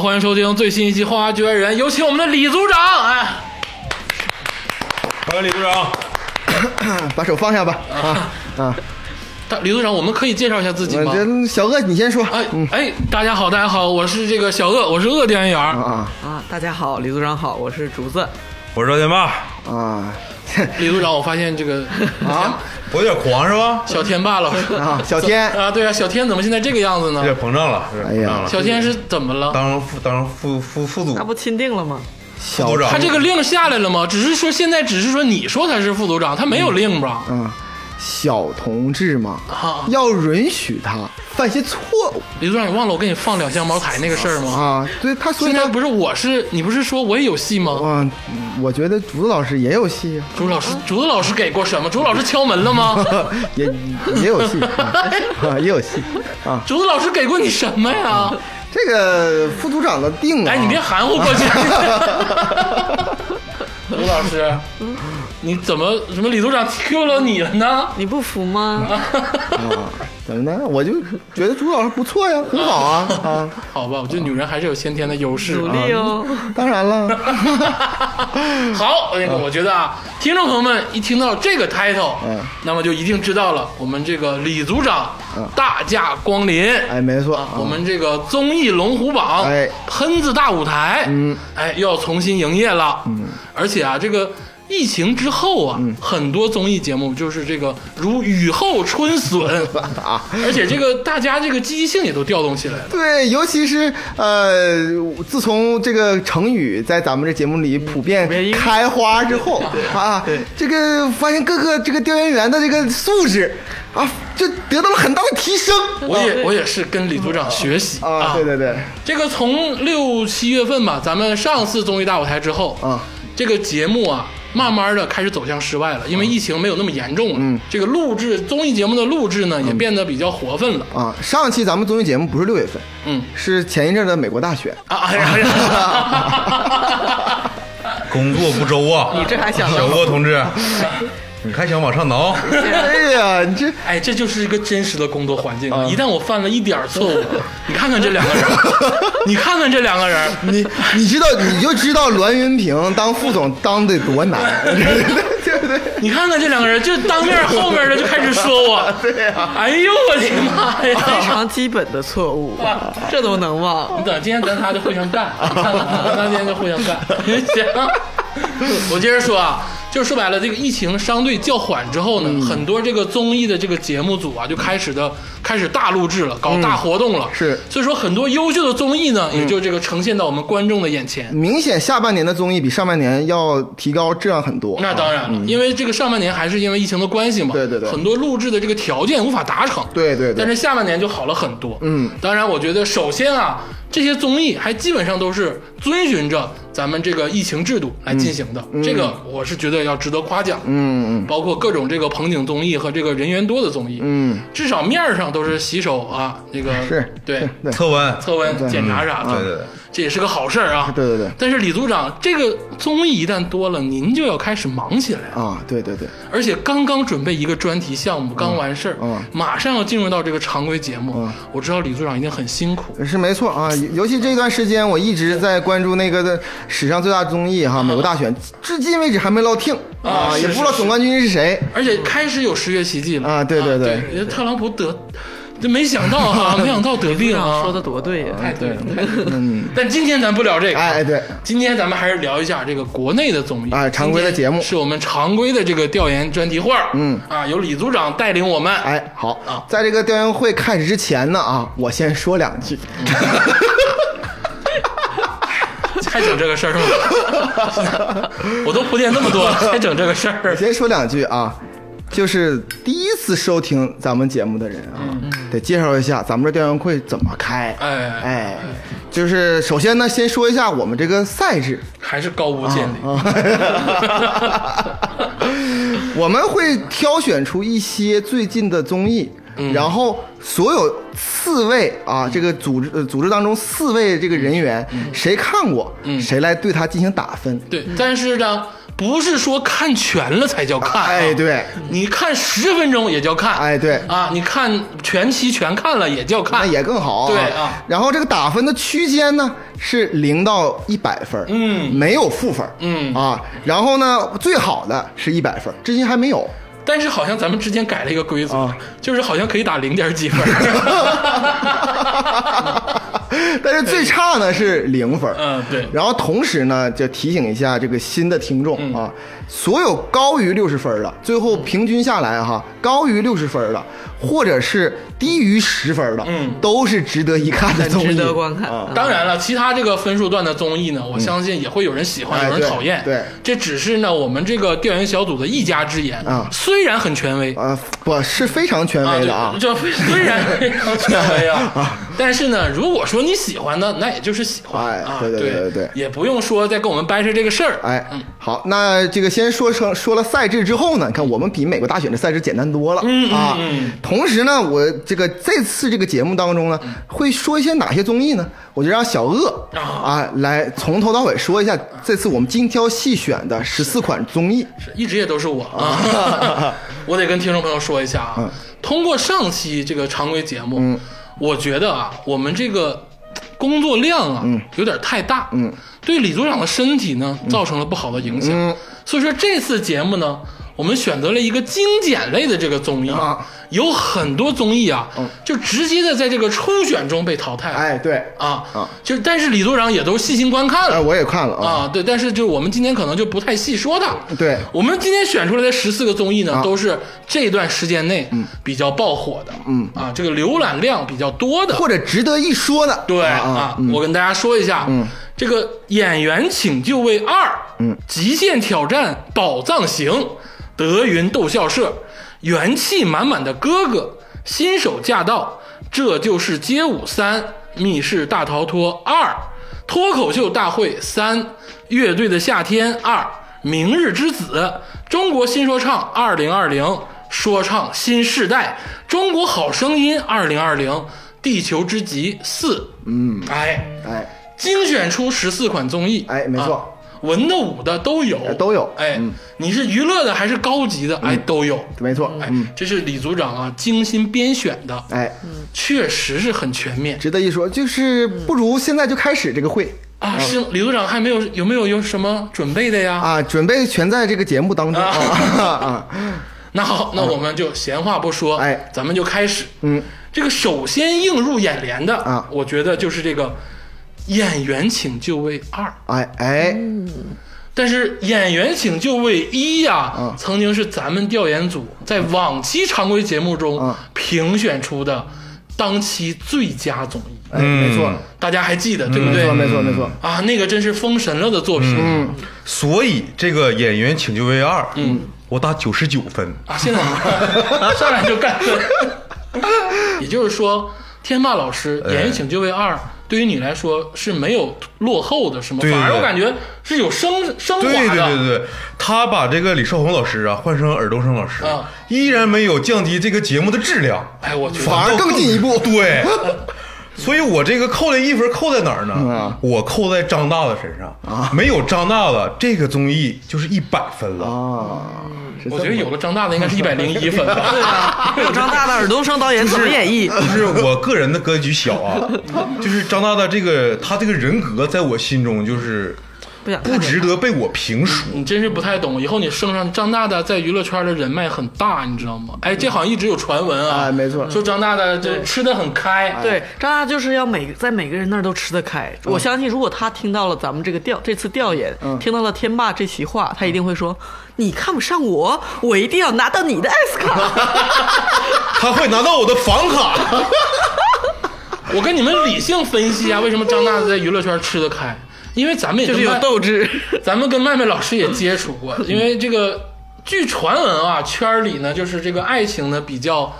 欢迎收听最新一期《后花绝人》，有请我们的李组长。哎，欢迎李组长。把手放下吧啊啊！大李组长，我们可以介绍一下自己我嗯吗？这嗯小鳄，你先说哎哎，大家好，大家好，我是这个小鳄，我是鳄店员。啊啊啊，大家好，李组长好，我是竹子。我是赵天霸，啊！李组长，我发现这个 啊我有点狂是吧？小天霸了啊小天啊，对啊，小天怎么现在这个样子有啊呢？点膨胀了，有哎点膨胀了。小天是怎么嗯了？当副当副副副组那不钦定了吗？副组长，他这个令下来了吗？只是说现在只是说你说他是副组长，他没有令吧？啊，小同志嘛，啊，要允许他犯些错误李组长，你忘了我给你放两箱茅台那个事儿吗？啊！对他，所以现他在不是我是你不是说我也有戏吗？啊，我觉得竹子老师也有戏啊，竹老师，竹子老师给过什么？竹老师敲门了吗？ 也也有戏啊，啊也有戏啊！竹子老师给过你什么呀？ 这个副组长的定啊，哎，你别含糊过去。 竹老师，你怎么怎么李组长 Q 了你了呢？你不服吗？啊，怎么的？我就觉得竹子老师不错呀，很好啊啊！好吧，我觉得女人还是有先天的优势啊努。力哦！当然了，好，那个我觉得啊，听众朋友们一听到这个 title，嗯那么就一定知道了，我们这个李组长大驾光临。哎，没错，啊啊，我们这个综艺龙虎榜，哎喷子大舞台，嗯，哎，又要重新营业了，嗯，而且啊，这个疫情之后啊，嗯很多综艺节目就是这个如雨后春 笋，啊。而且这个大家这个积极性也都调动起来了。对，尤其是呃，自从这个成语在咱们这节目里普遍遍应用开花之后啊，这个发现各个这个调研员的这个素质啊，就得到了很大的提升。我也我也是跟李组长学习啊，对对对，这个从六七月份吧，咱们上次综艺大舞台之后啊，这个节目啊，慢慢的开始走向室外了，因为疫情没有那么严重了。嗯，这个录制综艺节目的录制呢，也变得比较活分了。啊，上期咱们综艺节目不是六月份，嗯，是前一阵的美国大选。 啊， 哎呀，哎呀工作不周啊！你这还 想小郭同志，你还想往上挠？哎呀，你这哎，这就是一个真实的工作环境啊！一旦我犯了一点儿错 误，你看看这两个 人，你看看这两个人，你你知道你就知道栾云平当副总当得多难， 对不对？你看看这两个人，就当面后面的就开始说我， 对呀、哎呦我的妈非 呀！常基本的错误，这都能忘？你等今天咱仨就互相干，啊你看看咱仨今天就互相干， 行。我接着说啊，就是说白了，这个疫情相对较缓之后呢，嗯很多这个综艺的这个节目组啊，就开始的开始大录制了，搞大活动了。嗯是嗯所以说很多优秀的综艺呢，也就这个呈现到我们观众的眼前。明显下半年的综艺比上半年要提高质量很多。那当然了，因为这个上半年还是因为疫情的关系嘛，嗯对对对很多录制的这个条件无法达成。对对对但是下半年就好了很多。嗯，当然，我觉得首先啊，这些综艺还基本上都是遵循着咱们这个疫情制度来进行的，这个我是觉得要值得夸奖。嗯嗯嗯包括各种这个棚景综艺和这个人员多的综艺，嗯，至少面儿上都是洗手啊，这个是对对嗯测温，测温检查啥对的，对对，这也是个好事儿啊。对对对但是李组长，这个综艺一旦多了，您就要开始忙起来了。啊，对对对，而且刚刚准备一个专题项目，刚完事儿，嗯马上要进入到这个常规节目。我知道李组长一定很辛苦。是没错啊。尤尤其这段时间，我一直在关注那个的史上最大综艺哈，美国大选，至今为止还没落听啊是也不知道是总冠军是谁。而且开始有十月奇迹了啊对对对对，特朗普得，这没想到 啊，没想到得病啊，说的多对呀！太对了，太对了。但今天咱不聊这个，嗯哎哎，对，今天咱们还是聊一下这个国内的综艺哎常规的节目今天是我们常规的这个调研专题会儿，嗯啊，由李组长带领我们，哎好啊，在这个调研会开始之前呢啊，我先说两 句。还整这个事儿 吗？我都铺垫那么多了，还整这个事我儿？先说两句啊，就是第一次收听咱们节目的人啊，得介绍一下咱们这调研会怎么开。嗯哎哎，就是首先呢，先说一下我们这个赛制。还是高屋建啊瓴。我们会挑选出一些最近的综艺，嗯然后所有四位啊，这个组织、呃、组织当中嗯四位这个人员，谁看过，谁来对他进行打分。对，但是呢，不是说看全了才叫看、啊，哎对，你看十分钟也叫看，哎对啊，你看全期全看了也叫那看，也更好、啊。对啊然后这个打分的区间呢是零到一百分，嗯，没有负分，嗯啊。然后呢，最好的是一百分，至今还没有。但是好像咱们之前改了一个规则，啊就是好像可以打零点几分， 但是最差呢是零分，嗯对然后同时呢，就提醒一下这个新的听众、嗯啊，所有高于六十分的，最后平均下来哈，高于六十分的，或者是低于十分的，嗯都是值得一看的很综艺，值得观看。啊当然了，其他这个分数段的综艺呢，我相信也会有人喜欢，嗯哎有人对讨厌。对这只是呢我们这个调研小组的一家之言啊虽然很权威呃，不是非常权威的啊对， 这虽然非 常权威啊，但是呢，如果说你喜欢呢，那也就是喜欢哎啊，对对对对对也不用说再跟我们掰扯这个事儿。哎，好，那这个先说成说了赛制之后呢，你看我们比美国大选的赛制简单多了、嗯嗯啊。嗯同时呢，我这个这次这个节目当中呢，会说一些哪些综艺呢？我就让小鄂啊啊来从头到尾说一下这次我们精挑细选的十四款综艺。是一直也都是我 啊，我得跟听众朋友说一下嗯啊，通过上期这个常规节目，我觉得啊，我们这个工作量啊、有点太大，嗯，对李组长的身体呢嗯造成了不好的影响，所以说这次节目呢。我们选择了一个精简类的这个综艺，啊嗯有很多综艺啊，就直接的在这个初选中被淘汰了。哎，对，啊啊就但是李组长也都细心观看哎，了，我也看了啊。啊，对，但是就我们今天可能就不太细说它。对啊我们今天选出来的十四个综艺呢，都是这段时间内嗯比较爆火的，嗯啊，这个浏览量比较多的。或者值得一说的，对啊，嗯我跟大家说一下，嗯，这个《演员请就位二》，嗯，《极限挑战宝藏行》，德云逗笑社，元气满满的哥哥，新手驾到，这就是街舞三，密室大逃脱二，脱口秀大会三，乐队的夏天二，明日之子，中国新说唱二零二零。说唱新世代，中国好声音二零二零，地球之极四，嗯，哎，哎，精选出十四款综艺，哎没错啊文的武的都有，都有嗯哎，你是娱乐的还是高级的，哎，都有，没错，哎嗯，，这是李组长啊精心编选的，哎，确实是很全面值得一说，就是不如现在就开始这个会啊。是李组长还没有有没有有什么准备的呀？嗯啊，准备全在这个节目当中啊啊。那好，那我们就闲话不说，嗯哎，咱们就开始，嗯，这个首先映入眼帘的啊我觉得就是这个《演员请就位二》。哎哎，但是《演员请就位一》呀嗯，曾经是咱们调研组在往期常规节目中嗯评选出的当期最佳综艺，哎，没错，大家还记得对不没嗯对错，？没错，没错。啊，那个真是封神了的作品。嗯所以这个演员请就位二，嗯，我打九十九分，啊， 现在上来就干分。 也就是说，天霸老师《演员请就位哎二》对于你来说是没有落后的，是吗？对对反而我对感觉是有升升华的。对对对对，他把这个李少红老师啊换成尔冬升老师啊，依然没有降低这个节目的质量，哎，我去，反而更进一步 对，所以我这个扣的一分扣在哪儿呢嗯？啊我扣在张大大身上没有张大大这个综艺就是一百分了。啊，是这我么觉得有了张大的应该是一百零一分吧。 有嗯张大大、尔冬升导演怎么演绎？就是我个人的格局小啊， 就是张大大这个他这个人格在我心中就是不想不看值得被我评述。你真是不太懂，以后你升上张大大在娱乐圈的人脉很大，你知道吗？哎，这好像一直有传闻啊，哎没错说张大大这吃的很开，对，张大就是要每个在每个人那儿都吃得开。我相信，如果他听到了咱们这个调这次调研，听到了天霸这席话，他一定会说：“你看不上我，我一定要拿到你的 S 卡。他会拿到我的房卡，我跟你们理性分析啊，为什么张大大在娱乐圈吃得开？因为咱们”也 就是跟有麦斗志。咱们跟麦麦老师也接触过，因为这个据传闻啊，圈儿里呢就是这个爱情呢比较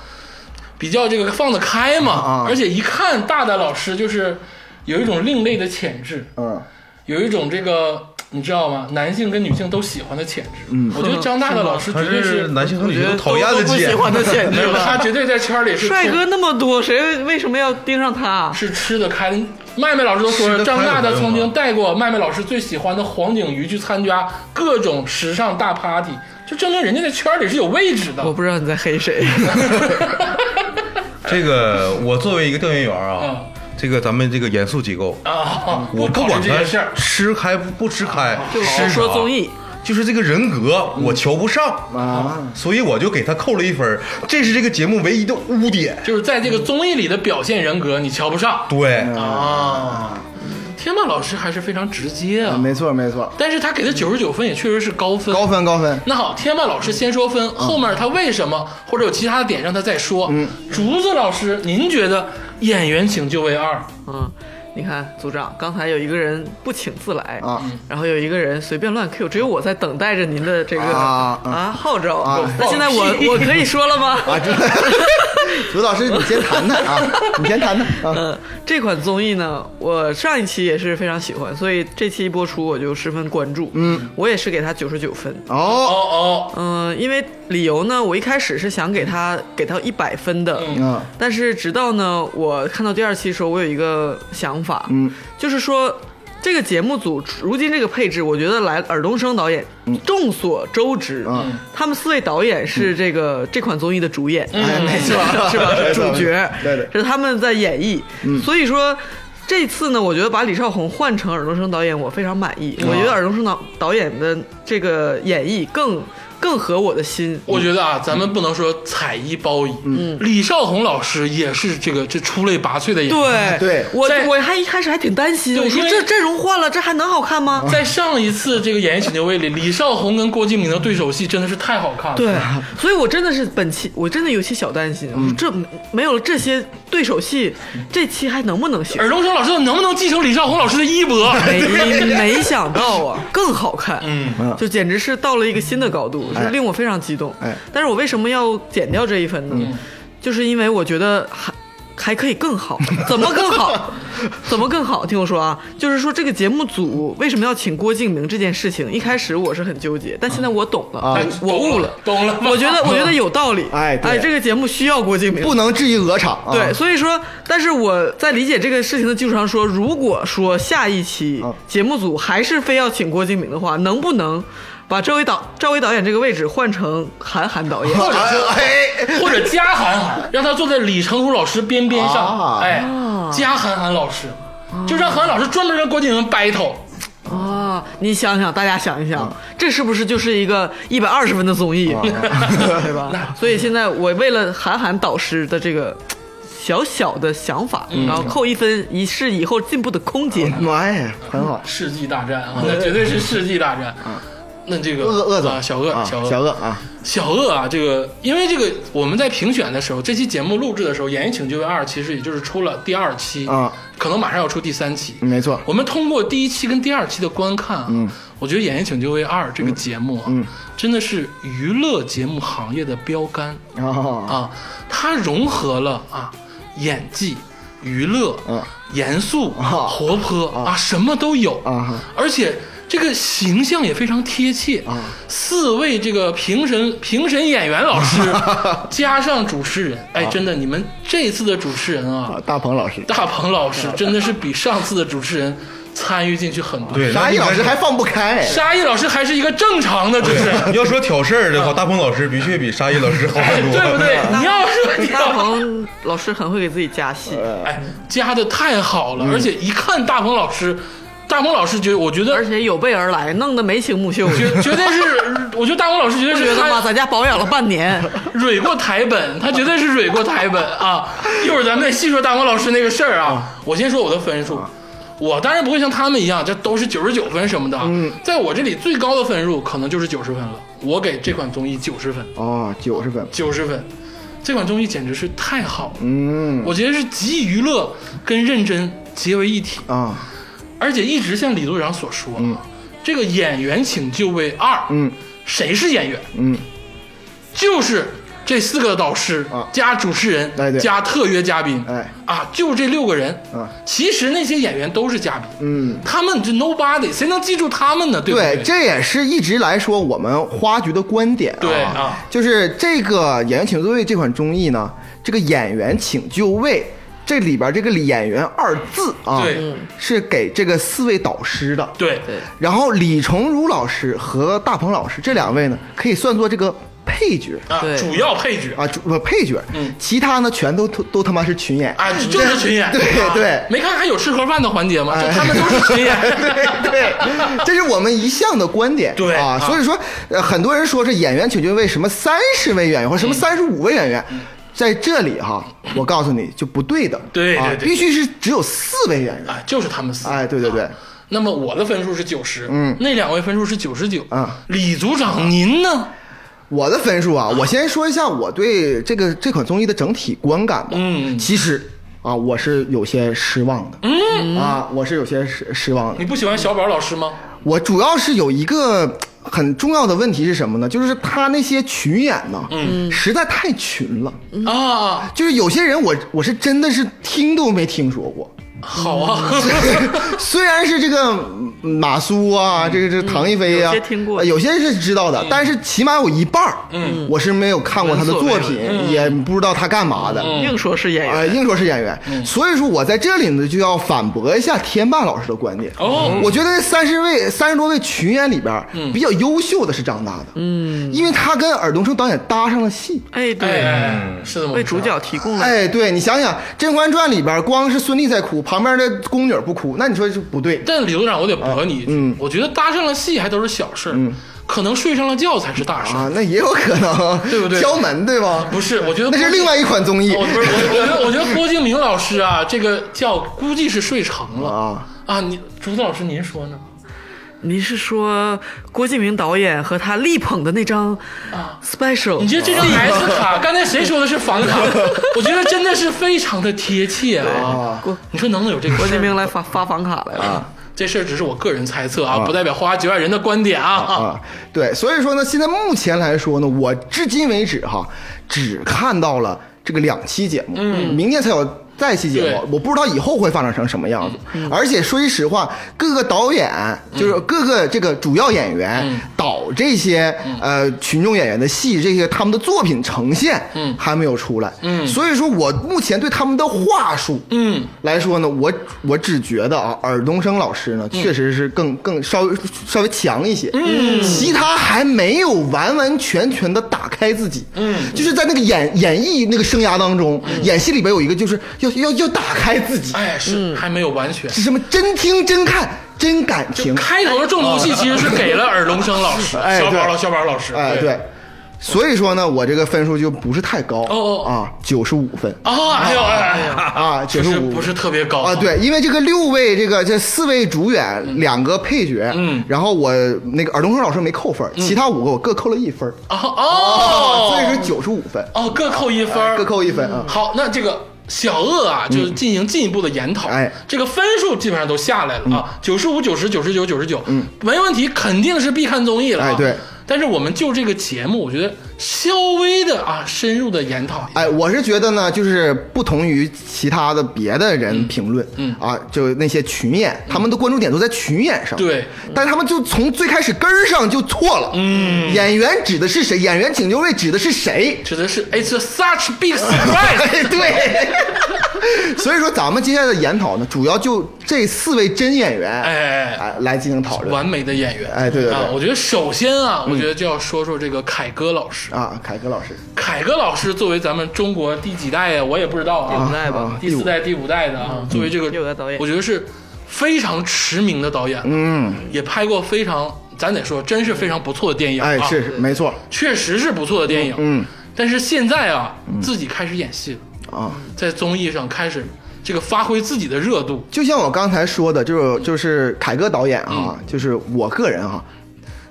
比较这个放得开嘛，啊而且一看大大老师就是有一种另类的潜质，嗯，有一种这个你知道吗？男性跟女性都喜欢的潜质。嗯，我觉得张大大老师他绝对是是，男性和女性 都讨我厌都的不喜姐。欢的潜没质有吧？他绝对在圈里是 帅哥那么多，谁为什么要盯上他？是吃得开的麦麦老师都说吃了，得张开大有大用曾吗经带过麦麦老师最喜欢的黄景瑜去参加各种时尚大 party，就证明人家在圈里是有位置的我。不知道你在黑谁， 这个我作为一个调研员啊嗯，这个咱们这个严肃机构，啊，我不考虑管这件事他儿，吃开不不吃开，就吃是说啥综艺，就是这个人格嗯我瞧不上，啊，所以我就给他扣了一分儿，这是这个节目唯一的污点。就是在这个综艺里的表现人格你瞧不上对，嗯啊。天霸老师还是非常直接啊，没错没错，但是他给的九十九分也确实是高分。高分高分，那好，天霸老师先说嗯分，后面他为什么或者有其他的点让他再说。竹子老师，您觉得演员请就位二嗯，你看组长，刚才有一个人不请自来啊，然后有一个人随便乱 Q，只有我在等待着您的这个啊啊啊号召啊。那现在我我可以说了吗？ 啊，这刘老师，你先谈谈啊，你先谈谈啊，呃，这款综艺呢，我上一期也是非常喜欢，所以这期播出我就十分关注。嗯，我也是给他九十九分。哦哦，哦，嗯、因为理由呢，我一开始是想给他给到一百分的，嗯嗯但是直到呢，我看到第二期的时候，我有一个想法，嗯，就是说这个节目组如今这个配置，我觉得来尔冬升导演，众所周知，嗯他们四位导演是这个、这款综艺的主演，哎，没 错，是吧？没是错主角，对嗯对，这是他们在演绎。所以说这次呢，我觉得把李少红换成尔冬升导演，我非常满意。我啊觉得尔冬升导导演的这个演绎更更合我的心。我觉得啊，咱们不能说踩一包一。嗯，李少红老师也是这个这出类拔萃的演员。对对我在我还一开始还挺担心，对我说因为这阵容换了，这还能好看吗？在上一次这个《演绎请就位》里，李少红跟郭敬明的对手戏真的是太好看了。 对，所以我真的是本期我真的有些小担心，我说这没有了这些对手戏，这期还能不 能行？尔冬升老师能不能继承李少红老师的衣钵？哎没没想到啊，更好看，嗯，就简直是到了一个新的高度，是令我非常激动。哎嗯但是我为什么要减掉这一分呢？就是因为我觉得还还可以更好， 怎么更 好？怎么更好？听我说啊，就是说这个节目组为什么要请郭敬明这件事情，一开始我是很纠结，但嗯现在我懂了，哎我悟了。懂了。我觉得，我觉得有道理。啊哎对哎，这个节目需要郭敬明，不能质疑鹅厂啊，对，所以说，但是我在理解这个事情的基础上说，如果说下一期嗯节目组还是非要请郭敬明的话，能不能把赵薇导赵薇导演这个位置换成韩寒导 演？哎，哎 哎或者加韩寒，让他坐在李成儒老师边边上，啊哎，加韩寒老师，就让韩寒老师专门跟郭敬明 battle。哦，你想想，大家想一想，这是不是就是一个一百二十分的综 艺，啊对吧？所以现在我为了韩寒导师的这个。小小的想法，然后扣一分，以示以后进步的空间。妈呀，哎很好，世纪大战啊，那绝对是世纪大战。那这个啊鄂鄂啊总，小鄂啊，小小鄂鄂啊，小鄂啊，这个因为这个我们在评选的时候，这期节目录制的时候，《演艺请就位二》其实也就是出了第二期啊，嗯可能马上要出第三期。没错，我们通过第一期跟第二期的观看啊，嗯我觉得《演艺请就位二》这个节目啊，真的是娱乐节目行业的标杆啊，啊，它融合了啊演技、娱乐、嗯严肃、啊活泼啊，什么都有啊，而且。这个形象也非常贴切啊！四位这个评审评审演员老 师，加上主持人，哎，真的，你们这次的主持人啊，大鹏老师，大鹏老师真的是比上次的主持人参与进去很多。，对，沙溢那老师你看还放不开，沙溢老师还是一个正常的主持人， 要说挑事儿的嗯话，大鹏老师的 确比沙溢老师好很多，对不？对？你要说你 大要鹏老师很会给自己加戏，哎，加的太好了，而且一看大鹏老师，大鹏老师觉得，我觉 而得且有备而来，弄得眉清目秀的。 绝绝对是，我觉得大鹏老师绝对不是觉得吗？他咱家保养了半年，蕊过台本，他绝对是蕊过台本啊！一会儿咱们再细说大鹏老师那个事儿啊。我先说我的分数，我当然不会像他们一样，这都是九十九分什么的。嗯，在我这里最高的分数可能就是九十分了，我给这款综艺九十分，哦，九十分，九十分。这款综艺简直是太好了，嗯我觉得是集娱乐跟认真结为一体。啊，而且一直像李组长所说，啊这个演员请就位二，嗯谁是演员？嗯，就是这四个导师、啊加主持人、哎对加特约嘉宾，哎啊，就这六个人。啊其实那些演员都是嘉宾，嗯。他们这 nobody，谁能记住他们呢？对不对，这也是一直来说我们花局的观点、啊。对啊就是这个《演员请就位》这款综艺呢，这个演员请就位这里边这个演员二字啊对嗯，是给这个四位导师的。对对然后李成儒老师和大鹏老师这两位呢，可以算作这个配角啊，对主要配角啊，主不配角，其他呢全都都都他妈是群演。啊，就就是群演，对哎啊对没看还有吃盒饭的环节吗？就他们都是群演， 对对，这是我们一向的观点。对啊，啊所以说，呃，很多人说这演员请就位什么三十位演员或者嗯什么三十五位演员，在这里哈，我告诉你就不对的。对啊对，对必须是只有四位演员。哎，就是他们四。哎，对对对，那么我的分数是九十，嗯，那两位分数是九十九嗯。李组长，您呢？我的分数啊，我先说一下我对这个这款综艺的整体观感吧。嗯其实啊，我是有些失望的。嗯啊，我是有些失失望的你。不喜欢小宝老师吗？我主要是有一个很重要的问题是什么呢？就是他那些群演呢，嗯，实在太群了。嗯啊，就是有些人我我是真的是听都没听说过，好啊，嗯虽然是这个嗯马苏啊，这个这个唐一菲啊，嗯有些听过嗯呃有些是知道的，但是起码有一半儿，嗯，我是没有看过他的作品，嗯也不知道他干嘛的。 硬说是演啊，员，硬说是演员，嗯所以说我在这里呢就要反驳一下天霸老师的观点。 哦我觉得三十位、三十多位群演里边儿，嗯比较优秀的是张大的，嗯，因为他跟尔冬升导演搭上了戏。哎，哎对，哎，是这么为回事主角提供了，哎，对你想想，《甄嬛传》里边儿光是孙俪在哭，旁边的宫女儿不哭，那你说就不对。但李组长，我啊得驳你一句，嗯我觉得搭上了戏还都是小事儿，可能睡上了觉才是大事儿。啊，那也有可能，对不对敲门对吧？不是，哦我觉得那是另外一款综艺我不是，我我觉得我觉得郭敬明老师啊，这个觉估计是睡长了啊啊！你竹子老师，您说呢？您是说郭敬明导演和他力捧的那张 special？你觉得这张 S 卡，刚才谁说的是房卡？ 我觉得真的是非常的贴切啊！郭你说能有这个哦郭事敬儿明吗？来发发房卡来了，这事儿只是我个人猜测啊，不代表花局外人的观点啊。啊。对，所以说呢，现在目前来说呢，我至今为止哈，只看到了这个两期节目，嗯，明天才有。再期节对目，我不知道以后会发展成什么样子。而且说句实话，各个导演就是各个这个主要演员、导这些呃群众演员的戏，这些他们的作品呈现，嗯，还没有出来，嗯，所以说我目前对他们的话术，嗯，来说呢，我我只觉得啊，尔冬升老师呢，确实是更更稍微稍微强一些，嗯，其他还没有完完全全的打开自己，嗯，就是在那个演演绎那个生涯当中，演戏里边有一个就是要要要打开自己，哎，嗯是还没有完全。是什么真听真看真感情，开头的重头戏其实是给了尔冬升老师、哎小宝对老小宝老师，哎对，所以说呢，我这个分数就不是太高，哦哦啊，九十五分啊，哎呦哎呀，啊，确九实十五不是特别高啊，对，因为这个六位，这个这四位主演，两个配角，嗯然后我那个尔冬升老师没扣分，其他五个我各扣了一分，啊哦，所以是九十五分，哦，各扣一分儿，各扣一分啊。嗯好，那这个小鳄啊，就是进行进一步的研讨。哎嗯这个分数基本上都下来了啊，九十五、九十、九十九、九十九，没问题，肯定是必看综艺了、啊。哎对。但是我们就这个节目，我觉得稍微的啊，深入的研讨一下。哎，我是觉得呢，就是不同于其他的别的人评论，嗯啊，就那些群演，他们的关注点都在群演上，对，但他们就从最开始根儿上就错了，嗯，演员指的是谁？演员请就位指的是谁？指的是 It's a such big surprise，哎，对， 所以说咱们接下来的研讨呢，主要就这四位真演员，哎哎哎哎，来进行讨论完美的演员。哎对对对嗯啊，我觉得首先啊，我觉得就要说说这个凯歌老师。啊，凯歌老师，凯歌老师作为咱们中国第几代呀？我也不知道啊，无奈吧啊，第四代、第五代的啊，作为这个六个导演我觉得是非常驰名的导演，嗯，也拍过非常，咱得说，真是非常不错的电影啊，哎，是是没错确实是不错的电影，嗯，但是现在啊，自己开始演戏了，啊。在综艺上开始这个发挥自己的热度，就像我刚才说的，就是就是凯歌导演嗯啊，就是我个人啊，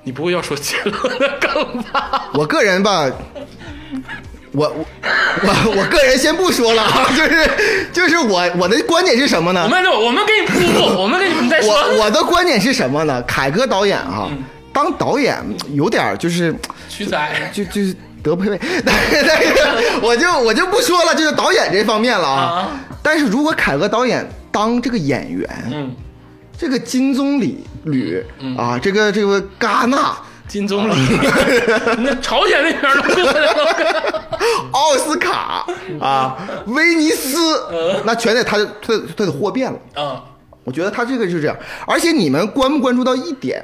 你不会要说结论了更吧？我个人吧，我我 我我个人先不说了 啊，就是就是我我的观点是什么我呢？们我们给你铺铺，我们给你你再说，嗯我我的观点是什么呢？凯歌导演啊，当导演有点儿就是。徐仔，就就是德配位，但是但是我就我就不说了，就是导演这方面了啊。但是如果凯歌导演当这个演员，嗯，这个金棕榈榈、啊，这个这个戛纳。金总理， 那朝鲜那边都过来了， 奥斯卡啊，威尼斯，那全得他就他得他得获变了。啊，我觉得他这个就是这样，而且你们关不关注到一点？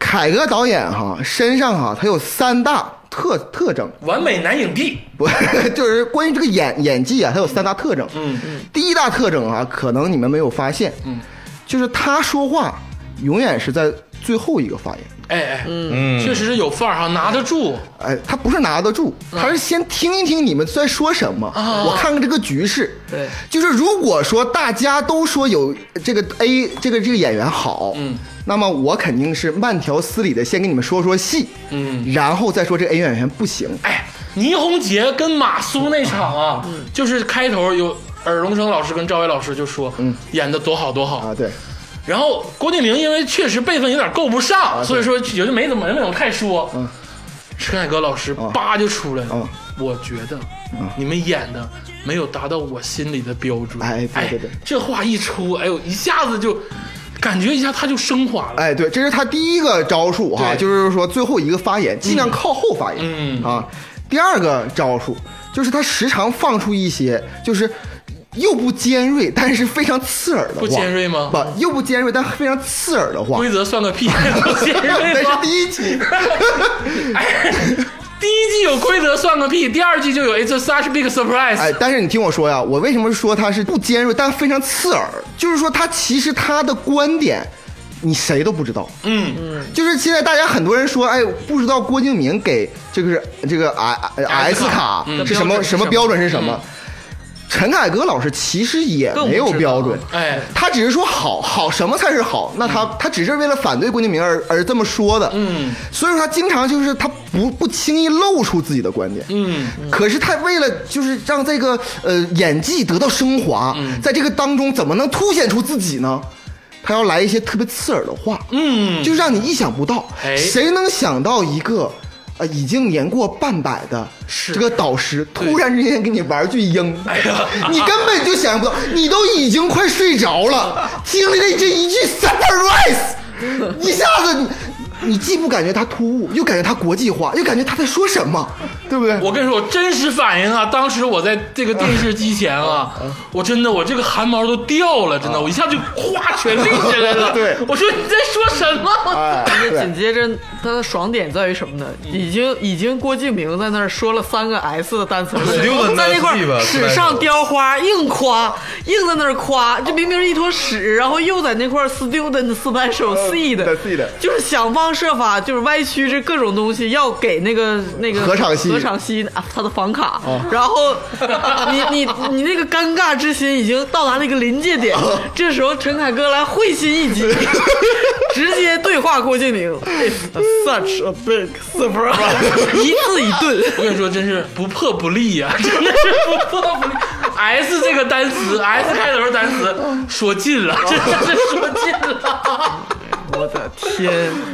凯歌导演哈身上哈他有三大特特征，完美男影帝，不 就是关于这个演演技啊，他有三大特征。嗯嗯，第一大特征啊，可能你们没有发现，嗯，就是他说话永远是在最后一个发言。哎哎，嗯，确实是有范儿哈，拿得住，哎，他不是拿得住，他是先听一听你们在说什么，我看看这个局势。对就是如果说大家都说有这个 A 这个这个演员好，嗯，那么我肯定是慢条斯理的先跟你们说说戏，嗯，然后再说这个 A 演员不行。哎，倪虹洁跟马苏那场啊，嗯就是开头有尔冬升老师跟赵薇老师就说，演的多好多好嗯啊，。对，然后郭敬明因为确实辈分有点够不啊上，所以说也就没怎么没怎么太说。嗯陈凯歌老师哦叭就出来了啊，我觉得嗯你们演的没有达到我心里的标准。哎对对对这话一出，哎呦，一下子就感觉一下他就升华了。哎，对，这是他第一个招数哈、对就是说最后一个发言尽量靠后发言，嗯啊。第二个招数就是他时常放出一些就是。又不尖锐，但是非常刺耳的话。不尖锐吗不，又不尖锐，但非常刺耳的话。规则算个屁， 先 那生是第一集， 哎，第一季有规则算个屁，第二季就有 It's a such big surprise。哎，但是你听我说呀，我为什么说他是不尖锐，但非常刺耳？就是说他其实他的观点，你谁都不知道。嗯就是现在大家很多人说，哎，不知道郭敬明给这个是这个啊 I S S 卡卡嗯是什么什么标准是什么？陈凯歌老师其实也没有标准更不，哎他只是说好好什么才是好，那他、他只是为了反对郭敬明而而这么说的，嗯，所以说他经常就是他不不轻易露出自己的观点，嗯，可是他为了就是让这个呃演技得到升华，嗯在这个当中怎么能凸显出自己呢？他要来一些特别刺耳的话，嗯，就让你意想不到。哎谁能想到一个呃已经年过半百的是这个导师，对突然之间给你玩句鹰，哎呀，你根本就想象不到，你都已经快睡着了，经历了这一句 surprise，一下子你你既不感觉他突兀，又感觉他国际化，又感觉他在说什么，对不对？我跟你说，我真实反应啊！当时我在这个电视机前啊，嗯我真的我这个汗毛都掉了，真的，我一下就哗全立起来了。 对我说你在说什么？ 哎，紧对，接着他的爽点在于什么呢？已经已经郭敬明在那儿说了三个 S 的单词了，使用的在那块那儿个史上雕花硬夸，硬在那儿夸，这明明是一坨屎，然后又在那块儿 student 四班手 seed 嗯对，seed 就是想方设法就是歪曲这各种东西，要给那个那个何昶希何昶希啊他的房卡，然后你你你那个尴尬之心已经到达了一个临界点，这时候陈凯歌来会心一击。直接对话郭敬明，It's such a big surprise，一字一顿。我跟你说，真是不破不立呀、 真的是不破不立。S 这个单词，S 开头的单词，说尽了，真的是说尽了。 我的天，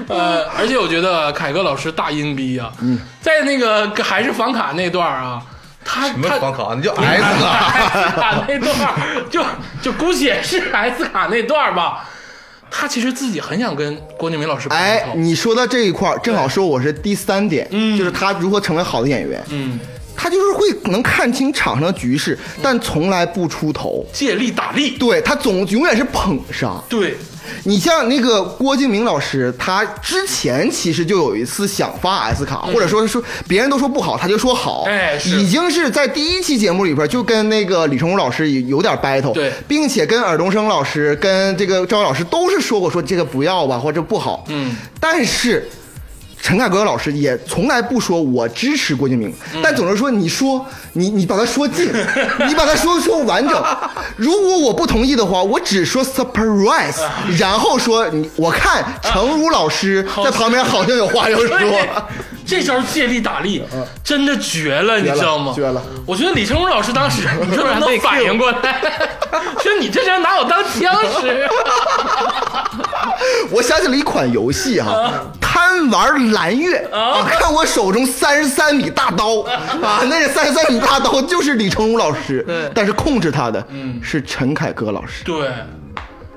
呃，而且我觉得凯歌老师大阴逼啊，嗯在那个还是房卡那段儿啊，他 什么他房卡？你叫 S 卡？ S 卡那段儿，就就姑且是 S 卡那段儿吧。他其实自己很想跟郭敬明老师拍哎头，，你说到这一块儿，正好说我是第三点，就是他如何成为好的演员。嗯，他就是会能看清场上局势，但从来不出头。借力打力，对他总永远是捧杀。对，你像那个郭敬明老师，他之前其实就有一次想发 S 卡，或者说是说别人都说不好，他就说好，嗯哎是已经是在第一期节目里边就跟那个李成儒老师有有点 battle，对并且跟尔冬升老师、跟这个赵薇老师都是说过说这个不要吧，或者不好，嗯，但是。陈凯歌老师也从来不说我支持郭敬明，但总是说你说你你把它说尽，你把它说说完整。如果我不同意的话，我只说 surprise，然后说你我看程如老师在旁边好像有话要对说。这招借力打力真的绝了，你绝了知道吗？嗯绝了！我觉得李成儒老师当 时，你说能不能反应过来？说你这招拿我当枪 使？我想起了一款游戏哈、贪玩蓝月啊，看我手中三十三米大刀啊，那个三十三米大刀就是李成儒老师，但是控制他的是陈凯歌老师。对，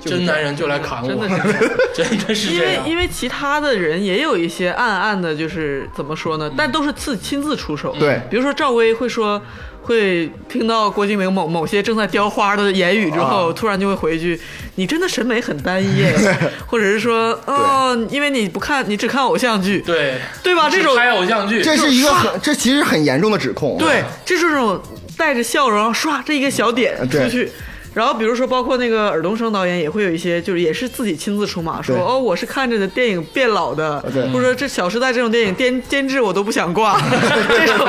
真男人就来砍我，真的 真的是因这为样。因为其他的人也有一些暗暗的，就是怎么说嗯呢？但都是自亲自出手。对比如说赵薇会说，会听到郭敬明某某些正在雕花的言语之啊后，突然就会回一句：“你真的审美很单一 耶。”或者是说：“哦，因为你不看，你只看偶像剧，对对吧？”啊这种拍偶像剧，这是一个很，这其实很严重的指控。对，这是这种带着笑容刷这一个小点出啊对去。然后比如说，包括那个尔冬升导演也会有一些，就是也是自己亲自出马，说对啊哦，我是看着的电影变老的，对或者说这《小时代》这种电影监监制我都不 想挂，这种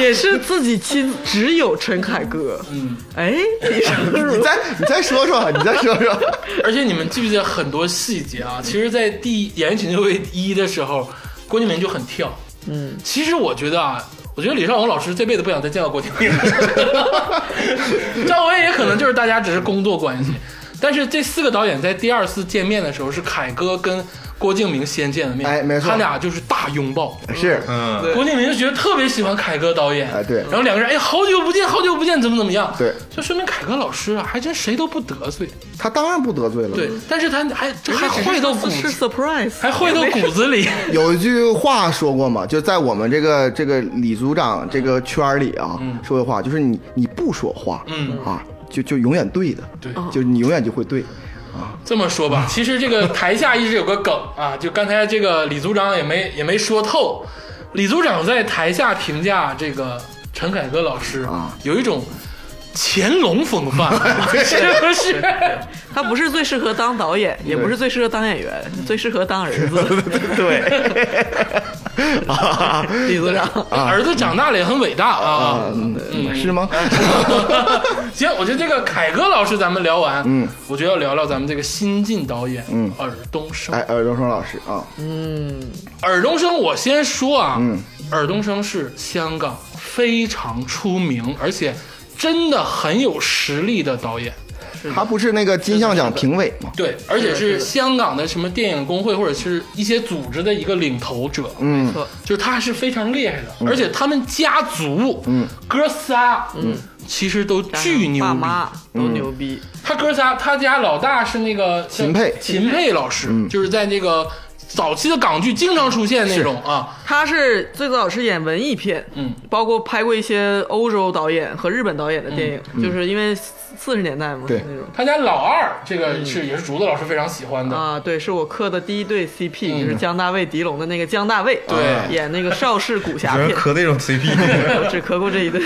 也是自己亲，只有陈凯歌。嗯，哎，你 说你再你再说说，你再说说，而且你们记不记得很多细节啊？其实，在第一《演员请就位》一的时候，郭敬明就很跳。嗯，其实我觉得啊，我觉得李少红老师这辈子不想再见到郭敬明。 赵薇也可能就是大家只是工作关系，但是这四个导演在第二次见面的时候，是凯哥跟郭敬明先见的面，哎没错他俩就是大拥抱。是 嗯，郭敬明就觉得特别喜欢凯哥导演，哎对然后两个人哎，好久不见，好久不见，怎么怎么样？对就说明凯哥老师啊，还真谁都不得罪，他当然不得罪了。对，，但是他还这还坏到骨是子， surprise，还坏到骨子里，有一句话说过嘛，就在我们这个这个李组长这个圈儿里啊，说的话就是你你不说话，嗯啊，就就永远对的，对就你永远就会对。 这么说吧，其实这 个台下一直有个梗啊，就刚才这个李组长也没也没说透，李组长在台下评价这个陈凯歌老师啊，有一种乾隆风范， 是不是？他不是最适合当导演，也不是最适合当演员，最适合当儿 子。 对， 啊李组长，儿子长大了也很伟大啊。嗯，是吗？行，我觉得这个凯歌老师咱们聊完，嗯，我觉得要聊聊咱们这个新晋导演，嗯，尔冬升。哎，耳朵生老师啊，尔冬升，我先说啊，尔冬升是香港非常出名，而且真的很有实力的导演。他不是那个金像奖评委吗？对，而且是香港的什么电影工会或者是一些组织的一个领头者，嗯没错，就是他是非常厉害的，而且他们家族，嗯，哥仨，嗯，其实都巨牛爸逼。妈都牛逼。他哥仨，他家老大是那个秦沛秦沛嗯老师，就是在那个早期的港剧经常出现那种啊，他是最早是演文艺片，嗯，包括拍过一些欧洲导演和日本导演的电影，嗯就是因为四十年代嘛，对那种。他家老二这嗯个是、也是竹子老师非常喜欢的，啊，对，是我刻的第一对嗯 CP，、就是江大卫、狄龙的那个江大卫，对演那个邵氏武侠有人片，磕那 种 CP，我只磕过这一对。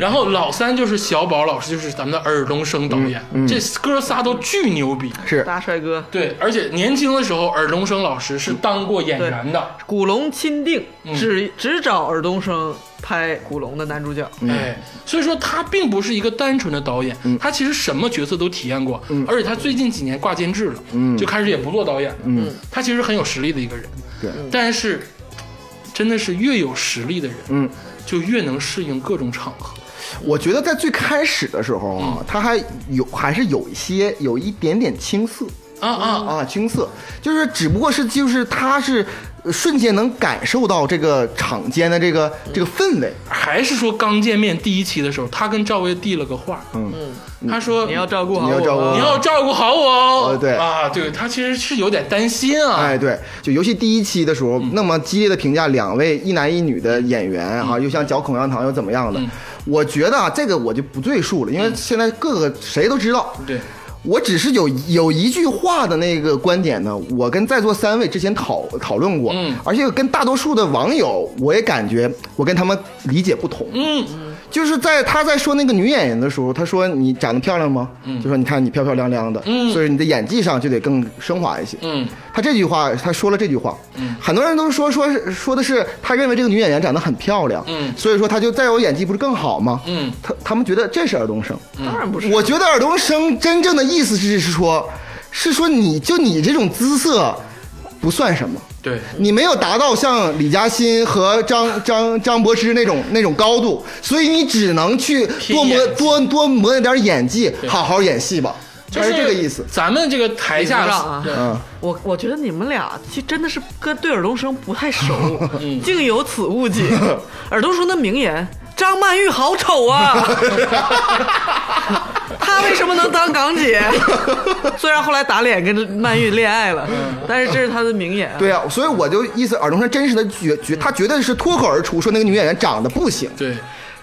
然后老三就是小宝老师，就是咱们的尔冬升导演，嗯这哥仨都巨牛逼。是大帅哥，对，而且年轻的时候，尔冬升老师是当过演员的，古龙钦定，嗯只只找尔冬升拍古龙的男主角，嗯哎，所以说他并不是一个单纯的导演，他其实什么角色都体验过，嗯而且他最近几年挂监制了，就开始也不做导演了，嗯他其实很有实力的一个人，对但是真的是越有实力的人，嗯，就越能适应各种场合，我觉得在最开始的时候啊，他还有还是有一些有一点点青涩啊啊，啊，青涩，就是只不过是就是他是呃瞬间能感受到这个场间的这个这个氛围，还是说刚见面第一期的时候，他跟赵薇递了个话，嗯，他说你要照顾好你我要照哦，顾好你要照顾好我哦呃，对啊，对他其实是有点担心啊，哎，对，就尤其第一期的时候，那么激烈的评价两位一男一女的演员哈、又像嚼口香糖又怎么样的，我觉得啊，这个我就不赘述了，因为现在各个谁都知道。对，我只是有有一句话的那个观点呢，我跟在座三位之前讨讨论过，嗯而且跟大多数的网友，我也感觉我跟他们理解不同，嗯，就是在他在说那个女演员的时候，他说你长得漂亮吗？就说你看你漂漂亮亮的，嗯所以你的演技上就得更升华一些，嗯，他这句话，他说了这句话，很多人都说说是说的是他认为这个女演员长得很漂亮，嗯所以说他就再有演技不是更好吗？嗯，他他们觉得这是尔冬升，当然不是，啊我觉得尔冬升真正的意思是是说，是说你就你这种姿色不算什么。对，你没有达到像李嘉欣和张张张柏芝那种那种高度，所以你只能去多磨演技多多磨练点演技，好好演戏吧，就这个意思。咱们这个台下理不上啊对嗯，我我觉得你们俩其实真的是跟对尔冬升不太熟， 竟有此误解。尔冬升的名言：“张曼玉好丑啊！” 她为什么能当港姐？ 虽然后来打脸跟曼玉恋爱了，但是这是她的名言。对啊，所以我就意思，尔冬升真实的绝绝，他绝对是脱口而出说那个女演员长得不行，对，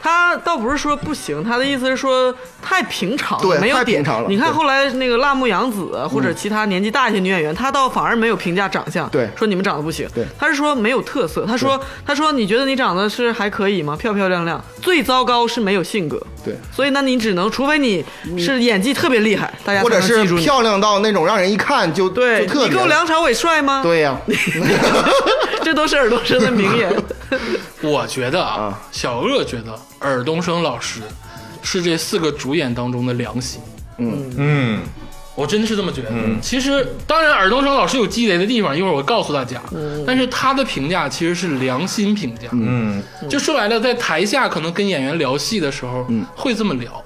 她倒不是说不行，她的意思是说太平常了，对没有太点平常了你看对后来那个辣目洋子或者其他年纪大一些女演员，她倒反而没有评价长相，对说你们长得不行，对她是说没有特色，她说她说你觉得你长得是还可以吗？漂漂亮亮，最糟糕是没有性格，对所以那你只能，除非你是演技特别厉害，大家或者才能是记住你漂亮到那种让人一看就对，就特你别够梁朝伟帅吗？，对呀、 这都是耳朵生的名 言。我觉得啊啊，小鄂觉得尔冬升老师是这四个主演当中的良心。嗯，我真是这么觉得。嗯其实，当然，尔冬升老师有鸡贼的地方，一会儿我告诉大家。嗯但是他的评价其实是良心评价。嗯，就说白了，在台下可能跟演员聊戏的时候，嗯会这么聊。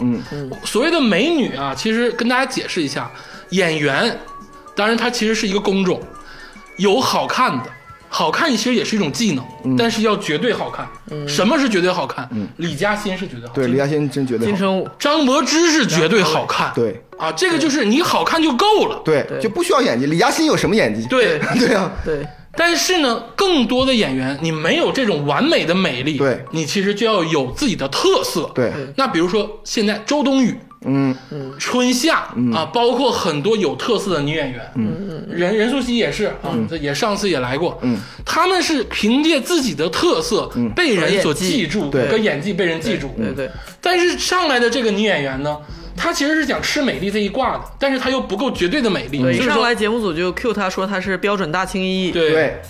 所谓的美女啊，其实跟大家解释一下，演员，当然它其实是一个工种，有好看的。好看其实也是一种技能，嗯但是要绝对好看。什么是绝对好看？李嘉欣是绝对好看。对，李嘉欣真绝对金好，城武，张柏芝是绝对好看。对啊，这个就是你好看就够了。对就不需要演技。李嘉欣有什么演技？对对啊，对，但是呢，更多的演员，你没有这种完美的美丽，对你其实就要有自己的特色。对，那比如说现在周冬雨、嗯，春夏、啊，包括很多有特色的女演员，嗯、任任素汐也是啊，这也上次也来过，嗯，他们是凭借自己的特色、被人所记住，对跟演技被人记住，对对，但是上来的这个女演员呢，她其实是想吃美丽这一挂的，但是她又不够绝对的美丽，所对，以一说上来节目组就 Q 他说他是标准大青衣，对对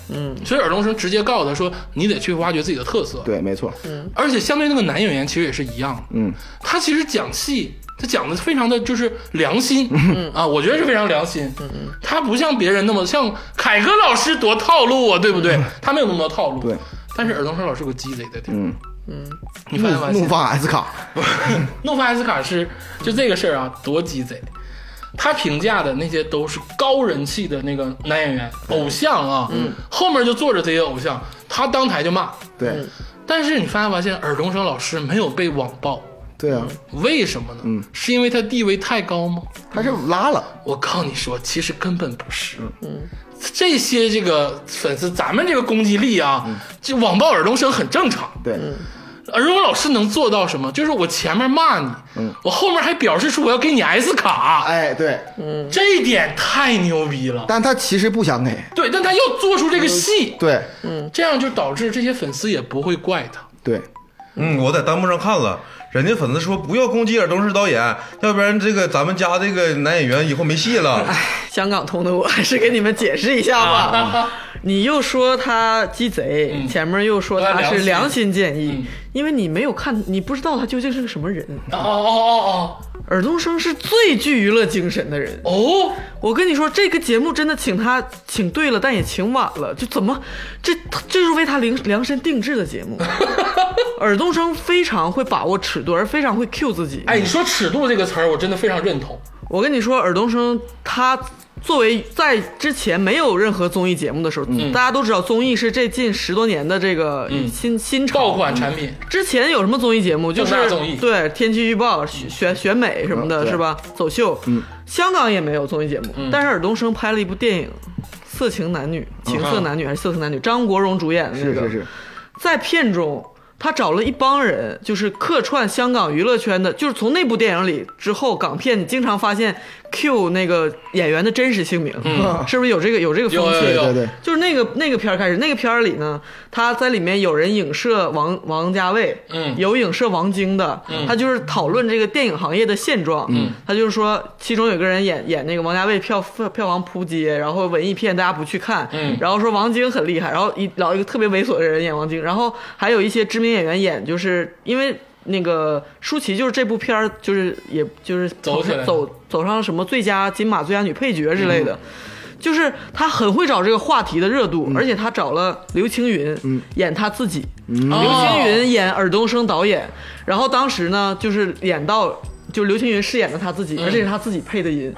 所以尔冬升直接告诉他说：“你得去挖掘自己的特色。对，没错，”而且相对那个男演员其实也是一样的，嗯，他其实讲戏，他讲的非常的就是良心，嗯啊，我觉得是非常良心，他不像别人那么像凯歌老师多套路啊，对不对？他没有那么多套路，嗯对。但是尔冬升老师有个鸡贼的地方，嗯你发现没怒发现怒放 S 卡，诺夫 S 卡是就这个事儿啊，多鸡贼。他评价的那些都是高人气的那个男演员偶像啊，嗯，后面就坐着这些偶像，他当台就骂。对但是你发现没发现尔冬升老师没有被网暴，对啊，为什么呢？嗯，是因为他地位太高吗？他是拉了，我告诉你说，其实根本不是。嗯，这些这个粉丝，咱们这个攻击力啊，这网暴尔冬升很正常。对尔荣老师能做到什么？就是我前面骂你，我后面还表示出我要给你 S 卡，哎对，这一点太牛逼了。但他其实不想给，对，但他要做出这个戏，对这样就导致这些粉丝也不会怪他。对，嗯，我在弹幕上看了，人家粉丝说不要攻击尔冬升导演，要不然这个咱们家这个男演员以后没戏了。香港通的我还是给你们解释一下啊吧。你又说他鸡贼，前面又说他是良心建议，因为你没有看，你不知道他究竟是个什么人。哦哦尔冬升是最具娱乐精神的人哦哦，哦，我跟你说，这个节目真的请他请对了，但也请晚了。就怎么，这这就是为他量量身定制的节目。尔冬升非常会把握尺度，而非常会 cue 自己。哎，你说“尺度”这个词儿，我真的非常认同。我跟你说，尔冬升他作为在之前没有任何综艺节目的时候，嗯大家都知道综艺是这近十多年的这个新、新潮爆款产品，之前有什么综艺节目？就是正大综艺对天气预报、选选选美什么嗯的，对嗯是吧？走秀，香港也没有综艺节目，但是尔冬升拍了一部电影。色情男女，情色男女还是色情男女？张国荣主演的那嗯是个，是是，在片中，他找了一帮人，就是客串香港娱乐圈的，就是从那部电影里之后，港片你经常发现 Q 那个演员的真实姓名，是不是有这个有这个风有气？嗯有对有对对，就是那个那个片儿开始，那个片儿里呢，他在里面有人影射王王家卫，嗯有影射王晶的，他就是讨论这个电影行业的现状，嗯，他就是说，其中有个人演演那个王家卫票票房扑街，然后文艺片大家不去看，嗯，然后说王晶很厉害，然后一老一个特别猥琐的人演王晶，然后还有一些知名演员演，就是因为。那个舒淇就是这部片儿，就是也就是走起来嗯走走上什么最佳金马最佳女配角之类的，就是他很会找这个话题的热度，而且他找了刘青云、嗯演他自己，刘哦青云演尔冬升导演，然后当时呢就是演到就刘青云饰演的他自己，而且是他自己配的音，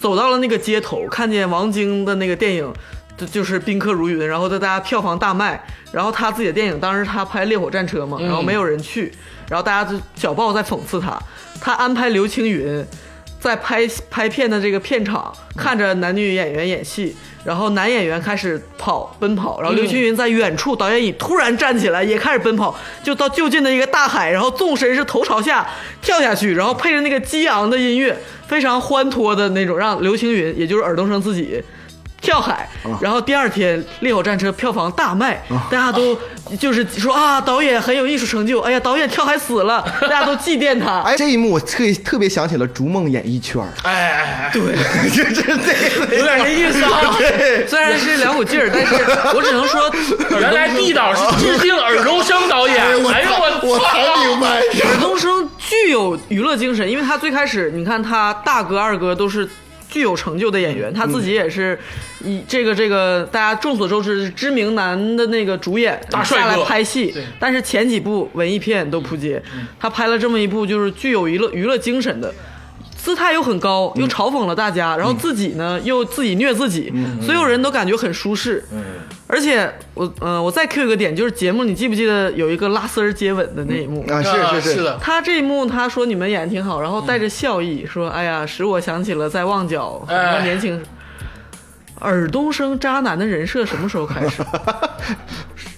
走到了那个街头，看见王晶的那个电影。就就是宾客如云，然后在大家票房大卖，然后他自己的电影当时他拍《烈火战车》嘛，然后没有人去，然后大家就小报在讽刺他，他安排刘青云在拍拍片的这个片场看着男女演员演戏，然后男演员开始跑奔跑，然后刘青云在远处导演椅突然站起来也开始奔跑，就到就近的一个大海，然后纵身是头朝下跳下去，然后配着那个激昂的音乐，非常欢脱的那种，让刘青云也就是尔冬升自己。跳海，然后第二天《烈火战车》票房大卖，大家都就是说啊，导演很有艺术成就，哎呀，导演跳海死了，大家都祭奠 他。哎，这一幕我特意特别想起了《逐梦演艺圈》，哎哎哎，就这这有点那意思啊。虽然是两股劲儿，但是我只能说，原来地导是致敬尔冬升导演，哎呦我我才操！明白，尔冬升具有娱乐精神，因为他最开始你看他大哥二哥都是。具有成就的演员，他自嗯己也是以这个这个大家众所周知知名男的那个主演大帅下哥来拍戏对，嗯但是前几部文艺片都扑街，他拍了这么一部就是具有娱乐娱乐精神的。姿态又很高，嗯又嘲讽了大家，然后自己呢又自己虐自己，嗯所有人都感觉很舒适。而且我，呃，我再 Q 一个点，就是节目你记不记得有一个拉丝儿接吻的那一幕？啊，啊是是是，的，他这一幕，他说你们演的挺好，然后带着笑意说：“哎呀，使我想起了在旺角，哎什么年轻。”尔冬升渣男的人设什么时候开 始？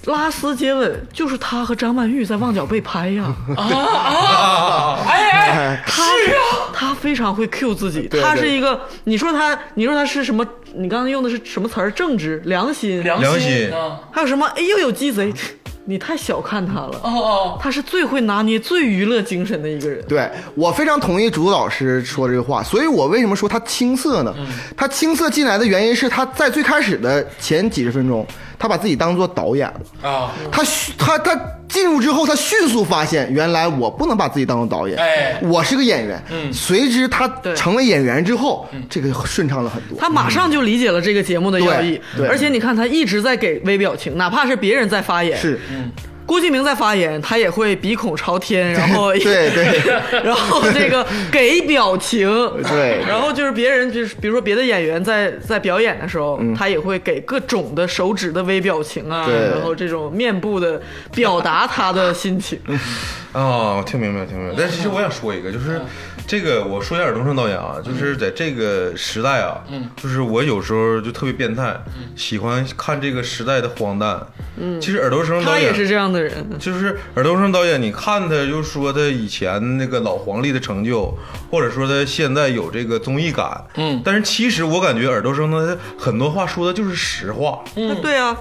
拉丝接吻就是他和张曼玉在旺角被拍呀、 哎哎，哎，他他非常会 Q 自己，对他是一个，你说他，你说他是什么？你刚才用的是什么词儿？正直、良心，良良心心啊，还有什么？哎呦，有鸡贼，你太小看他了。哦哦，他是最会拿捏、最娱乐精神的一个人。对我非常同意竹老师说这个话，所以我为什么说他青涩呢？他青涩进来的原因是他在最开始的前几十分钟，他把自己当做导演了。啊，他迅他他进入之后，他迅速发现，原来我不能把自己当做导演，哎我是个演员。嗯随之他对成为演员之后，这个顺畅了很多。他马上就理解了这个节目的要义，嗯对对而且你看他一直在给微表情，哪怕是别人在发言，是，嗯郭敬明在发言，他也会鼻孔 朝天，然后对对 然后这个给表情，对然后就是别人就是比如说别的演员在在表演的时候，他也会给各种的手指的微表情啊，嗯对然后这种面部的表达他的心 情，嗯啊、我听明白了，听明白了。但是其实我想说一个，就是这个，我说一下尔冬升导演啊，就是在这个时代啊，嗯，就是我有时候就特别变态，喜欢看这个时代的荒诞。嗯，其实尔冬升导他演也是这样的人。就是尔冬升导演，你看他就说他以前那个老黄历的成就，或者说他现在有这个综艺感，嗯但是其实我感觉尔冬升他很多话说的就是实话，那对啊，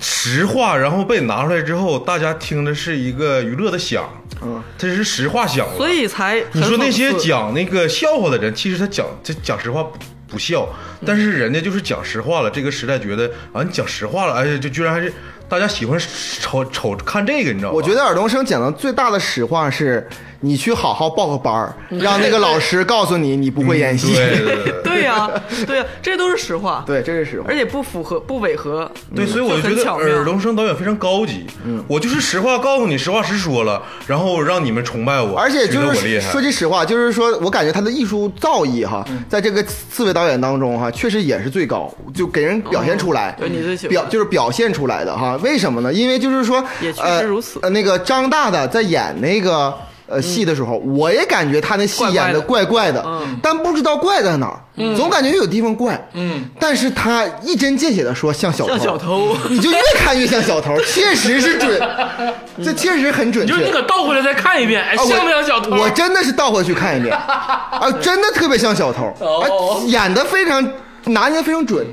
实话，然后被拿出来之后，大家听的是一个娱乐的响，嗯，这是实话响了。所以才你很说那讽些刺讲那个笑话的人，其实他讲这讲实话不不笑，嗯但是人家就是讲实话了。这个时代觉得啊，你讲实话了，而且就居然还是大家喜欢瞅瞅看这个，你知道吗？我觉得尔冬升讲的最大的实话是，你去好好报个班儿，嗯让那个老师告诉你你不会演戏。嗯对对 对对对呀、对呀、这都是实话。对，这是实话而。且不符合、不违和。嗯嗯对，所以我就觉很得巧妙尔冬升导演非常高级。嗯，我就是实话告诉你，实话实说了，然后让你们崇拜我，而且觉就得我厉是害说句实话，就是说我感觉他的艺术造诣哈，嗯在这个四位导演当中哈，确实也是最高，就给人表现出来。哦对你最喜欢表就是表现出来的哈，为什么呢？因为就是说，也确实呃如此呃，那个张大大在演那个呃戏的时候，嗯我也感觉他那戏演的怪怪的，但不知道怪在哪儿，嗯总感觉有地方怪。嗯，但是他一针见血的说像小偷，像小偷你就越看越像小偷，确实是准， 这确实很准你确。就是那个倒回来再看一遍，哎，啊我像不像小偷？我真的是倒回去 看一遍，啊，真的特别像小偷，啊哦，演的非常拿捏非常准，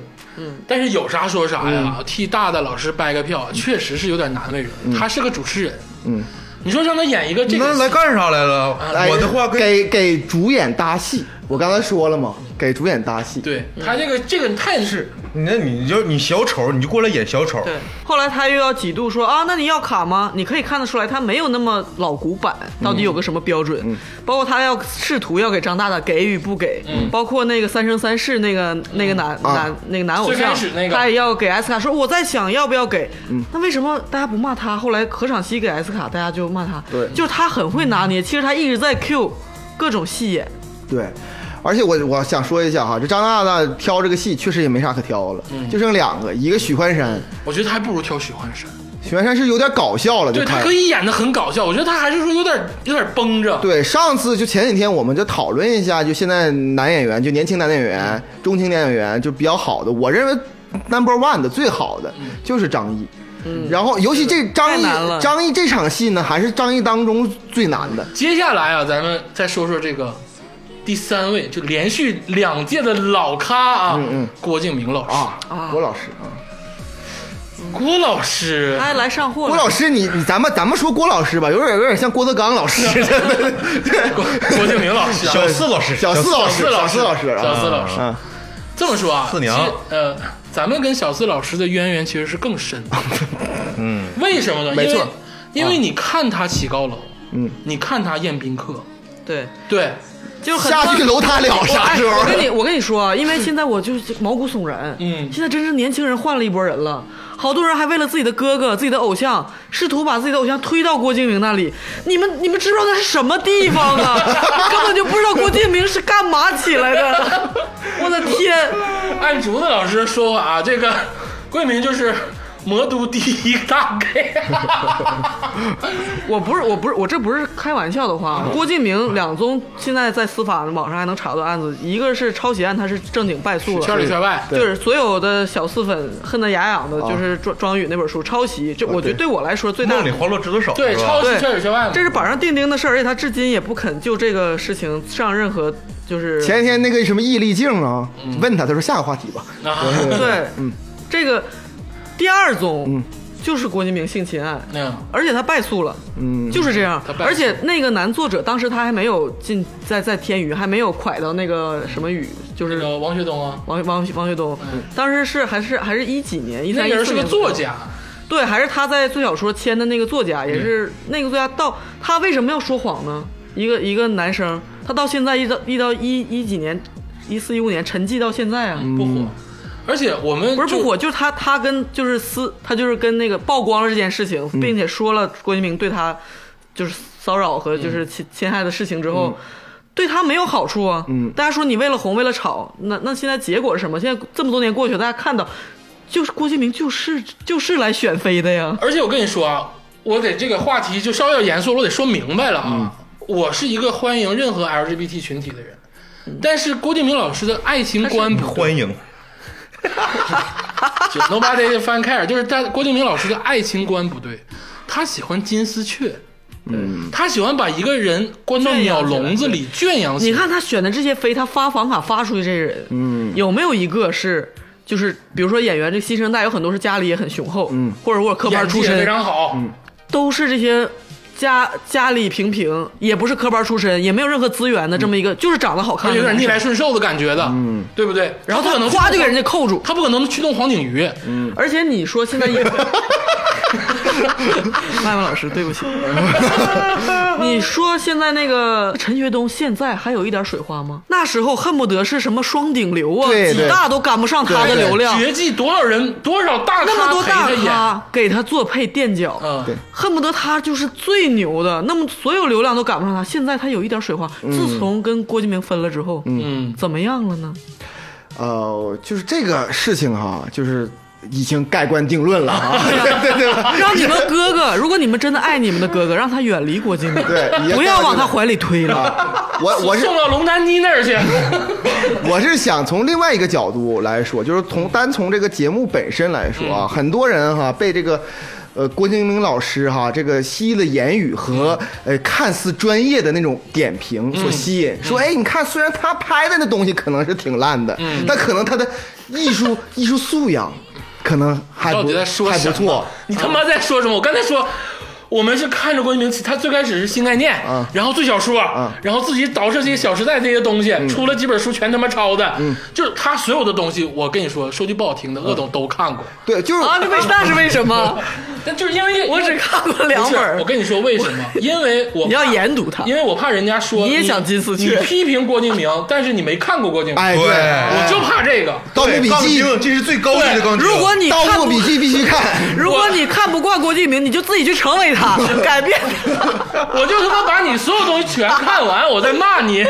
但是有啥说啥呀，替大大老师掰个票，确实是有点难为人。他是个主持人，嗯，你说让他演一个这个那来戏，干啥来了？哎我的话跟给给主演搭戏，我刚才说了嘛，给主演搭戏，对他这个这个太是你那你就你小丑，你就过来演小丑。对，后来他又要几度说啊，那你要卡吗？你可以看得出来，他没有那么老古板，到底有个什么标准？包括他要试图要给张大大给与不给，嗯包括那个三生三世那个那个男、啊男那个男偶最开像始，那个他也要给 S 卡说我在想要不要给。那为什么大家不骂他？后来何昶希给 S 卡，大家就骂他。对就是他很会拿捏，其实他一直在 Q 各种戏演。对。而且我我想说一下哈，这张大大嗯挑这个戏确实也没啥可挑了，就剩两个，一个许幻山，我觉得他还不如挑许幻山。许愿山是有点搞笑了，就对他看可以演的很搞笑，我觉得他还是说有点有点绷着，对，上次就前几天我们就讨论一下，就现在男演员，就年轻男演员、中青年演员，就比较好的，我认为 number one 的最好的就是张译。然后尤其这张嗯太译难了，张译这场戏呢，还是张译当中最难的。接下来啊，咱们再说说这个第三位，就连续两届的老咖啊，嗯嗯郭敬明老师。啊啊，郭老师啊，郭老师，哎，来上货了，郭老师，你你咱们咱们说郭老师吧，有点有点像郭德纲老师，嗯 郭郭敬明老师、啊，小四老师，小四老师，四小师，四老师小啊，四老师。嗯，这么说啊，四娘其实呃，咱们跟小四老师的渊源其实是更深 的。嗯，为什么呢？没因为错因为你看他起高楼，嗯，你看他宴宾客，对，对，就是很下去多搂他了，我啥哎时候我？跟你我跟你说啊，因为现在我就是毛骨悚然。嗯现在真是年轻人换了一波人了，好多人还为了自己的哥哥、自己的偶像，试图把自己的偶像推到郭敬明那里。你们你们知不知道那是什么地方 啊？根本就不知道郭敬明是干嘛起来的。我的天！按竹子老师说法啊，这个 桂明就是魔都第一大 K， 我不是，我不是，我这不是开玩笑的话。郭敬明两宗现在在司法网上还能查到案子，一个是抄袭案，他是正经败诉了，圈里圈外。就是所有的小四粉恨得牙痒的，啊就是庄庄宇那本书抄袭，这我觉得对我来说最大梦里的。花落知多少，对，是吧抄袭对圈里圈外嘛。这是板上钉钉的事儿，而且他至今也不肯就这个事情上任何就是前几天那个什么易立竞啊，嗯问他，他说下个话题吧。啊，对，嗯这个第二宗嗯就是郭敬明性侵案， 那样而且他败诉了，嗯，就是这样他。败诉而且那个男作者当时他还没有进在在天娱，还没有蒯到那个什么宇，就那是个王学东啊，王王王学东，当时是还是还是一几年，一嗯那三个人一是四个年左右作家，对，还是他在最小说签的那个作家，也是那个作家到他为什么要说谎呢？一个一个男生，他到现在一到一到一一几年，一四一五年沉寂到现在啊，不火。而且我们不嗯是就不火，就是他他跟就是私，他就是跟那个曝光了这件事情，并且说了郭敬明对他就是骚扰和就是侵侵害的事情之后。对他没有好处啊！嗯大家说你为了红，为了吵，那那现在结果是什么？现在这么多年过去，大家看到，就是郭敬明就是就是来选妃的呀。而且我跟你说啊，我得这个话题就稍微要严肃了，我得说明白了嗯啊。我是一个欢迎任何 LGBT 群体的人，嗯但是郭敬明老师的爱情观不欢迎，就 nobody fan care，就是他郭敬明老师的爱情观不对，他喜欢金丝雀，嗯，他喜欢把一个人关到鸟笼子里圈养起你来。看他选的这些妃，他发房卡发出去这些人，嗯，有没有一个是，就是比如说演员这新生代有很多是家里也很雄厚，嗯，或者或者科班演技出也非身，常好，都是这些家家里平平，也不是科班出身，也没有任何资源的这么嗯一个，就是长得好看他的，有点逆来。顺受的感觉的，嗯，对不对？然后他不可他能夸去就给人家扣住，他不可能去弄黄景瑜，嗯而且你说现在一， 麦麦老师，对不起，你说现在那个陈学冬现在还有一点水花吗？那时候恨不得是什么双顶流啊，对对几大都赶不上他的对对流量，绝技多少人多少大那么咖多陪大他演，咖给他做配垫脚，嗯，对恨不得他就是最牛的，那么所有流量都赶不上他。现在他有一点水花，自从跟郭敬明分了之后，嗯，怎么样了呢？呃，就是这个事情哈、就是已经盖棺定论 了啊，对对吧？ 让你们哥哥，如果你们真的爱你们的哥哥，让他远离郭敬明，对 你要不要告诉往他他怀里推了。我我是送到龙丹妮那儿去。我是想从另外一个角度来说，就是从单从这个节目本身来说嗯啊，很多人哈、被这个。呃，郭敬明老师哈，这个犀利的言语和、呃看似专业的那种点评嗯所吸引，说哎，你看，虽然他拍的那东西可能是挺烂的，嗯但可能他的艺术艺术素养可能还到不底在说还什不么错，你他嗯妈在说什么？我刚才说。我们是看着郭敬明，他最开始是新概念，嗯然后最小说，嗯然后自己倒饬这些《小时代》这些东西，嗯出了几本书全他妈抄的，就是他所有的东西，我跟你说，说句不好听嗯的，鄂总都看过，对，就是 啊，那为那是为什 么？但就是因为嗯我只看过不两是我本，跟你说为什么？因为我你要怕研读他因。为我怕人家说你也想金丝你雀批评郭敬明，但是你没看过郭敬明，哎，对，对我哎就怕这个。盗墓笔钢记筋，这是最高级的钢筋。如果《你盗看墓不 笔记》必须看。如果你看不惯郭敬明，你就自己去成为 他，改变他。我就他妈把你所有东西全看完，我再骂 你。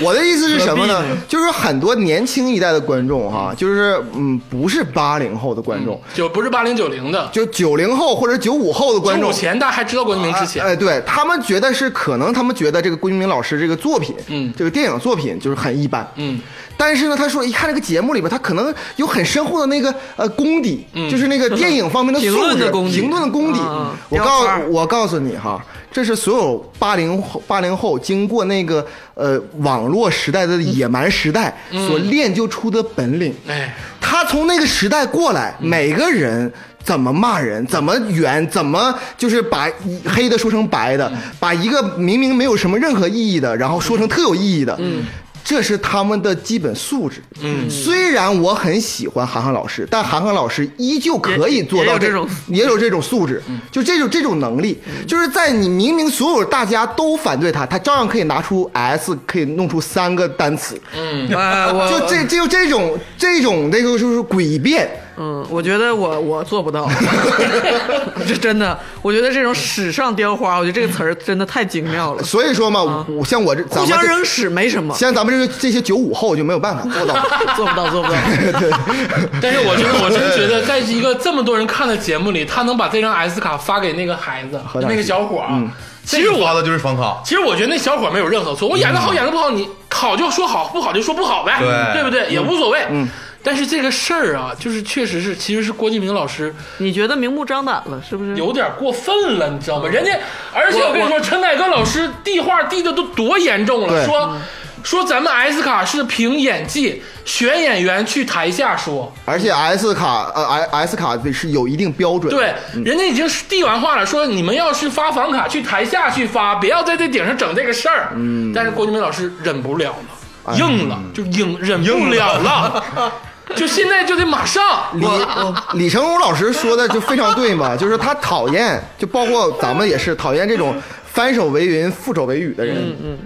我的意思是什么呢？就是很多年轻一代的观众哈，就是嗯，不是八零后的观众，就不是八零九零的，就九零后或者九五后的观九众五，前大家还知道郭敬明啊之前，哎，对他们觉得是可能，他们觉得这个郭敬明老师这个作品，嗯这个电影作品就是很一般，嗯。但是呢，他说一看这个节目里边，他可能有很深厚的那个呃功底，就是那个电影方面的嗯评论素质的功底评论的功底。啊我标告杆儿我告诉你哈，这是所有八零后八零后经过那个呃网络时代的野蛮时代嗯所练就出的本领。哎，他从那个时代过来，嗯每个人怎么骂人，怎么圆，怎么就是把黑的说成白嗯的，把一个明明没有什么任何意义的，然后说成特有意义的，嗯这是他们的基本素质。嗯，虽然我很喜欢韩寒老师，但韩寒老师依旧可以也做也到有这种嗯也有这种素质，就这种这种能力，就是在你明明所有大家都反对他，他照样可以拿出 S，可以弄出三个单词。哎，我就这就这种这种这个就是诡辩，嗯，我觉得我我做不 到，这真的，我觉得这种史上雕花，我觉得这个词儿真的太精妙 了。所以说嘛，我像我这咱互们相这扔屎没什么，像咱们这个这些九五后就没有办法做到。 做不到，做不到。但是我真我真觉得，在一个这么多人看的节目里，他能把这张 S 卡发给那个孩子，大那个小伙儿啊，其实我发的就是房卡，其实我觉得那小伙儿没有任何错，我演的好演的不好，你好就说好，不好就说不好呗，对不对？也无所谓。嗯。但是这个事儿啊，就是确实是，其实是郭敬明老师 你觉得明目张胆了是不是？有点过分了，你知道吗？人家，而且嗯我跟你嗯说，陈凯歌老师递话递的都多严重了，对说说咱们 S 卡是凭演技选演员去台下说，而且 S 卡呃 S 卡是有一定标 准的，对，人家已经递完话了，说你们要是发房卡去台下去发，别要在这顶上整这个事儿。嗯，但是郭敬明老师忍不了哎了，硬了，就硬忍不了 了，就现在就得马上。李呃李成儒老师说的就非常对嘛，就是他讨厌，就包括咱们也是讨厌这种翻手为云覆手为雨的人。嗯嗯，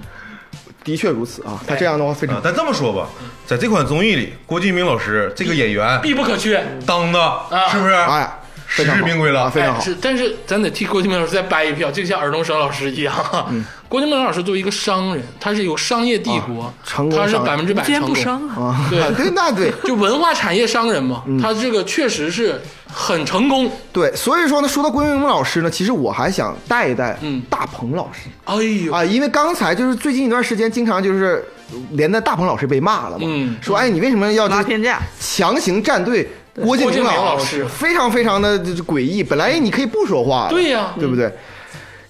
的确如此啊，他这样的话非啊常。但这么说吧，在这款综艺里，郭敬明老师这个演员嗯必不可缺，当的啊是不是？哎，实非常至好名归了啊，非常好哎。是，但是咱得替郭敬明老师再掰一票，就像尔冬升老师一样。嗯郭敬明老师作为一个商人，他是有商业帝国，啊成功他是商人百分之百无奸成不功。商啊！啊， 对对，那对，就文化产业商人嘛，嗯他这个确实是很成功。对，所以说呢，说到郭敬明老师呢，其实我还想带一带嗯大鹏老师、哎呦，啊，因为刚才就是最近一段时间，经常就是连带大鹏老师被骂了嘛，嗯说哎你为什么要拉就偏架，强行站队郭敬郭敬明明老师，师非常非常的就是诡异。本来你可以不说话的，对呀对不对？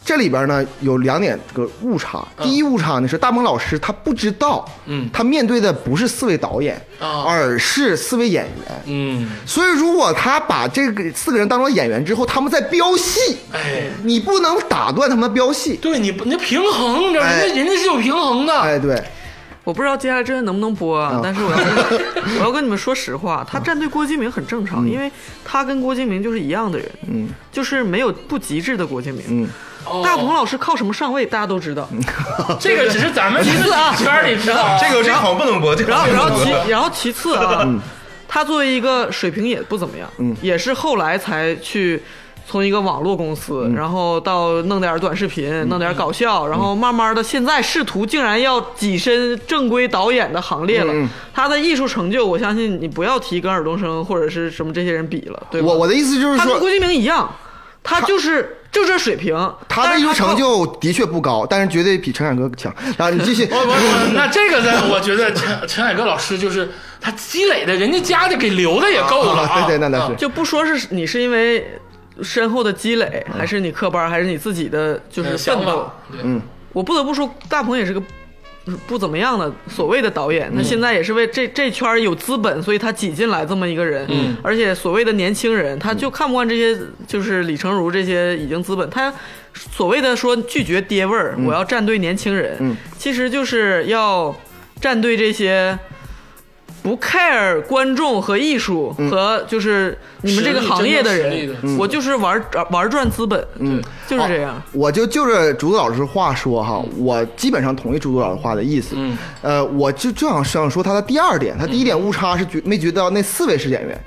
这里边呢有两点这个误差，第一误差呢是大鹏老师他不知道，嗯他面对的不是四位导演，啊而是四位演员，嗯，所以，如果他把这个四个人当成演员之后，他们在飙戏，哎。你不能打断他们的飙戏。对你不，你平衡，你知道，人哎家人家是有平衡的。哎，对，我不知道接下来这些能不能播，啊、但是我要 跟我要跟你们说实话，他站队郭敬明很正常，因为他跟郭敬明就是一样的人，嗯，就是没有不极致的郭敬明。嗯，哦大鹏老师靠什么上位，大家都知道。这个只是咱们娱乐圈里知道，啊这个这个好像不能播，这个然 后，好像然不能嗯后播其然后其次啊，他作为一个水平也不怎么样，嗯也是后来才去从一个网络公司，嗯然后到弄点短视频，弄点搞笑，然后慢慢的现在仕途竟然要跻身正规导演的行列了。嗯他的艺术成就，我相信你不要提跟尔冬升或者是什么这些人比了，对吧？我我的意思就是他跟郭说，敬明一样，他就是就这水平，他但的是艺术靠成就的确不高，但是绝对比陈凯歌强。然后你继续，我我我，那这个呢？我觉得陈陈凯歌老师就是他积累的，人家家里给留的也够了啊。啊对对那倒是啊就不说是你是因为深厚的积累，还是你科班，还是你自己的就是嗯奋呃想斗法。。嗯，我不得不说，大鹏也是个不怎么样的所谓的导演，嗯他现在也是为这这圈儿有资本，所以他挤进来这么一个人。嗯，而且所谓的年轻人，他嗯就看不惯这些，就是李成儒这些已经资本，他所谓的说拒绝爹味儿，嗯我要站队年轻人，其实就是要站队这些。不 care 观众和艺术和就是你们这个嗯实力行业的真正实力人的，嗯我就是玩玩转资本，嗯，就是这样。 我就就着竹子老师话说哈，我基本上同意竹子老师话的意思。嗯，呃，我就就想想说他的第二点，他第一点误差是觉没觉得那四位是演员。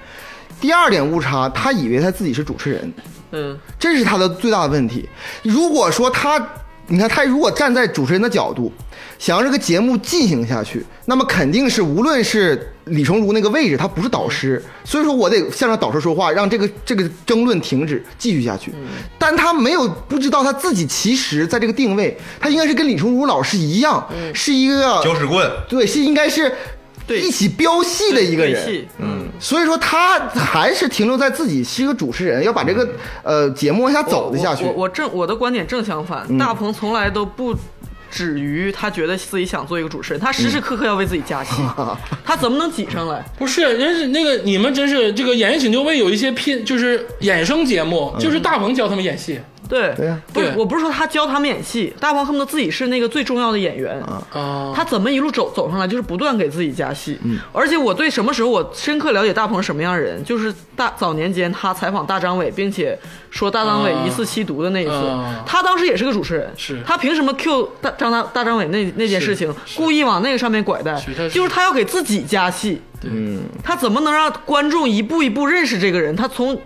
第二点误差，他以为他自己是主持人，嗯，这是他的最大的问题。如果说他，你看他如果站在主持人的角度，想让这个节目进行下去，那么肯定是无论是李成儒那个位置，他不是导师，所以说我得向着导师说话，让这个这个争论停止，继续下去。但他没有不知道他自己其实在这个定位，他应该是跟李成儒老师一样，是一个搅屎棍，对，是应该是对一起飙戏的一个对人戏。嗯，所以说他还是停留在自己是一个主持人，要把这个呃节目往下走的下去嗯嗯我我。我正我的观点正相反，大鹏从来都不。止于他觉得自己想做一个主持人，他时嗯时刻刻要为自己加 戏，他怎么能挤上来？不是，人是那个你们真是这个《演艺请就位》有一些拼，就是衍生节目，嗯就是大鹏教他们演戏对，对呀不是对，我不是说他教他们演戏，大鹏恨不得自己是那个最重要的演员，啊。他怎么一路走走上来，就是不断给自己加戏。嗯而且我对什么时候我深刻了解大鹏什么样的人，就是大早年间他采访大张伟，并且说大张伟啊疑似吸毒的那一次，啊他当时也是个主持人，是他凭什么 Q 大张大大张伟那那件事情，故意往那个上面拐带是他，是就是他要给自己加戏。嗯，他怎么能让观众一步一步认识这个人？他从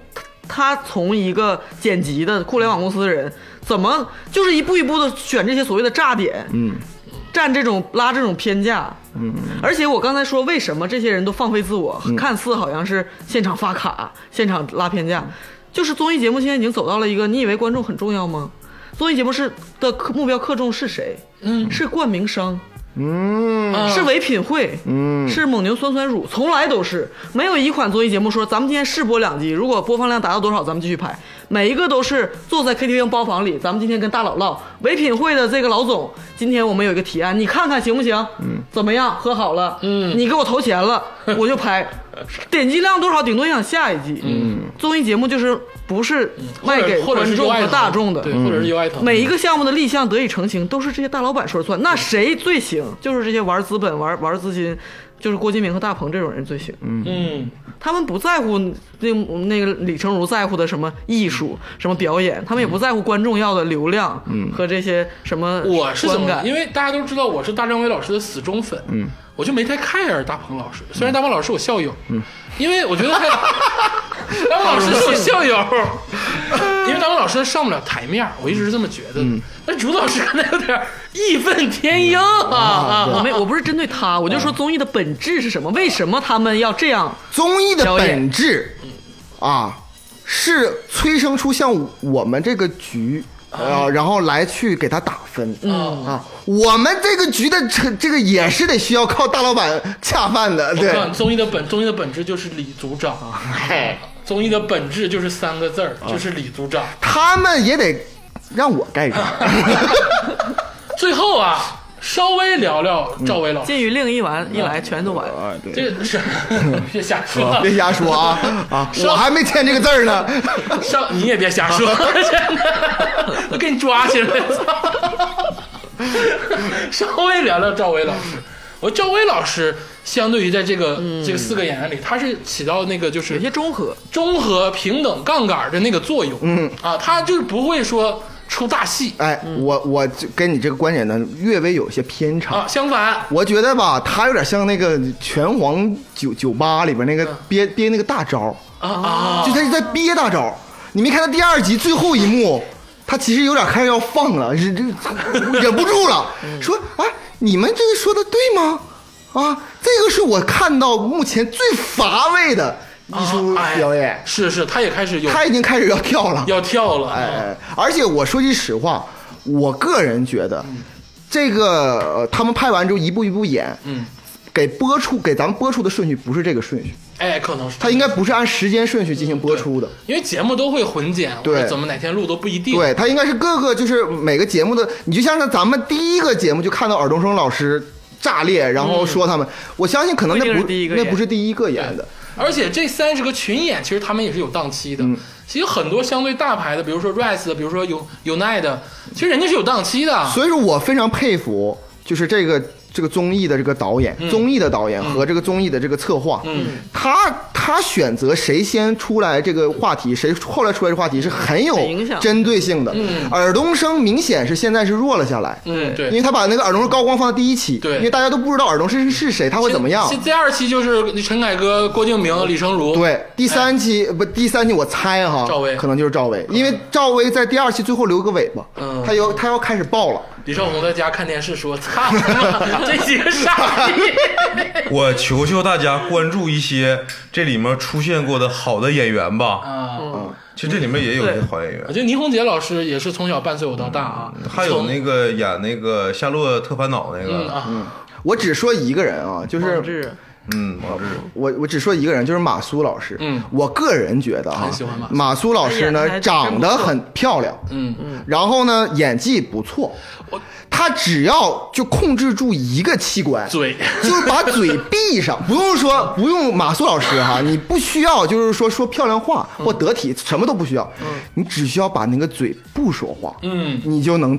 他从一个剪辑的互联网公司的人，怎么就是一步一步的选这些所谓的炸点？嗯。占这种拉这种偏架，嗯，而且我刚才说为什么这些人都放飞自我，看似好像是现场发卡、 现场拉偏架，就是综艺节目现在已经走到了一个，你以为观众很重要吗？综艺节目是的客目标克重是谁？嗯，是冠名商，啊是唯品会，嗯，是蒙牛酸酸乳，从来都是没有一款综艺节目说咱们今天试播两集，如果播放量达到多少，咱们继续拍。每一个都是坐在 KTV 包房里，咱们今天跟大佬唠唯品会的这个老总，今天我们有一个提案，你看看行不行？嗯，怎么样？喝好了，嗯，你给我投钱 了，我就拍。点击量多少，顶多影响下一季。嗯，综艺节目就是不是卖给嗯或者观是众优爱和腾大众的，嗯对，或者是优爱腾，每一个项目的立项得以成型，都是这些大老板说了算。那谁最行？就是这些玩资本、玩玩资金，就是郭敬明和大鹏这种人最行。嗯，他们不在乎那那个李成儒在乎的什么艺术、什么表演，他们也不在乎观众要的流量和这些什么我是怎观么？感因。为大家都知道我是大张伟老师的死忠粉，嗯，我就没太 care 大鹏老师。虽然大鹏老师是我校友，嗯，因为我觉得 他大鹏老师是我校 友，因为大鹏老师上不了台面儿，我一直是这么觉得的。但主老师可能有点义愤哎填膺啊嗯我啊！没，我不是针对他，我就说综艺的本质是什么？为什么他们要这样？综艺的表演本质嗯啊，是催生出像我们这个局。啊，然后来去给他打分，嗯啊，我们这个局的这这个也是得需要靠大老板恰饭的，我对，告诉你，啊综艺的本综艺的本质就是李组长，啊 哎，综艺的本质就是三个字儿，就是李组长。他们也得让我盖 章，最后啊，稍微聊聊赵薇老师，鉴于令一完一嗯来全都完，哎啊，对，这个是 别瞎说，别瞎说啊啊！我还没签这个字儿呢。上你也别瞎说，真的，我给你抓起来。稍微聊聊赵薇老师，我赵薇老师相对于在这个、这个四个演员里，她是起到那个就有是些中和。综合平等杠杆的那个作用。嗯啊，她就是不会说出大戏哎，我我就跟你这个观点呢，略微有些偏啊，差。相反，我觉得吧，他有点像那个拳皇酒酒吧里边那个憋憋那个大招，啊嗯啊就他是在憋大招。你没看他第二集最后一幕，他其实有点开始要放了，忍这忍不 住了，嗯说：“哎，你们这个说的对吗？啊，这个是我看到目前最乏味的一出哎表演。是是，她也开始有他已经开始要跳了。要跳了，哎，啊哎，而且我说句实话，我个人觉得，嗯这个呃，他们拍完之后一步一步演，嗯，给播出给咱们播出的顺序不是这个顺序，哎，可能是它应该不是按时间顺序进行播出嗯的。因为节目都会混剪，对或者怎么哪天录都不一定。对，它应该是各个就是每个节目的，你就像是咱们第一个节目就看到尔冬升老师炸裂，然后说他们，我相信可能那嗯不一定不是第一个那演不是第一个演的，而且这三十个群演，其实他们也是有档期的。其实很多相对大牌的，比如说 Rise 的，比如说 U Unite 的，其实人家是有档期的。所以说我非常佩服，就是这个这个综艺的这个导演，嗯综艺的导演和这个综艺的这个策划，他他选择谁先出来这个话题，谁后来出来这话题是很有很影响针对性的。尔冬升明显是现在是弱了下来，嗯，对因，为他把那个尔冬升高光放在第一期，对因为大家都不知道尔冬升是是谁，他会怎么样现。现第二期就是陈凯歌、郭敬明、李成儒，，对，第三期、不，第三期我猜哈，哎赵薇可能就是赵薇，因为赵薇在第二期最后留个尾巴，嗯他要他要开始爆了，李少红在家看电视说：“操 他妈，这几个傻逼！哎我求求大家关注一些这里面出现过的好的演员吧。啊！”其实这里面也有一些好演员我，觉得倪虹洁老师也是从小伴随我到大啊，还有从那个演那个《夏洛特烦恼》嗯那个，啊，我只说一个人啊，就是王志嗯，王志，我我只说一个人，就是马苏老师。嗯我个人觉得啊很喜欢马，苏马苏老师哎呀呢她长得很漂亮，嗯然后呢演技不错我，她只要就控制住一个器官，嘴就是把嘴闭上，不用说，不用马苏老师哈，你不需要就是说说漂亮话嗯或得体，什么都不需要，你只需要把那个嘴不说话，嗯你就能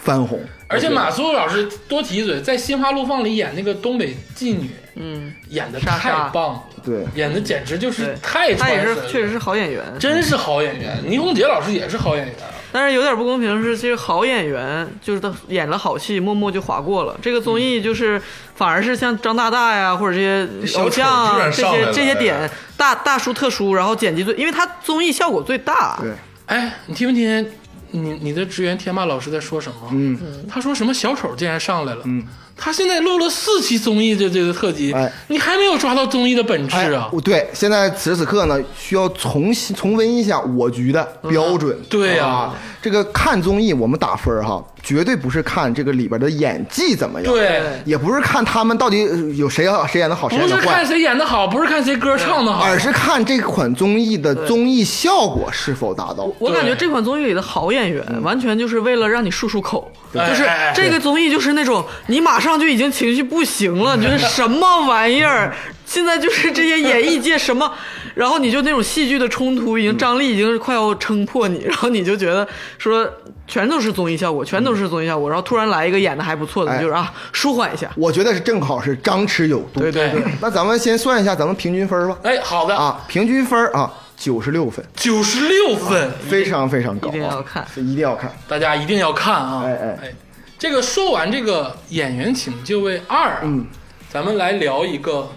翻红。而且马苏老师多提一嘴，在《心花怒放》里演那个东北妓女，嗯，演的莎太莎棒了，对演的简直就是对，太他也传神是了，确实是好演员，真是好演员。倪虹洁老师也是好演员，但是有点不公平是，这个好演员就是他演了好戏，默默就划过了。这个综艺就是反而是像张大大呀，或者这些偶像啊，这这小丑居然上来了些哎这些点大大叔特叔，然后剪辑最，因为他综艺效果最大。对，哎，你听没听？你你的职员天霸老师在说什么？嗯，他说什么小丑竟然上来了。嗯，他现在录了四期综艺这这个特辑，哎你还没有抓到综艺的本质啊哎！我对，现在此时此刻呢，需要重新重温一下我局的标准。嗯对呀啊，这个看综艺我们打分儿哈，绝对不是看这个里边的演技怎么样，，对，也不是看他们到底有谁好谁演的好，谁不演是的看坏。谁演的好，不是看谁歌唱的好，而是看这款综艺的综艺效果是否达到，我感觉对这款综艺里的好演员，完全就是为了让你漱漱口，哎就是哎哎这个综艺就是那种你马上就已经情绪不行了，你觉得什么玩意儿？现在就是这些演艺界什么，然后你就那种戏剧的冲突已经张力已经是快要撑破你，然后你就觉得说全都是综艺效果，全都是综艺效果，然后突然来一个演的还不错的，哎你就是啊舒缓一下。我觉得是正好是张弛有度。对对对。那咱们先算一下咱们平均分儿吧，哎，好的，啊，平均分儿啊九十六分，九十六分，非常非常高啊，一定要看一定要看。大家一定要看啊！哎哎这个说完这个演员请就位二啊，嗯咱们来聊一个，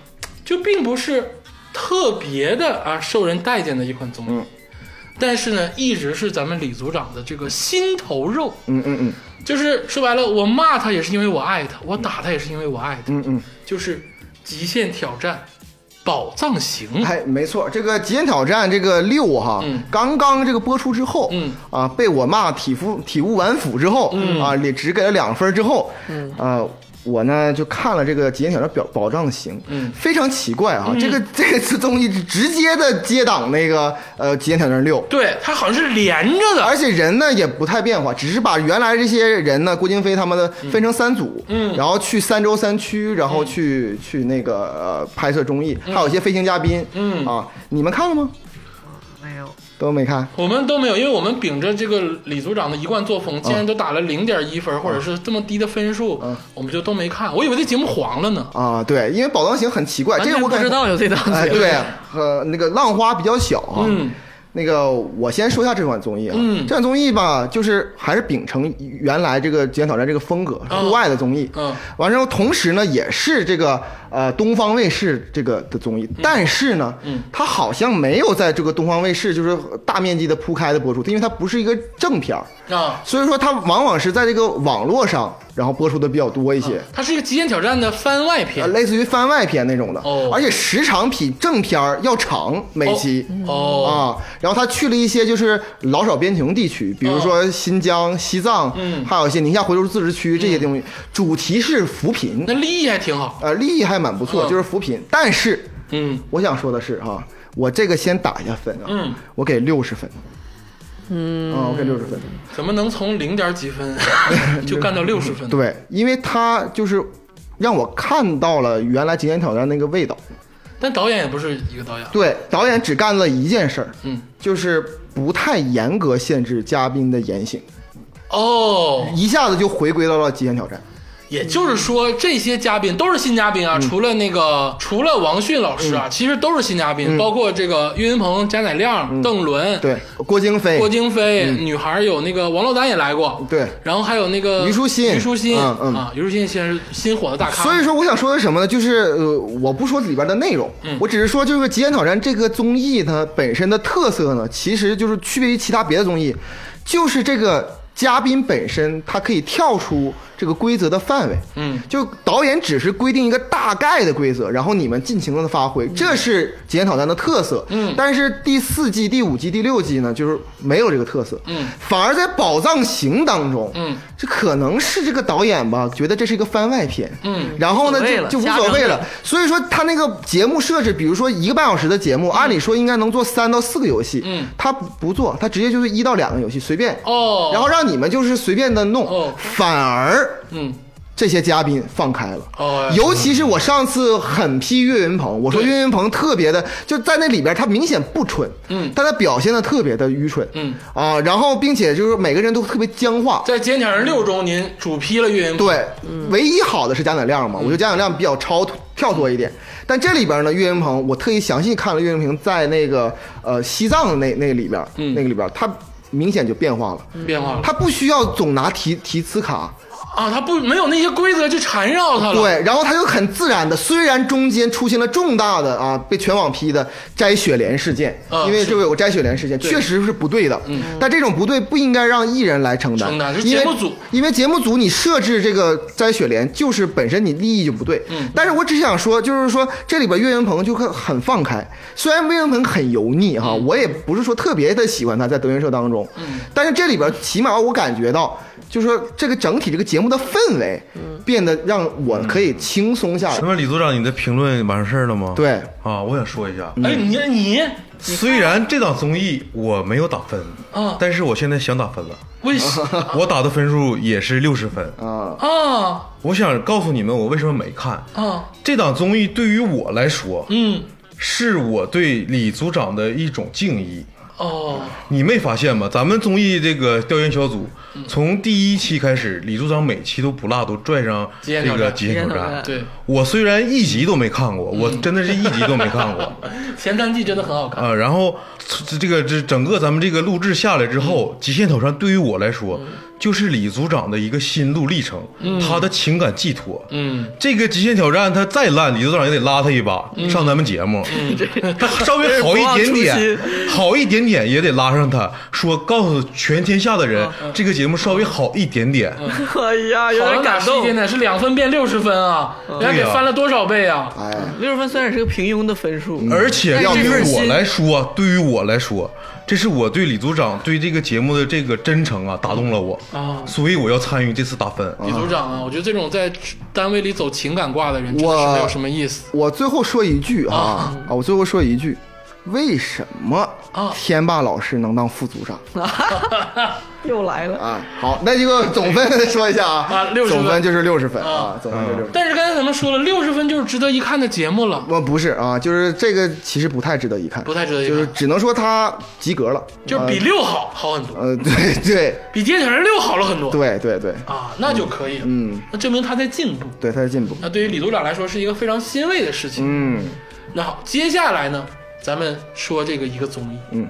就并不是特别的啊受人待见的一款综嗯艺，但是呢，一直是咱们李组长的这个心头肉。嗯嗯嗯就是说白了，我骂他也是因为我爱他，我打他也是因为我爱他，嗯嗯。就是《极限挑战》《宝藏行》 哎，没错，这个《极限挑战》这个六哈，嗯刚刚这个播出之后，嗯啊，被我骂体肤体无完肤之后，啊，也只给了两分之后，嗯啊。我呢就看了这个《极限挑战表保障行》，嗯非常奇怪啊，这个 这次综艺直接的接档那个呃《极限挑战六》，对他好像是连着的，而且人呢也不太变化，只是把原来这些人呢，郭京飞他们的分成三组，嗯，然后去三州三区，然嗯后去、去那个呃拍摄综艺，还有一些飞行嘉宾，嗯啊，你们看了吗？没有，都没看。我们都没有，因为我们秉着这个李组长的一贯作嗯风，既然都打了零点一分，或者是这么低的分数，我们就都没看。我以为这节目黄了呢。啊，对，因为《宝藏行》很奇怪，完这个全我不感知道有这档 哎，节 目。对，呃，那个浪花比较小啊。嗯那个，我先说一下这款综艺啊，嗯这款综艺吧，就是还是秉承原来这个《极限挑战》这个风格，嗯户外的综艺。嗯完之后，同时呢，也是这个呃东方卫视这个的综艺，但是呢，嗯它好像没有在这个东方卫视就是大面积的铺开的播出，因为它不是一个正片儿，啊，所以说它往往是在这个网络上然后播出的比较多一些。它是一个《极限挑战》的番外呃，篇。类似于番外篇那种的，哦而且时长比正片儿要长，每期。哦，啊，然后他去了一些就是老少边穷地区，比如说新疆、西藏，哦嗯还有一些宁夏回族自治区这些东西。主题是扶贫那，利益还挺好。呃，利益还蛮不错，嗯就是扶贫。但是嗯，我想说的是哈、我这个先打一下分啊，嗯我给六十分，嗯，啊，我给六十分。怎么能从零点几 分就干到六十分？，对，因为他就是让我看到了原来《极限挑战》那个味道。但导演也不是一个导演。对，导演只干了一件事儿，嗯，就是不太严格限制嘉宾的言行，哦，一下子就回归到了极限挑战。也就是说，这些嘉宾都是新嘉宾啊，嗯除了那个除了王迅老师啊，其实都是新嘉宾，包括这个岳云鹏、贾乃亮、邓伦、嗯对，郭京飞，郭京飞、女孩有那个王珞丹也来过，哎嗯对然后还有那个虞书欣虞书欣嗯嗯啊，虞书欣现在是新火的大咖，所以说我想说的是什么呢？就是呃，我不说里边的内容，嗯我只是说就是《极限挑战》这个综艺它本身的特色呢，其实就是区别于其他别的综艺，就是这个。嘉宾本身他可以跳出这个规则的范围，嗯，就导演只是规定一个大概的规则，然后你们尽情的发挥，这是《极限挑战》的特色。嗯，但是第四季、第五季、第六季呢，就是没有这个特色，嗯，反而在《宝藏行》当中，嗯，这可能是这个导演吧，觉得这是一个番外篇，嗯，然后呢无所谓就了就无瞎所谓整了整，所以说他那个节目设置，比如说一个半小时的节目，按理说应该能做三到四个游戏，嗯他不不做，他直接就是一到两个游戏随便，哦然后让你们就是随便的弄，哦反而嗯，这些嘉宾放开了，哦尤其是我上次很批岳云鹏，我说对岳云鹏特别的，就在那里边他明显不蠢，嗯但他表现的特别的愚蠢，嗯啊，然后并且就是每个人都特别僵化，在《极限挑战六》中，您主批了岳云鹏，对，嗯唯一好的是贾乃亮嘛，我觉得贾乃亮比较超脱跳脱一点。但这里边呢，岳云鹏，我特意详细看了岳云鹏在那个呃西藏的那那个里边，嗯那个里边他明显就变化了，变化了他不需要总拿提提词卡，啊，他不没有那些规则去缠绕他了，，对，然后他就很自然的，虽然中间出现了重大的啊被全网批的摘雪莲事件，啊因为是嗯这有个摘雪莲事件确实是不对的，但这种不对不应该让艺人来承担，承担是因为节目组因为节目组你设置这个摘雪莲，就是本身你利益就不对。嗯但是我只想说，就是说这里边岳云鹏就很很放开，虽然岳云鹏很油腻哈，嗯我也不是说特别的喜欢他在德云社当中，但是这里边起码我感觉到，就是说这个整体这个节目的氛围变得让嗯我可以轻松啊下来那。么李组长，你的评论完事儿了吗？对啊，我想说一下，哎，你你虽然这档综艺我没有打分啊但是我现在想打分了，为 啥我打的分数也是六十分。啊，啊我想告诉你们，我为什么没看啊这档综艺。对于我来说，嗯是我对李组长的一种敬意。哦你没发现吗？咱们综艺这个调研小组，嗯从第一期开始，李组长每期都不落都拽上极这限挑个战极限挑极限挑战战。对，我虽然一集都没看过，我真的是一集都没看 过。前三季真的很好看，啊，然后这这个这整个咱们这个录制下来之嗯后，极限挑战》对于我来说，就是李组长的一个心路历程，嗯他的情感寄托。嗯，这个《极限挑战》他再烂，李组长也得拉他一把，上咱们节目。他 稍微好一点嗯 这是点不忘初，好一点点也得拉上他，说告诉全天下的人，嗯这个节目稍微好一点点。 哎呀，有好到哪点感是一动点。点？是两分变六十分啊，嗯人家对给呀翻了多少倍啊？哎，六十分虽然是个平庸的分数，而且但对这份于我心来说，对于我来说，这是我对李组长对这个节目的这个真诚啊，打动了我啊所以我要参与这次打分。李组长啊，我觉得这种在单位里走情感挂的人，真的是我没有什么意思。我最后说一句啊啊啊，我最后说一句，为什么啊天霸老师能当副组长？又来了。啊，好，那这个总分 说一下啊，啊60分总分就是六十分啊啊，总分就是六十分。但是刚才咱们说了，六十分就是值得一看的节目了，我不是啊，就是这个其实不太值得一看，不太值得一看就是只能说他及格了，啊就是比六好好很啊多，呃，对对比《街挑战六》好了很多对对对啊，那就可以了。嗯，那证明他在进步。对，他的进步，那对于李组长来说是一个非常欣慰的事情。嗯，那好，接下来呢，咱们说这个一个综艺，嗯，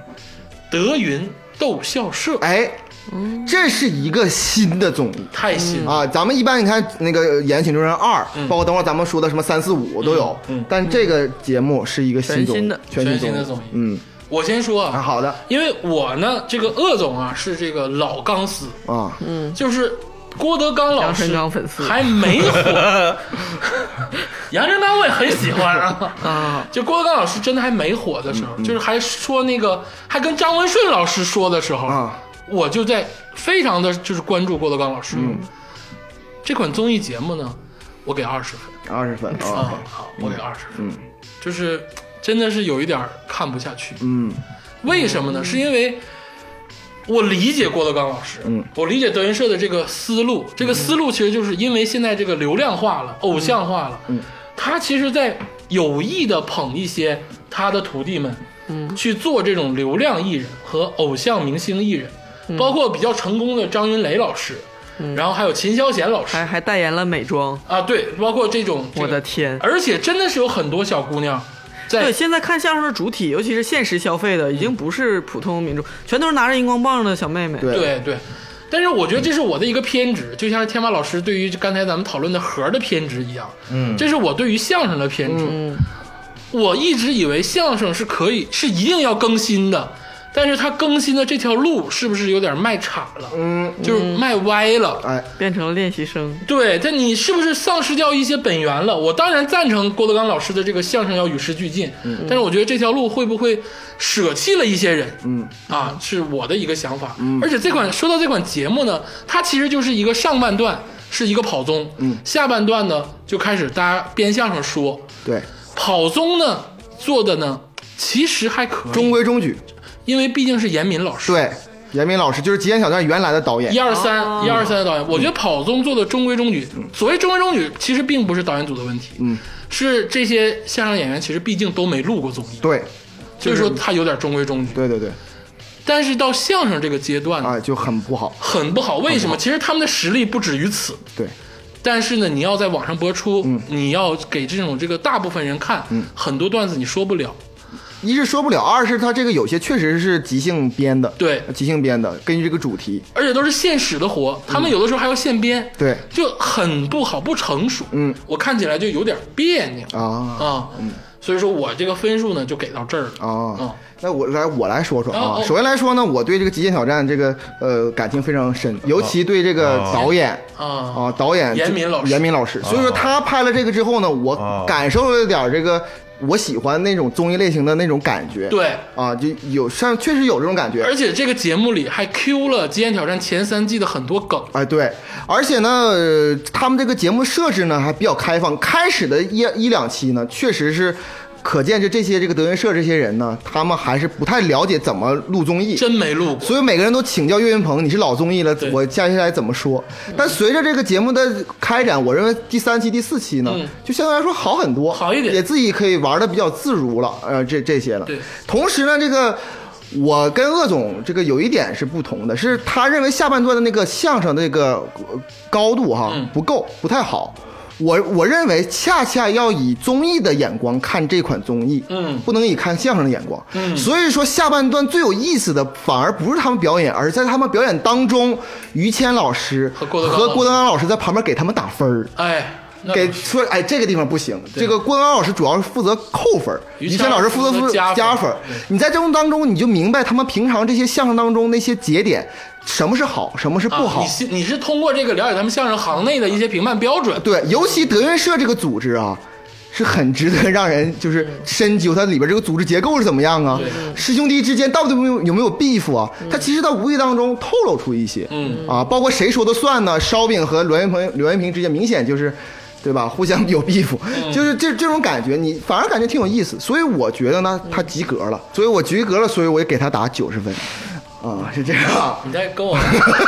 德云逗笑社，哎，嗯这是一个新的综艺。太新了，啊，咱们一般你看那个《言情真人二》，嗯包括等会儿咱们说的什么三四五都有，但这个节目是一个新综艺全新的全全新新的综综艺艺，嗯，我先说啊，啊，好的因为我呢，这个鄂总啊是这个老钢丝，啊，嗯就是郭德纲老杨师成刚粉丝还没 火，杨成刚我也很喜欢啊。啊，就郭德纲老师真的还没火的时嗯候，就是还说那个，还跟张文顺老师说的时候，啊我就在非常的就是关注郭德纲老师。嗯这款综艺节目呢，我给二十分二十分啊啊，，嗯好，我给二十分，就是真的是有一点儿看不下去。嗯为什么呢？是因为我理解郭德纲老师，嗯，我理解德云社的这个思路，这个思路其实就是因为现在这个流量化了、偶像化了，嗯，他其实在有意的捧一些他的徒弟们，嗯，去做这种流量艺人和偶像明星艺人，包括比较成功的张云雷老师。然后还有秦霄贤老师还还代言了美妆，啊，对，包括这种，这哎我个的天！而且真的是有很多小姑娘在对，现在看相声的主体，尤其是现实消费的，已经不是普通民众，全都是拿着荧光棒的小妹妹。对对对。但是我觉得这是我的一个偏执，就像是天马老师对于刚才咱们讨论的盒儿的偏执一样，嗯这是我对于相声的偏执。我一直以为相声是可以，是一定要更新的，但是它更新的这条路是不是有点卖岔了？嗯，就是卖歪了。哎，变成了练习生，对，但你是不是丧失掉一些本源了？我当然赞成郭德纲老师的这个相声要与时俱进，但是我觉得这条路会不会舍弃了一些人？嗯，啊，是我的一个想法。而且这款说到这款节目呢，它其实就是一个上半段是一个跑综，嗯，下半段呢就开始大家编相声说，对，跑综呢做的呢其实还可以，中规中矩。因为毕竟是严敏老师，对，严明老师就是《极限小站》原来的导演一。二三，一二三的导演，我觉嗯得跑综做的中规中矩。所谓中规中矩，其实并不是导演组的问题，嗯，是这些相声演员其实毕竟都没录过综艺，对，所以说他有点中规中矩。对对对，但是到相声这个阶段呢，啊，就很不好。很不好，为什么？其实他们的实力不止于此，对，但是呢，你要在网上播出，嗯你要给这种这个大部分人看，很多段子你说不了，一是说不了，二是他这个有些确实是即兴编的，对即兴编的，根据这个主题，而且都是现使的活，他们有的时候还要现编，嗯对就很不好，不成熟，嗯，我看起来就有点别扭啊啊，所以说我这个分数呢就给到这儿了。嗯啊。那我来我来说说哦啊哦，首先来说呢，我对这个《极限挑战》这个呃感情非常深，尤其对这个导演哦啊导演严敏老师严敏老师，所以说他拍了这个之后呢，我哦感受了点这个我喜欢那种综艺类型的那种感觉，对，啊，就有上确实有这种感觉，而且这个节目里还 Q 了《极限挑战》前三季的很多梗，哎，对，而且呢，呃他们这个节目设置呢还比较开放。开始的一一两期呢，确实是可见这这些这个德云社这些人呢，他们还是不太了解怎么录综艺，真没录过。所以每个人都请教岳云鹏，你是老综艺了对，嗯我接下来怎么说？但随着这个节目的开展，我认为第三期、第四期呢，嗯就相对来说好很多，好一点也自己可以玩的比较自如了。呃，这这些了。对同时呢，这个。我跟鄂总这个有一点是不同的，是他认为下半段的那个相声的那个呃高度哈、嗯不够，不太好。我我认为恰恰要以综艺的眼光看这款综艺，嗯不能以看相声的眼光。嗯，所以说下半段最有意思的反而不是他们表演，而在他们表演当中，于谦老师和郭德纲老师德纲老师在旁边给他们打分儿。哎，那给说，哎，这个地方不行。这个郭德纲老师主要是负责扣分儿，于于谦谦老师负责负责加分加分儿。你在这种当中，你就明白他们平常这些相声当中那些节点，什么是好，什么是不好。啊你是你是通过这个了解他们相声行内的一些评判标准，对，尤其德云社这个组织啊，是很值得让人就是深究它里边这个组织结构是怎么样啊对，师兄弟之间到底有没有有没有 beef 啊？他其实，在无意当中透露出一些，嗯啊，包括谁说的算呢？烧饼和刘元鹏、刘元平之间明显就是。对吧？互相有 beef，、就是嗯这这种感觉，你反而感觉挺有意思，所以我觉得呢，他及格了，所以我及格了，所以我也给他打九十分，啊、是这样。你在跟我，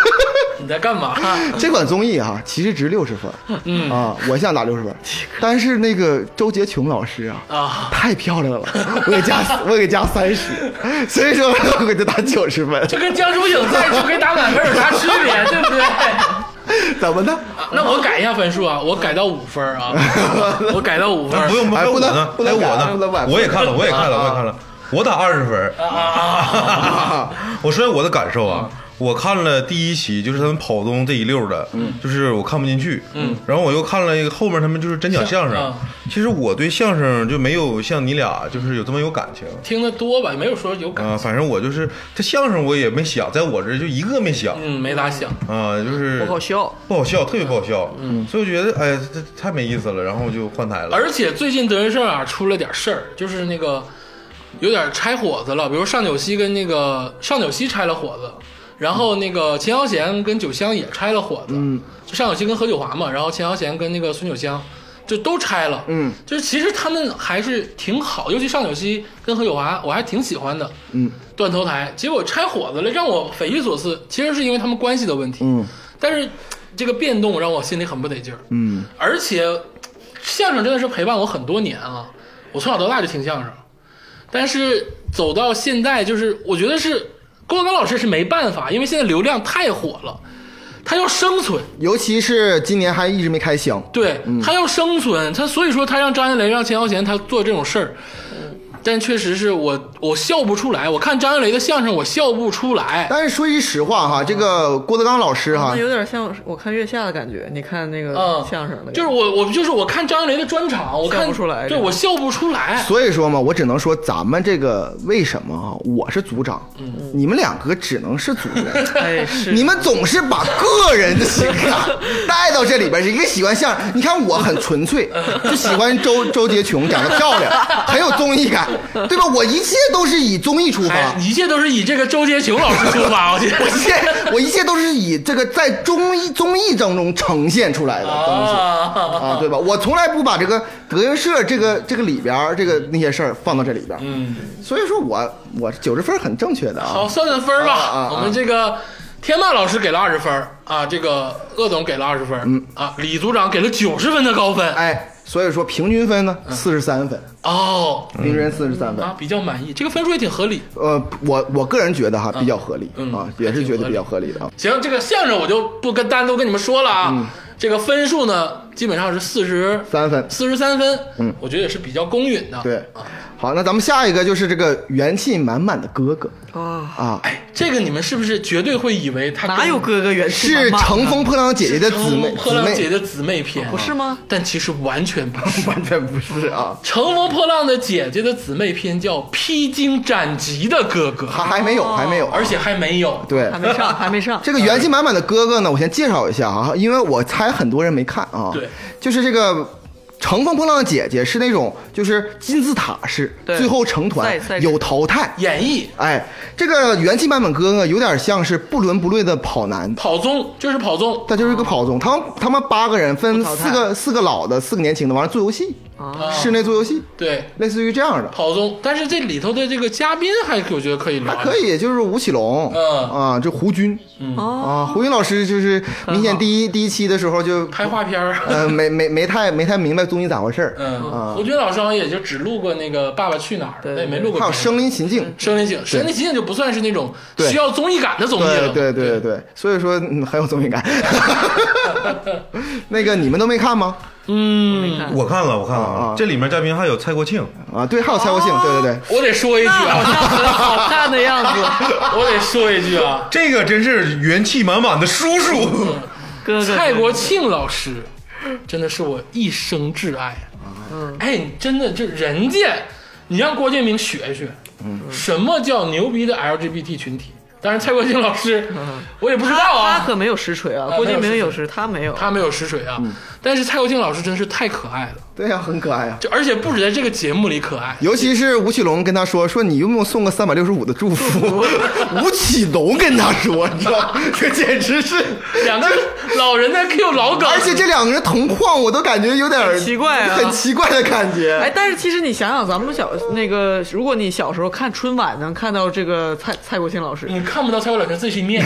你在干 嘛？这款综艺哈、其实值六十分，嗯啊，我想打六十分，但是那个周洁琼老师啊，啊太漂亮了，我给加 我给加三十，所以说我给他打九十分，就跟江疏影在就跟打满分有啥区别，对不对？ 怎么的？那我改一下分数啊，我改到五分啊， 我改到五分那。不用，哎还有不我能呢，不还能有我改不能啊改呢，我也看了，我也看了，我也看了，我打二十分。 我说我的感受啊，嗯我看了第一期，就是他们跑东这一溜儿的，嗯就是我看不进去，嗯，然后我又看了一个后面他们就是真讲相像声啊，其实我对相声就没有像你俩就是有这么有感情。听得多吧，没有说有感，嗯啊、反正我就是这相声，我也没想，在我这儿就一个没想啊、嗯，没咋想。就是不好啊笑。不好笑，特别不好笑。嗯，所以我觉得，哎，这太没意思了，然后我就换台了。而且最近德云社啊出了点事儿，就是那个有点拆伙子了，比如上九溪跟那个上九溪拆了伙子，然后那个秦霄贤跟九香也拆了伙子，嗯，就上九溪跟何九华嘛，然后秦霄贤跟那个孙九香。就都拆了，嗯，就是其实他们还是挺好，尤其上九溪跟何九华，我还挺喜欢的，嗯，断头台，结果拆伙子了，让我匪夷所思。其实是因为他们关系的问题，嗯，但是这个变动让我心里很不得劲儿，嗯，而且相声真的是陪伴我很多年啊，我从小到大就听相声，但是走到现在，就是我觉得是郭德纲老师是没办法，因为现在流量太火了。他要生存，尤其是今年还一直没开箱，对、他要生存，他所以说他让张云雷、让钱小贤他做这种事儿，但确实是我我笑不出来，我看张云雷的相声我笑不出来，但是说句实话哈，这个郭德纲老师哈那，有点像我看月下的感觉，你看那个嗯相声的感觉，就是我我就是我看张云雷的专场，我看笑不出来对我笑不出来，所以说嘛，我只能说咱们这个为什么啊？我是组长，你们两个只能是组员。哎是你们总是把个人的情感带到这里边儿，一个喜欢相声，你看我很纯粹，就喜欢周周杰琼长得漂亮，很有综艺感，对吧？我一切都是以综艺出发，哎，一切都是以这个周杰琼老师出发，我觉我得一切 我一切都是以这个在综艺综艺当中呈现出来的东西。啊，啊，对吧？我从来不把这个德云社这个这个里边儿这个那些事儿放到这里边，嗯，所以说我我九十分儿很正确的啊好，，算算分儿吧。啊啊啊我们这个天霸老师给了二十分儿啊，这个鄂总给了二十分，嗯啊，李组长给了九十分的高分，哎，所以说平均分呢四十三分，哦平均四十三分，啊，比较满意，这个分数也挺合理。呃，我我个人觉得哈比较合理嗯啊，也是觉得比较合理的啊，行，这个相声我就不跟单独跟你们说了啊。这个分数呢，基本上是四十嗯啊三分四十三分，嗯，我觉得也是比较公允的。啊对。好，那咱们下一个就是这个元气满满的哥哥啊，啊，哎，这个你们是不是绝对会以为他哪有哥哥元气是满满乘风破浪姐姐的姊妹乘风破姊浪姐妹，的姊妹篇？不是吗？但其实完全不 是。完全不是啊，乘风破浪的姐姐的姊妹篇叫《披荆斩棘的哥哥》，还还没有还没有，哦啊而且还没有。对还没上，还没上。这个元气满满的哥哥呢，我先介绍一下啊，因为我猜很多人没看啊。对，就是这个。乘风破浪的姐姐是那种，就是金字塔式，对最后成团赛赛制有淘汰。演绎哎，这个元气满满哥哥有点像是不伦不类的跑男，跑综就是跑综，他就是一个跑总。他们他们八个人分不淘汰四个四个老的，四个年轻的，完了做游戏，啊室内做游戏，对类似于这样的。跑综。但是这里头的这个嘉宾还我觉得可以聊，还可。以，就是吴奇隆，嗯啊，就胡军哦，啊，胡军老师就是明显第一第一期的时候就拍画片儿，呃，没没没太没太明白综艺咋回事儿。 嗯，啊胡军老师好像也就只录过那个《爸爸去哪儿》，对他也没录过还有别的。《身临其境》，身临其境，身临其境就不算是那种对需要综艺感的综艺对了。对对对对，所以说嗯很有综艺 感。那个你们都没看吗？嗯没看我看了，我看了啊啊这里面嘉宾还有蔡国庆，啊，对，哦还有蔡国庆，对对对，我得说一句那好像啊， 很好看的样子，我得说一句啊，这个真是元气满满的叔叔。哥哥蔡国庆老师真的是我一生挚爱。嗯哎，你真的就人家，你让郭敬明学一学，嗯什么叫牛逼的 LGBT 群体？当然，蔡国庆老师，嗯我也不知道他他啊，可没有实锤啊啊，郭敬没明有有时他没有，他没有实锤啊。嗯但是蔡国庆老师真是太可爱了，对呀，很可爱啊。就而且不止在这个节目里可爱，尤其是吴奇隆跟他说说你用不用送个三百六十五的祝福？ 吴奇隆跟他说，你知道吗，这简直是，两个老人在 Q 老梗，而且这两个人同框，我都感觉有点儿奇怪啊很奇怪的感觉。 哎，但是其实你想想，咱们小那个，如果你小时候看春晚，能看到这个蔡蔡国庆老师，你看不到蔡国老师最新面，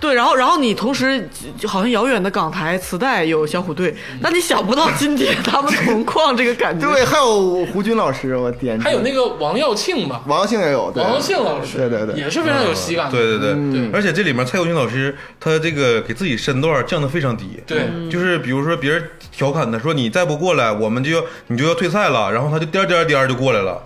对，然后然后你同时就好像遥远的港台磁带有小虎队，那你想不到今天他们同框这个感觉。对，还有胡军老师，我天，还有那个王耀庆吧，王兴也有，对王耀庆老师，对对对也是非常有喜感的。对对对，而且这里面蔡国庆老师他这个给自己身段降得非常低，嗯对，就是比如说别人调侃他说你再不过来，我们就要你就要退赛了，然后他就颠颠颠就过来了，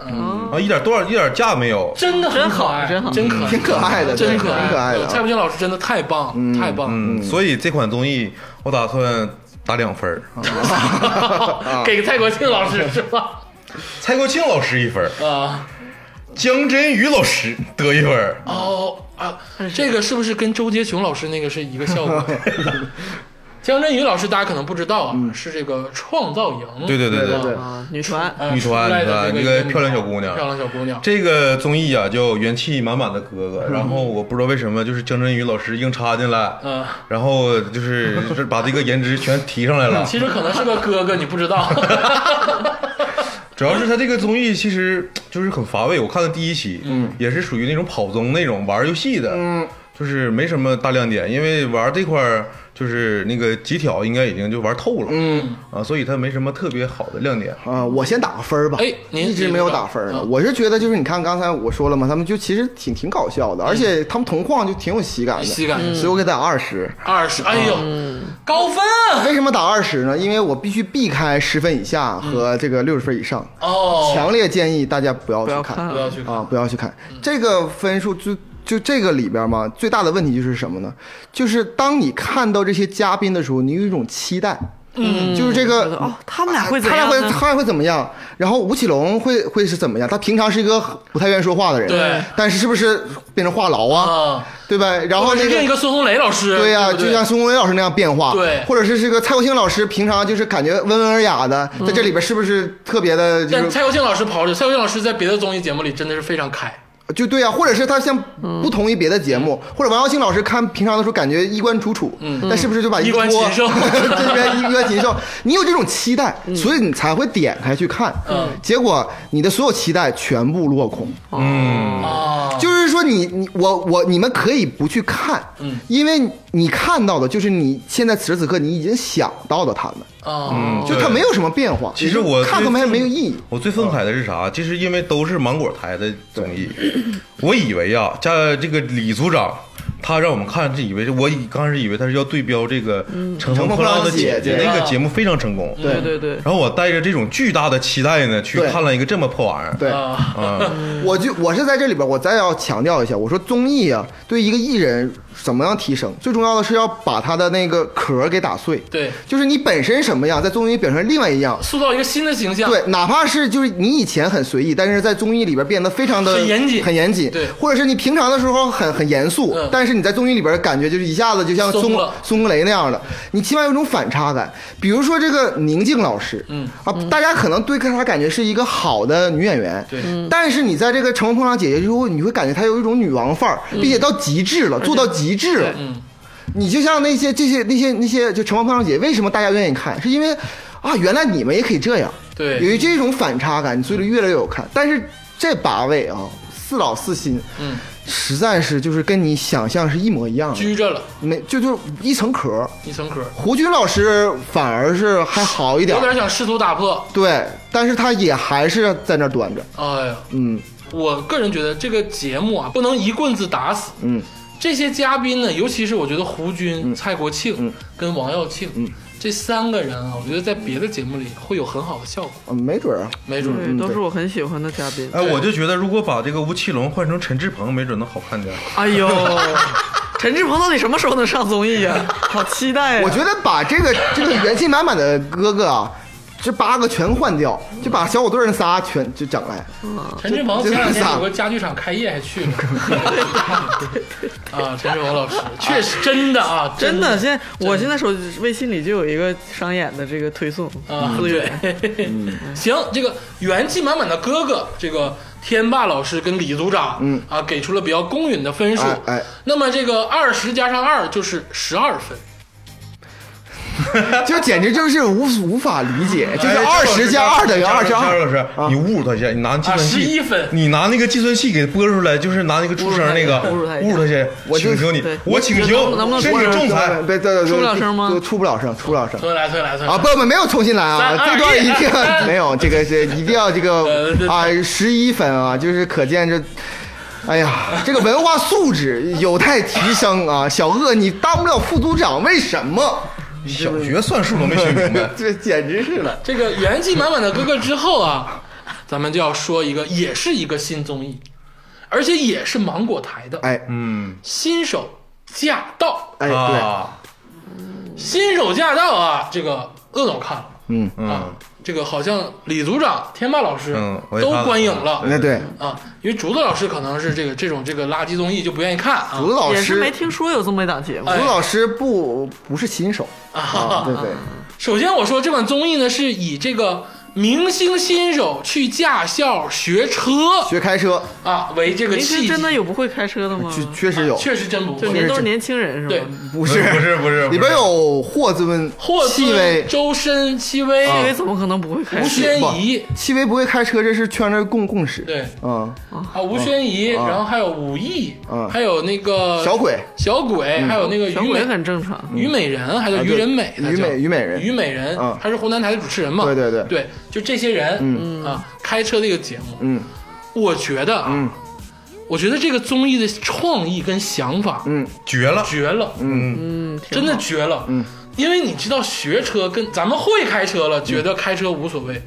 啊，一点多少一点架没有，真的很真可好爱，真好真可爱，挺可爱的，真对可爱，挺可爱的蔡啊。国庆老师真的太棒，太棒，嗯，所以这款综艺我打算打两分儿，哦啊给蔡国庆老 师是吧？蔡国庆老师一分儿，啊，姜振宇老师得一分儿，哦啊，这个是不是跟周杰琼老师那个是一个效 果？姜振宇老师大家可能不知道啊，嗯是这个创造营，对对对对对对。啊，女传呃女团出来的女团个那个漂亮小姑娘漂亮小姑娘，这个综艺啊叫《元气满满的哥哥》，然后我不知道为什么就是姜振宇老师硬插进来，嗯然后就是就是把这个颜值全提上来 了。其实可能是个哥哥，你不知 道。主要是他这个综艺其实就是很乏味，我看了第一期，嗯，也是属于那种跑综那种玩游戏的，嗯，就是没什么大亮点，因为玩这块儿就是那个几挑应该已经就玩透了，嗯哦啊，所以它没什么特别好的亮点。啊、我先打个分儿吧。哎您嗯一直没有打分儿呢。我是觉得就是你看刚才我说了嘛，他们就其实挺挺搞笑的，而且他们同框就挺有喜感的，嗯喜感嗯所以我给打二十。二十，哎呦，高分啊！为什么打二十呢？因为我必须避开十分以下嗯和这个六十分以上。哦，强烈建议大家不要不去要看看不要去看啊，不要去看这个分数就。就这个里边嘛，最大的问题就是什么呢？就是当你看到这些嘉宾的时候，你有一种期待，嗯，就是这觉个得哦他们俩会怎他俩样会呢他俩会怎么样？然后吴奇隆会会是怎么样？他平常是一个不太愿意说话的人，对，但是是不是变成话痨啊？啊，对吧？然后或者那是另一个孙红雷老师，哦对呀、不就像孙红雷老师那样变化，对或者是这个蔡国庆老师平常就是感觉温文尔雅的，在这里边是不是特别的？就是但蔡国庆老师跑着，蔡国庆老师在别的综艺节目里真的是非常开，就对啊，或者是他像不同于别的节目，或者王耀庆老师看平常的时候感觉衣冠楚楚，嗯，但是不是就把衣冠脱禽 兽这边衣冠禽兽，你有这种期待，所以你才会点开去看，嗯，结果你的所有期待全部落空，哦嗯啊，就是说你你我我你们可以不去看，嗯，因为你看到的就是你现在此时此刻你已经想到的他们，啊，就他嗯对没有什么变化，其实我看他们还没有意义，我最愤慨的是啥？其实因为都是芒果台的综 艺，我以为啊，加这个李组长。他让我们看，是以为是我以刚开始以为他是要对标这个《乘乘风风破破浪浪的的姐姐姐》姐那个啊节目非常成功，对对对对，然后我带着这种巨大的期待呢，去对看了一个这么破玩意儿。对。啊，嗯，我就我是在这里边，我再要强调一下，我说综艺啊，对一个艺人怎么样提升，最重要的是要把他的那个壳儿给打碎。对就是你本身什么样，在综艺表现成另外一样。塑造一个新的形象，对，哪怕是就是你以前很随意，但是在综艺里边变得非常的很严谨很严谨。对或者是你平常的时候很很严肃，嗯但是你在综艺里边感觉就是一下子就像松松了松格雷那样的，你起码有一种反差感。比如说这个宁静老师，嗯啊，大家可能对她感觉是一个好的女演员，对但是你在这个《乘风破浪姐姐》之后，你会感觉她有一种女王范儿，并且到极致了，做到极致了。嗯，你就像那些这些那些那些就《乘风破浪姐》，为什么大家愿意看？是因为啊，原来你们也可以这样，对有这种反差感，所以就越来越有看。但是这八位啊，四老四新，嗯，实在是就是跟你想象是一模一样的，拘着了没就就一层壳。一层壳，胡军老师反而是还好一点有，点想试图打破，对，但是他也还是在那儿端着，哎呀，嗯我个人觉得这个节目啊，不能一棍子打死，嗯。这些嘉宾呢，尤其是我觉得胡军、蔡国嗯庆跟王耀庆、这三个人啊，我觉得在别的节目里会有很好的效果，嗯，没准儿啊，没准儿。嗯对，呃都是我很喜欢的嘉宾。哎，我就觉得如果把这个吴奇隆换成陈志朋，没准能好看点儿。哎呦，陈志朋到底什么时候能上综艺呀？好期待呀！啊我觉得把这 个这个元气满满的哥哥啊，这八个全换掉，就把小虎队那仨全就整来。陈志朋这前两这天仨有个家具厂开业还去了， 啊，陈志朋老师 确实真的啊，真的，的现在我现在手机微信里就有一个商演的这个推送啊，资对源。，嗯 行，这个元气满满的哥哥，这个天霸老师跟李组长，嗯啊，给出了比较公允的分数哎，哎那么这个二十加上二就是十二分，哎就简直就是无无法理解，就是哎二十加二等于二十啊张二。老师，你侮辱他一下，你拿计算器，啊11分你拿那个计算器给拨出来，就是拿那个出声那个，侮辱他一下侮辱他一下，我就请求你对，我请能求不能不能，申出请仲裁。哎对对对，哎出不了声吗就出不了声，出不了声。重新来，重新来，重新来啊，不不，没有重新来啊，三二这段一一定三要 没有这个是一定要这呃个对啊十一分啊，就是可见这。哎呀，这个文化素质有待提升啊！小鄂，你当不了副组长，为什么？，小学算术都没学明白 这简直是了。这个元气满满的哥哥之后啊，咱们就要说一个，也是一个新综艺，而且也是芒果台的哎嗯，新手驾到。哎，对，啊，新手驾到啊，这个鄂总看了、嗯，嗯啊，，这个好像李组长、天霸老师嗯我也都看了观影了。嗯那对，啊，因为竹子老师可能是这个这种这个垃圾综艺就不愿意看啊竹子老也是师没，听说有这么一档节目哎，竹子老师不不是新手啊 啊，对对，首先我说这款综艺呢是以这个明星新手去驾校学车学开车，啊为这个明契星机，真的有不会开车的吗？确确实有，确实真不就会。年都是年轻人是对吧？，不不是不是不是，里边有霍兹温、霍戚薇尊、，周深、戚薇、这个怎么可能不会开吴车？宣仪，不戚薇不会开车，这是圈内共共识。对嗯，啊，吴宣仪，然后还有武艺嗯，还有那个小鬼小鬼，还有那个小虞鬼美很正常，虞美人，还叫虞人美，对虞美虞美人虞美人嗯，他是湖南台的主持人嘛？对对对呃对，就这些人，嗯啊，开车这个节目，嗯我觉得啊，嗯我觉得这个综艺的创意跟想法嗯，绝了，绝了，嗯，嗯，挺真的好绝了，嗯，因为你知道学车跟咱们会开车了，觉得开车无所谓，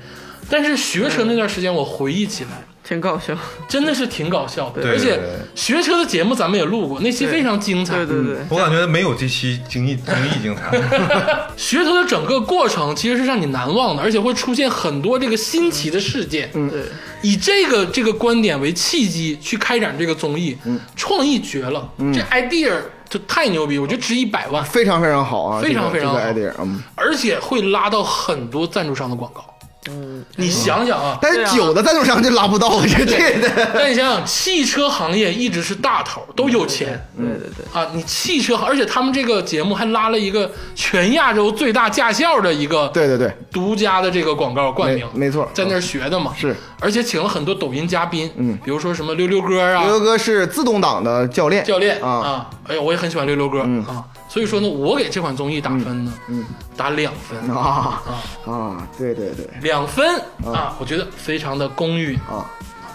但是学车那段时间我回忆起来。挺 搞笑。真的是挺搞笑的，对而对且对学车的节目咱们也录过，那期非常精彩。对对对，我感觉没有这期经济综艺精彩， 学车的整个过程其实是让你难忘的，而且会出现很多这个新奇的事件。嗯，对，以这个这个观点为契机去开展这个综艺，嗯，创意绝了，嗯这 idea 就太牛逼，我觉得值一百万，非常非常好啊，非常这个非常好啊这个 idea，嗯，而且会拉到很多赞助商的广告。嗯，你想想啊，但对是啊酒的赞助商就拉不到， 这这的，但你想想，汽车行业一直是大头，都有钱。嗯对对对，啊，你汽车，而且他们这个节目还拉了一个全亚洲最大驾校的一个对对对，独家的这个广告冠名，没没错在那儿学的嘛，哦是，而且请了很多抖音嘉宾，嗯，比如说什么溜溜哥啊，刘哥是自动挡的教练，教练啊，嗯啊，哎呀，我也很喜欢溜溜哥啊，所以说呢，我给这款综艺打分呢，嗯，打两分，啊啊，对对对两分哦啊，我觉得非常的公允，啊。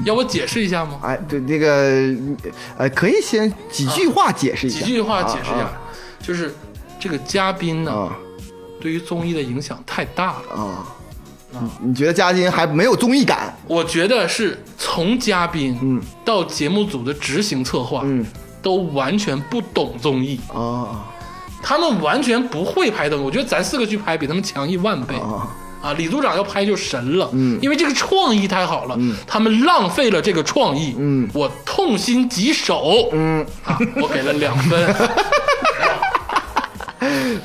要我解释一下吗？哎，对那个，呃，可以先几句话解释一几下，句话解释一下哎啊，就是这个嘉宾呢，啊对于综艺的影响太大了。啊，你你觉得嘉欣还没有综艺感？我觉得是从嘉宾嗯到节目组的执行策划，嗯都完全不懂综艺，啊他们完全不会拍综艺。我觉得咱四个去拍比他们强一万倍啊啊！李组长要拍就神了，嗯因为这个创意太好了，他们浪费了这个创意，嗯我痛心疾首，嗯，啊，我给了两分，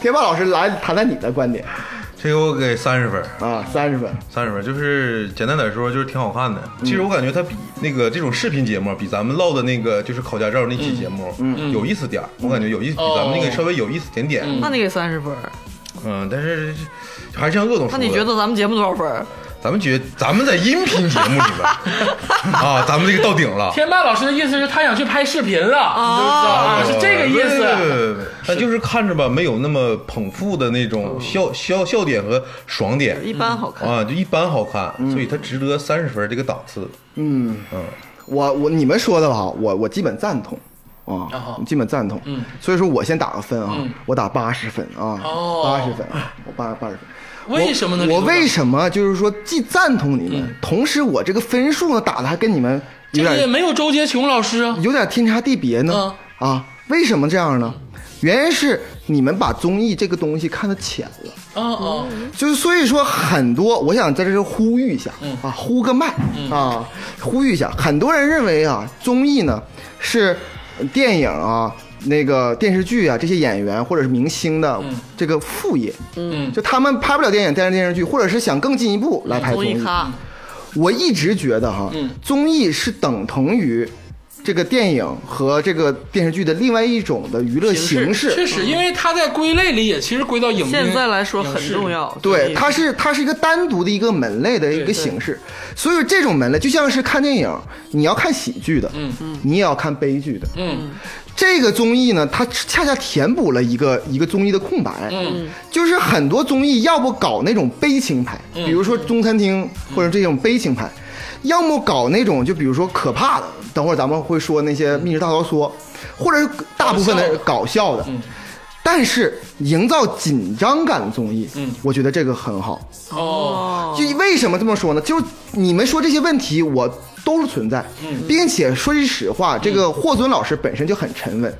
天霸老师来谈谈你的观点这个我给三十分。啊，三十分，三十分，就是简单点说，就是挺好看的。其实我感觉它比那个这种视频节目，比咱们唠的那个就是考驾照那期节目，有意思点儿。我感觉有意思，比咱们那个稍微有意思点点。嗯那你给三十分儿，嗯，但是还是像鄂总说那的，你觉得咱们节目多少分儿？咱们觉得咱们在音频节目里边啊，咱们这个到顶了。天霸老师的意思是他想去拍视频了，啊你知道吗？是这个意思。思，但就是看着吧，没有那么捧腹的那种笑笑笑点和爽点一嗯般好哦看。啊，就一般好看，所以它值得三十分这个档次。嗯嗯，我我你们说的吧，我我基本赞同。然啊后，基本赞同，嗯，所以说我先打个分啊，嗯我打八十分啊，哦八十分啊，我八八十分，为什么呢？李我组长为什么就是说既赞同你们，同时我这个分数呢打的还跟你们这有个也点没有周杰琼老师啊，有点天差地别呢？嗯啊，为什么这样呢？原因是你们把综艺这个东西看得浅了。啊啊，嗯就是所以说很多，我想在这儿呼吁一下、啊，呼个麦、啊，呼吁一下。很多人认为啊，综艺呢是电影啊、那个电视剧啊这些演员或者是明星的这个副业，嗯就他们拍不了电影、电视电视剧，或者是想更进一步来拍综综艺。艺咖，我一直觉得哈，嗯综艺是等同于这个电影和这个电视剧的另外一种的娱乐形式，确实，因为它在归类里也其实归到嗯影音现在来说很重。要。对，他它是它是一个单独的一个门类的一个形式，所以这种门类就像是看电影，你要看喜剧的，嗯嗯，你也要看悲剧的，嗯，这个综艺呢，它恰恰填补了一个一个综艺的空白，嗯，就是很多综艺要不搞那种悲情牌，比如说《中餐厅》或者这种悲情牌，要么搞那种就比如说可怕的，等会儿咱们会说那些密室大逃脱，或者是大部分的搞笑的。嗯但是营造紧张感的综艺，嗯我觉得这个很好。哦，哦，就为什么这么说呢？就是你们说这些问题，我都是存在，嗯并且说句实话，这个霍尊老师本身就很沉稳，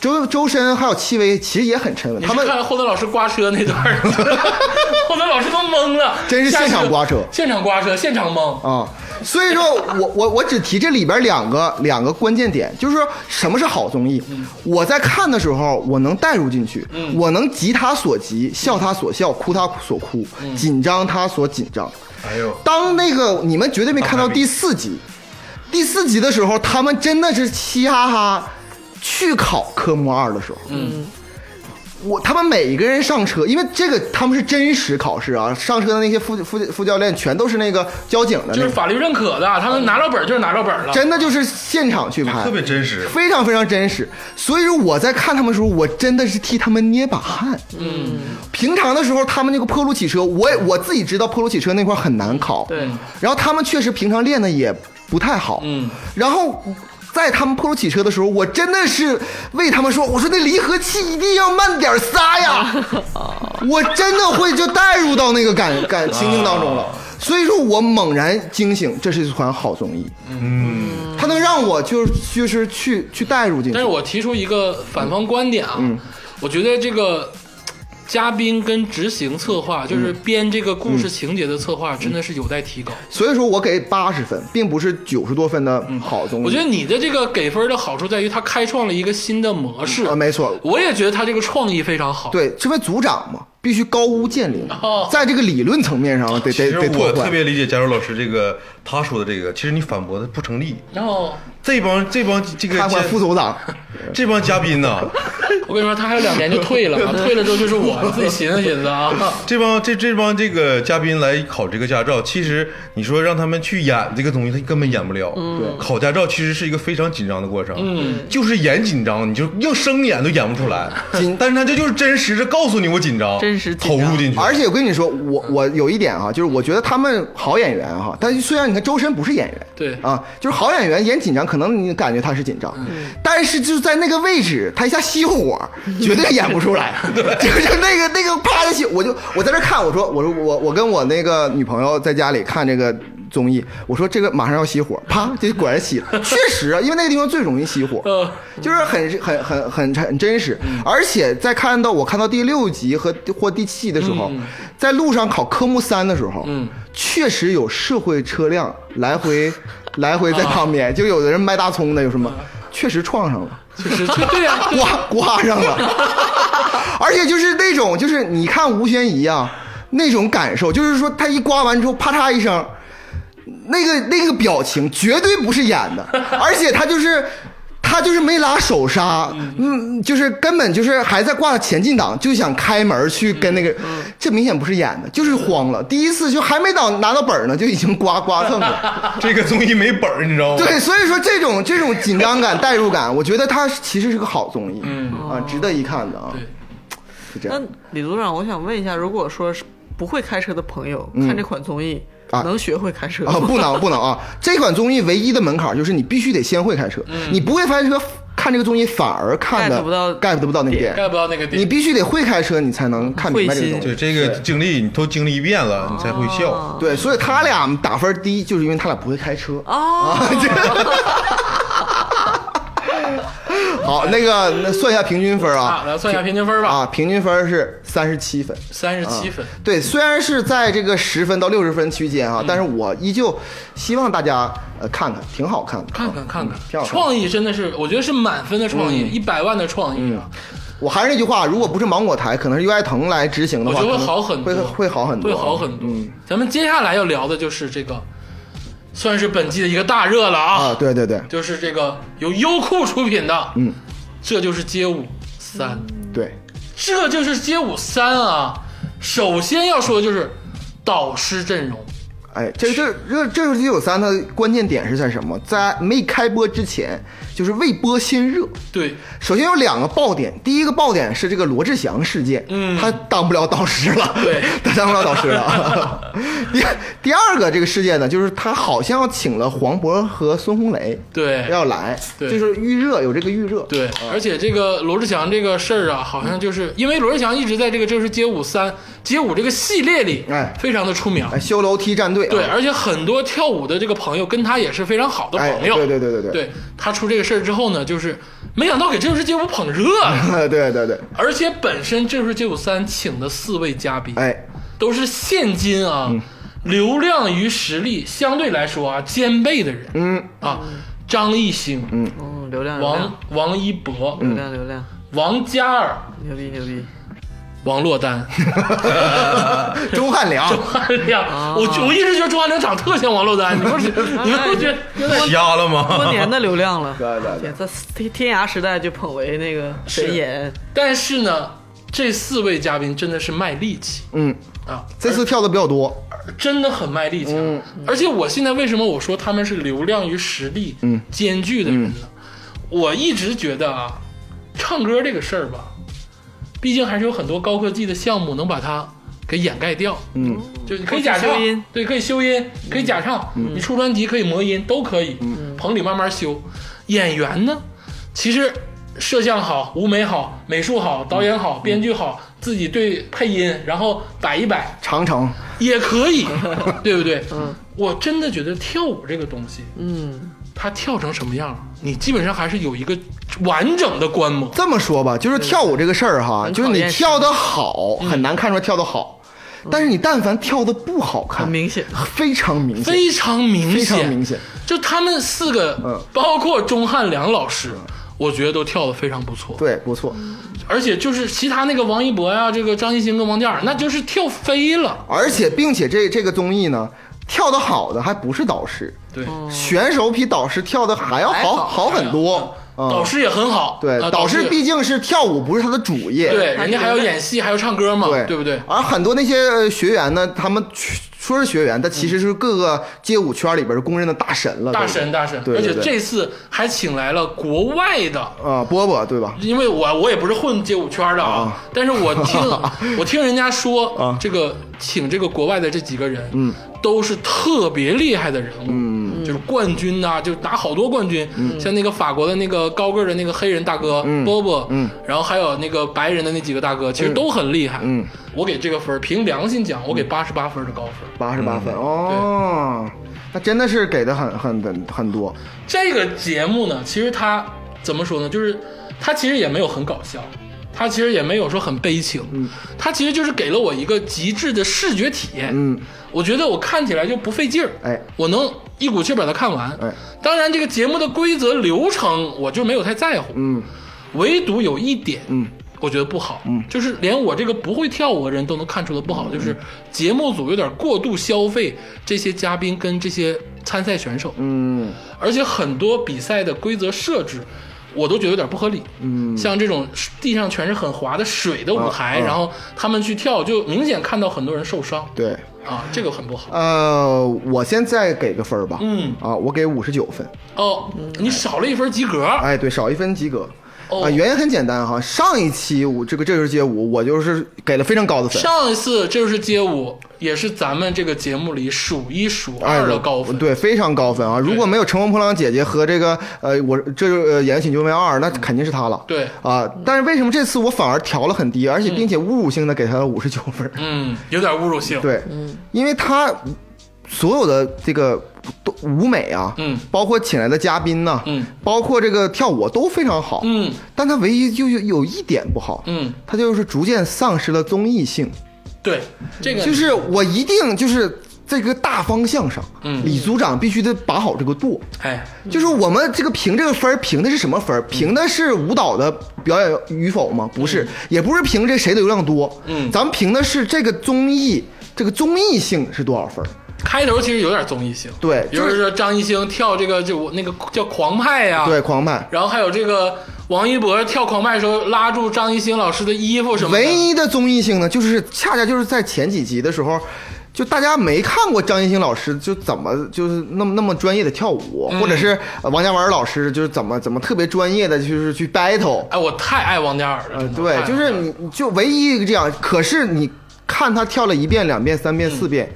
周周深还有戚薇其实也很沉稳，你他是们看了霍德老师刮车那段儿， 霍德老师都懵了，真是现场刮车下车现场刮车，现场懵。啊，所以说我我我只提这里边两个两个关键点，就是说什么是好综艺。嗯我在看的时候，我能带入进去，我能急他所急，笑他所笑，哭他所哭，嗯紧张他所紧张。哎呦，当那个你们绝对没看到第四集，第四集的时候，他们真的是嘻哈哈去考科目二的时候，嗯，我他们每一个人上车，因为这个他们是真实考试啊，上车的那些副副副教练全都是那个交警的，就是那个，法律认可的，他们拿到本儿就是拿到本儿了。真的就是现场去拍，特别真实。非常非常真实。所以说我在看他们的时候，我真的是替他们捏把汗。嗯，平常的时候他们那个破路起车，我也我自己知道破路起车那块很难考。对，然后他们确实平常练的也不太好。嗯，然后。在他们破路起车的时候，我真的是为他们说，我说那离合器一定要慢点刹呀， 我真的会就带入到那个感感情境当中了。所以说我猛然惊醒，这是一款好综艺。嗯，它能让我就是就是去去带入进去。但是我提出一个反方观点啊，嗯我觉得这个嘉宾跟执行策嗯划，就是编这个故事情节的策划，真的是有待提高。所以说我给八十分，并不是九十多分的好综艺。嗯我觉得你的这个给分的好处在于，它开创了一个新的模式。啊，没错，我也觉得他这个创意非常好。，对，因为组长嘛，必须高屋建瓴哦，在这个理论层面上得得其实得我拓特宽。别理解佳茹老师这个他说的这个，其实你反驳的不成立。然后这帮这帮这个看管副组 长，这帮嘉宾呐、 我跟你说，他还有两年就退了，退了之后就是我你自己寻思寻思啊。这帮这这帮这个嘉宾来考这个驾照，其实你说让他们去演这个东西，他根本演不了。嗯对考驾照其实是一个非常紧张的过程，嗯，就是演紧张，你就硬生演都演不出来。但是他这就是真实的告诉你我紧张，真实紧投张入进去，而且我跟你说，我我有一点啊，就是我觉得他们好演员哈、但是虽然你看周深不是演员，对啊，就是好演员演紧张，可能你感觉他是紧张，但是就在那个位置，他一下熄火，绝对演不出来，就是那个那个啪的熄，我就我在这看，我说我说我我跟我那个女朋友在家里看这个。综艺，我说这个马上要熄火，啪，这果然熄了。确实啊，因为那个地方最容易熄火，呃就是很很很很很真实，而且在看到我看到第六集和或第七集的时候，在路上考科目三的时候，嗯确实有社会车辆来回来回在旁边，就有的人卖大葱的，有什么确实撞上了，就是就对呀、啊，刮刮上了，而且就是那种就是你看吴宣仪啊那种感受，就是说他一刮完之后啪嚓一声，那个那个表情绝对不是演的，而且他就是他就是没拉手刹，嗯，就是根本就是还在挂前进档，就想开门去跟那个，这明显不是演的，就是慌了。第一次就还没到拿到本儿呢，就已经刮刮蹭了。这个综艺没本儿，你知道吗？对，所以说这种这种紧张 感、代入感，我觉得它其实是个好综艺，嗯啊，值得一看的啊对。是这那样，李组长，我想问一下，如果说是不会开车的朋友、嗯看这款综艺，啊能学会开车啊，吗？不能不能啊！这款综艺唯一的门槛就是你必须得先会开车，你不会开车看这个综艺反而看的 get 不到 get 不到那个点，盖不到那个点。你必须得会开车，你才能看明白这个东会西心。对这个经历你都经历一遍了，你才会笑。啊对，所以他俩打分低，就是因为他俩不会开车。哦，啊好，那个那算一下平均分啊，啊来算一下平均分吧，啊，平均分是三十七分。三十七分。对，虽然是在这个十分到六十分区间啊，但嗯是我依旧希望大家呃看看，挺好看的。看看看看挺好，看创意真的是，我觉得是满分的创嗯意，一百万的创意啊，我还是那句话，如果不是芒果台，可能是优爱腾来执行的我话，觉得可会能好很多，会会好很多，嗯会好很多。咱们接下来要聊的就是这个，算是本季的一个大热了啊！啊，对对对就是这个由优酷出品的，嗯，这就是街舞三，对，这就是街舞三啊。首先要说的就是导师阵容，哎，这这这这就是九九三，它的关键点是在什么？在没开播之前，就是未播先热。对，首先有两个爆点，第一个爆点是这个罗志祥事件，嗯他当不了导师了，对 他当不了导师了。 第第二个这个事件呢，就是他好像请了黄渤和孙红雷，对要来，对就是预热有这个预热，对，而且这个罗志祥这个事儿啊，好像就是因为罗志祥一直在这个就是街舞三街舞这个系列里，哎非常的出名。哎，修楼梯战队，对，啊，而且很多跳舞的这个朋友跟他也是非常好的哎，朋友。对对对对对，他出这个事儿之后呢，就是没想到给《这就是街舞》捧热了， 对对对对，而且本身《这就是街舞三》请的四位嘉宾，哎，都是现今啊、流量与实力相对来说啊兼备的人，嗯，啊，张艺兴、嗯，流量流量王嗯王一博、嗯流量流量，王嘉尔、牛逼牛逼，王珞 丹、钟汉良， 钟汉良，哎我就我一直觉得钟汉良长得特像王珞丹，你们是你们不觉得哎有点瞎了吗？多年的流量了。 对对对天在天天涯时代就捧为那个神颜，但是呢，这四位嘉宾真的是卖力气嗯，啊，这次跳的比较多，真的很卖力气啊。而且我现在为什么我说他们是流量与实力兼具的人呢？我一直觉得啊，唱歌这个事儿吧，毕竟还是有很多高科技的项目能把它给掩盖掉。嗯，就你可以假唱可以修音，对，可以修音，可以假唱，你出专辑可以磨音，都可以，棚里慢慢修。演员呢，其实摄像好，舞美好，美术好，导演好，编剧好，自己对配音，然后摆一摆，长城，也可以，对不对？我真的觉得跳舞这个东西，嗯，它跳成什么样，你基本上还是有一个完整的观摩。这么说吧，就是跳舞这个事儿哈，很就是考你验实力跳的好，很难看出来跳的好，但是你但凡跳的不好看，很明显。非常明显，非常明显，非常明显。就他们四个，嗯包括钟汉良老师，我觉得都跳的非常不错。对，不错。而且就是其他那个王一博呀、这个张艺兴跟王嘉尔，那就是跳飞了。而且并且这这个综艺呢，跳的好的还不是导师，对，选手比导师跳的还要好还好很多。嗯导师也很好，对啊，导导师毕竟是跳舞，不是他的主业。对人家还要演戏，还要唱歌嘛，对，不对？而很多那些呃学员呢，他们去说是学员，但其实是各个街舞圈里边公认的大神了。大对神大神，对对而且对这次还请来了国外的。啊，波波对吧？因为我我也不是混街舞圈的啊，但是我 听我听人家说，啊这个请这个国外的这几个人，嗯，都是特别厉害的人物，嗯，就是冠军呐、就拿好多冠军，像那个法国的那个高个儿的那个黑人大哥波波，嗯，然后还有那个白人的那几个大哥，其实都很厉害，嗯，我给这个分儿，凭良心讲，我给八十八分的高分，八十八嗯分、哦，那真的是给的很很很很多。这个节目呢，其实它怎么说呢？就是它其实也没有很搞笑，它其实也没有说很悲情，嗯，它其实就是给了我一个极致的视觉体验，嗯，我觉得我看起来就不费劲儿，哎我能一股气儿把它看完，哎，当然这个节目的规则流程我就没有太在乎，嗯，唯独有一点，嗯。我觉得不好，嗯，就是连我这个不会跳舞的人都能看出的不好，就是节目组有点过度消费这些嘉宾跟这些参赛选手，嗯，嗯，而且很多比赛的规则设置，我都觉得有点不合理。嗯，像这种地上全是很滑的水的舞啊台，然后他们去跳，就明显看到很多人受伤。对。啊，这个很不好。呃，我先再给个分儿吧。嗯啊，我给五十九分。哦，嗯你少了一分及格。哎，对，少一分及格。啊哦啊，原因很简单哈，上一期我这个这就是街舞，我就是给了非常高的分。上一次这就是街舞，也是咱们这个节目里数一数二的高分。哎对，非常高分啊！如果没有《乘风破浪》姐姐和这个呃，我这就是呃《言情九妹二》，那肯定是她了。嗯对啊，但是为什么这次我反而调了很低，而且并且侮辱性的给她了五十九分？嗯，有点侮辱性。对，因为她所有的这个都舞美啊，嗯，包括请来的嘉宾呐，嗯，包括这个跳舞都非常好，嗯，但她唯一就有有一点不好，嗯，她就是逐渐丧失了综艺性。对，这个就是我一定就是这个大方向上，嗯李组长必须得把好这个舵。哎，就是我们这个评这个分儿评的是什么嗯分儿？评的是舞蹈的表演与否吗？不是，也不是评这谁的流量多。嗯咱们评的是这个综艺，这个综艺性是多少分儿？开头其实有点综艺性。对比如就是说张艺兴跳这个就我那个叫狂派呀、对，狂派。然后还有这个王一博跳狂派的时候拉住张艺兴老师的衣服什么的，唯一的综艺性呢，就是恰恰就是在前几集的时候，就大家没看过张艺兴老师就怎么就是那么那么专业的跳舞，嗯或者是呃王嘉文老师就是怎么怎么特别专业的就是去 battle，哎，我太爱王嘉尔了，呃，真的对，就是你你就唯一一个这样，可是你看他跳了一遍、两遍、三遍、四遍，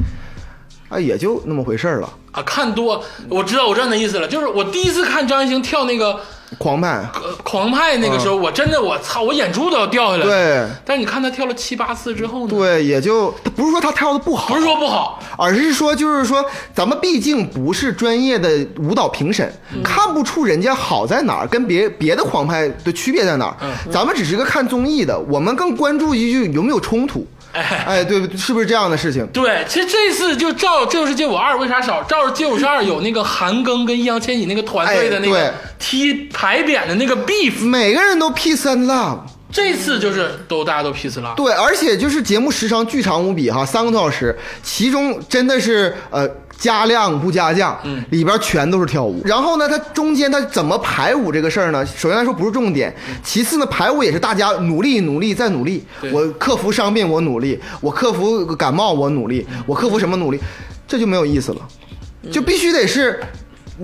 啊，也就那么回事儿了。啊，看多，我知道我知道你的意思了，就是我第一次看张艺兴跳那个狂派，呃狂派那个时候，我真的我操，我眼珠都要掉下来。，嗯对但是你看他跳了七八次之后呢，，对，也就他不是说他跳的不好，不是说不好，而是说，就是说，咱们毕竟不是专业的舞蹈评审，看不出人家好在哪儿，跟别别的狂派的区别在哪儿。咱们只是个看综艺的，我们更关注一句有没有冲突。哎哎，对，是不是这样的事情？对，其实这次就照《这就是街舞二》为啥少？照《街舞二》有那个韩庚跟易烊千玺那个团队的那哎个踢牌匾的那个 beef，每个人都 peace and love。这次就是都大家都 peace 了。对，而且就是节目时长巨长无比哈，三个多小时，其中真的是呃加量不加价，嗯，里边全都是跳舞。然后呢，它中间它怎么排舞这个事儿呢？首先来说不是重点，其次呢，排舞也是大家努力努力再努力嗯对，我克服伤病我努力，我克服感冒我努力，嗯我克服什么努力，这就没有意思了，就必须得是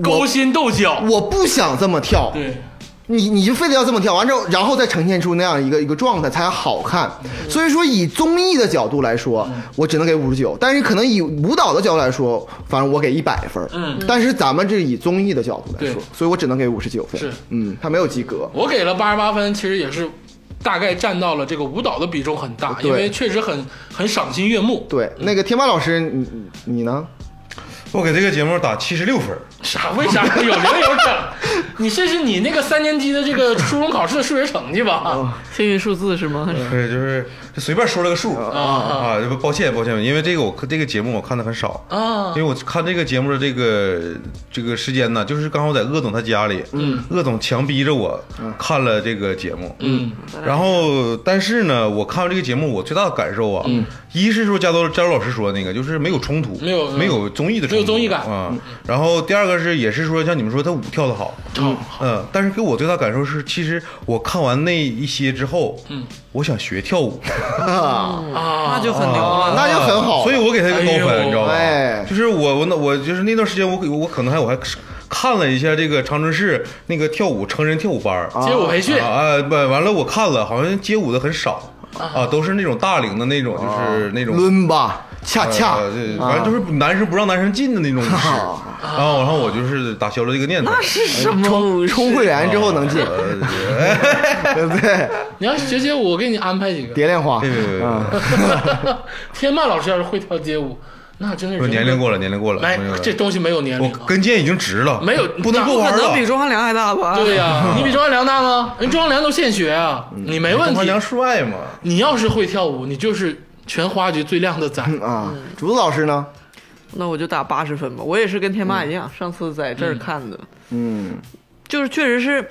勾我心斗角，我不想这么跳，对，你你就非得要这么跳，完之后，然后再呈现出那样一个一个状态才好看。所以说，以综艺的角度来说，我只能给五十九，但是可能以舞蹈的角度来说，反正我给一百分。嗯，但是咱们这以综艺的角度来对说，所以我只能给五十九分。是嗯，他没有及格。我给了八十八分，其实也是大概占到了这个舞蹈的比重很大，对因为确实很很赏心悦目。对，那个天霸老师，你你你呢？我给这个节目打七十六分儿，啥？为啥有零有整？你这是你那个三年级的这个初中考试的数学成绩嗯吧？幸运数字是吗？嗯对，就是就随便说了个数哦啊，这不抱歉抱歉，因为这个我这个节目我看的很少啊因为我看这个节目的这个这个时间呢，就是刚好在鄂总他家里，嗯，鄂总强逼着我看了这个节目，嗯，然后但是呢，我看完这个节目，我最大的感受啊，一是说加州加州老师说的那个，就是没有冲突，嗯没有嗯没有综艺的冲突没有综艺感啊，然后第二个是也是说像你们说他舞跳的好，嗯，嗯，但是给我最大感受是，其实我看完那一些之后，嗯，我想学跳舞，啊，嗯啊， 那就很牛了。哦那就很好了。所以我给他一个高哎分，呦你知道吧？哎就是我我那我就是那段时间我，我可能还我还看了一下这个长春市那个跳舞成人跳舞班儿街舞培训啊，啊不完了，我看了好像街舞的很少啊，都是那种大龄的那种，就是那种啊抡吧，恰恰啊呃对反正就是男生不让男生进的那种舞式。然后，然后我就是打消了这个念头。 那是什么？冲哦会员之后能进，呃，对不对？你要学街舞，我给你安排几 个。蝶恋花啊别别别别，天霸老师要是会跳街舞，那真的不是是年龄过了，年龄过了，没朋友们这东西没有年我龄啊。跟腱已经直了，没有不能那不不玩可能了。比钟汉良还大吧？对呀、你比庄汉良大吗？人庄汉良都献血啊，你没问王华题。良帅嘛？你要是会跳舞，你就是全花局最靓的仔。啊，竹子老师呢？那我就打八十分吧。我也是跟天妈一样，上次在这儿看的，嗯，就是确实是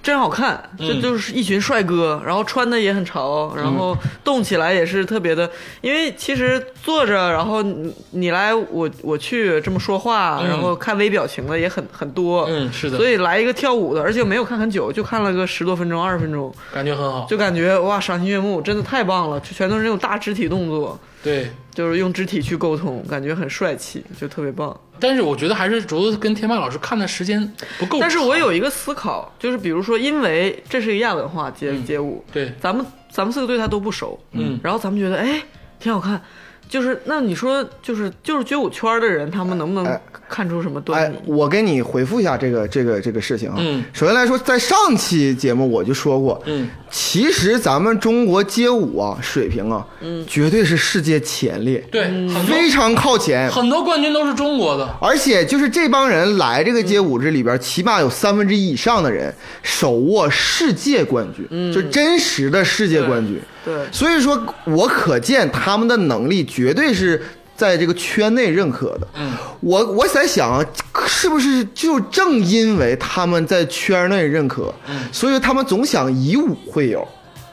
真好看，嗯这就是一群帅哥，然后穿的也很潮，然后动起来也是特别的。因为其实坐着，然后你你来我我去这么说话，嗯然后看微表情的也很很多。嗯是的所以来一个跳舞的，而且没有看很久，就看了个十多分钟、二十分钟，感觉很好。就感觉哇赏心悦目，真的太棒了，就全都是那种大肢体动作。对，就是用肢体去沟通，感觉很帅气，就特别棒。但是我觉得还是竹子跟天霸老师看的时间不够长。但是我有一个思考，就是比如说，因为这是一个亚文化街、嗯街舞，对咱们咱们四个对他都不熟，嗯然后咱们觉得哎挺好看，就是那你说就是就是街舞圈的人，他们能不能哎看出什么哎端倪？，我跟你回复一下这个这个这个事情啊。嗯首先来说，在上期节目我就说过，嗯，其实咱们中国街舞啊水平啊，嗯，绝对是世界前列，对嗯很多非常靠前。很多冠军都是中国的，而且就是这帮人来这个街舞这里嗯边，起码有三分之一以上的人手握世界冠军，嗯，就真实的世界冠军。对所以说我可见他们的能力绝对是在这个圈内认可的。嗯，我我在想啊，是不是就正因为他们在圈内认可，所以他们总想以武会友。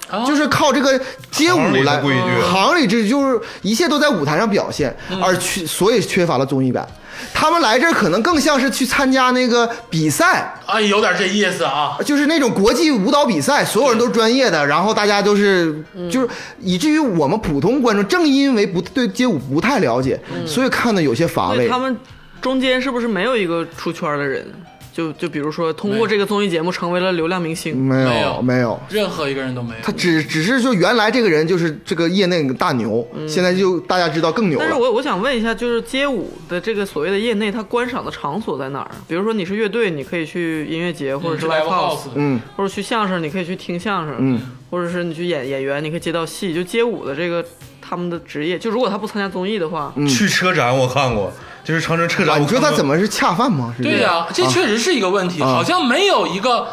啊就是靠这个街舞行里的来规矩行里这就是一切都在舞台上表现，而缺所以缺乏了综艺感。他们来这儿可能更像是去参加那个比赛，哎，有点这意思啊。就是那种国际舞蹈比赛，所有人都是专业的，然后大家都是就是以至于我们普通观众，正因为不对街舞不太了解，所以看的有些乏所以味他。们中间是不是没有一个出圈的人？就就比如说通过这个综艺节目成为了流量明星，没没有有没有，任何一个人都没有。他只只是说原来这个人就是这个业内大牛，现在就大家知道更牛但是了。我我想问一下，就是街舞的这个所谓的业内，它观赏的场所在哪儿啊？比如说你是乐队，你可以去音乐节，或者是 live live house，、 house 嗯，或者去相声，你可以去听相声，嗯，或者是你去演演员，你可以接到戏。就街舞的这个他们的职业，就如果他不参加综艺的话，去车展我看过，就是长城车啊展，你说他怎么？么是恰饭吗？是这啊对啊个啊呀、这确实是一个问题，好像没有一个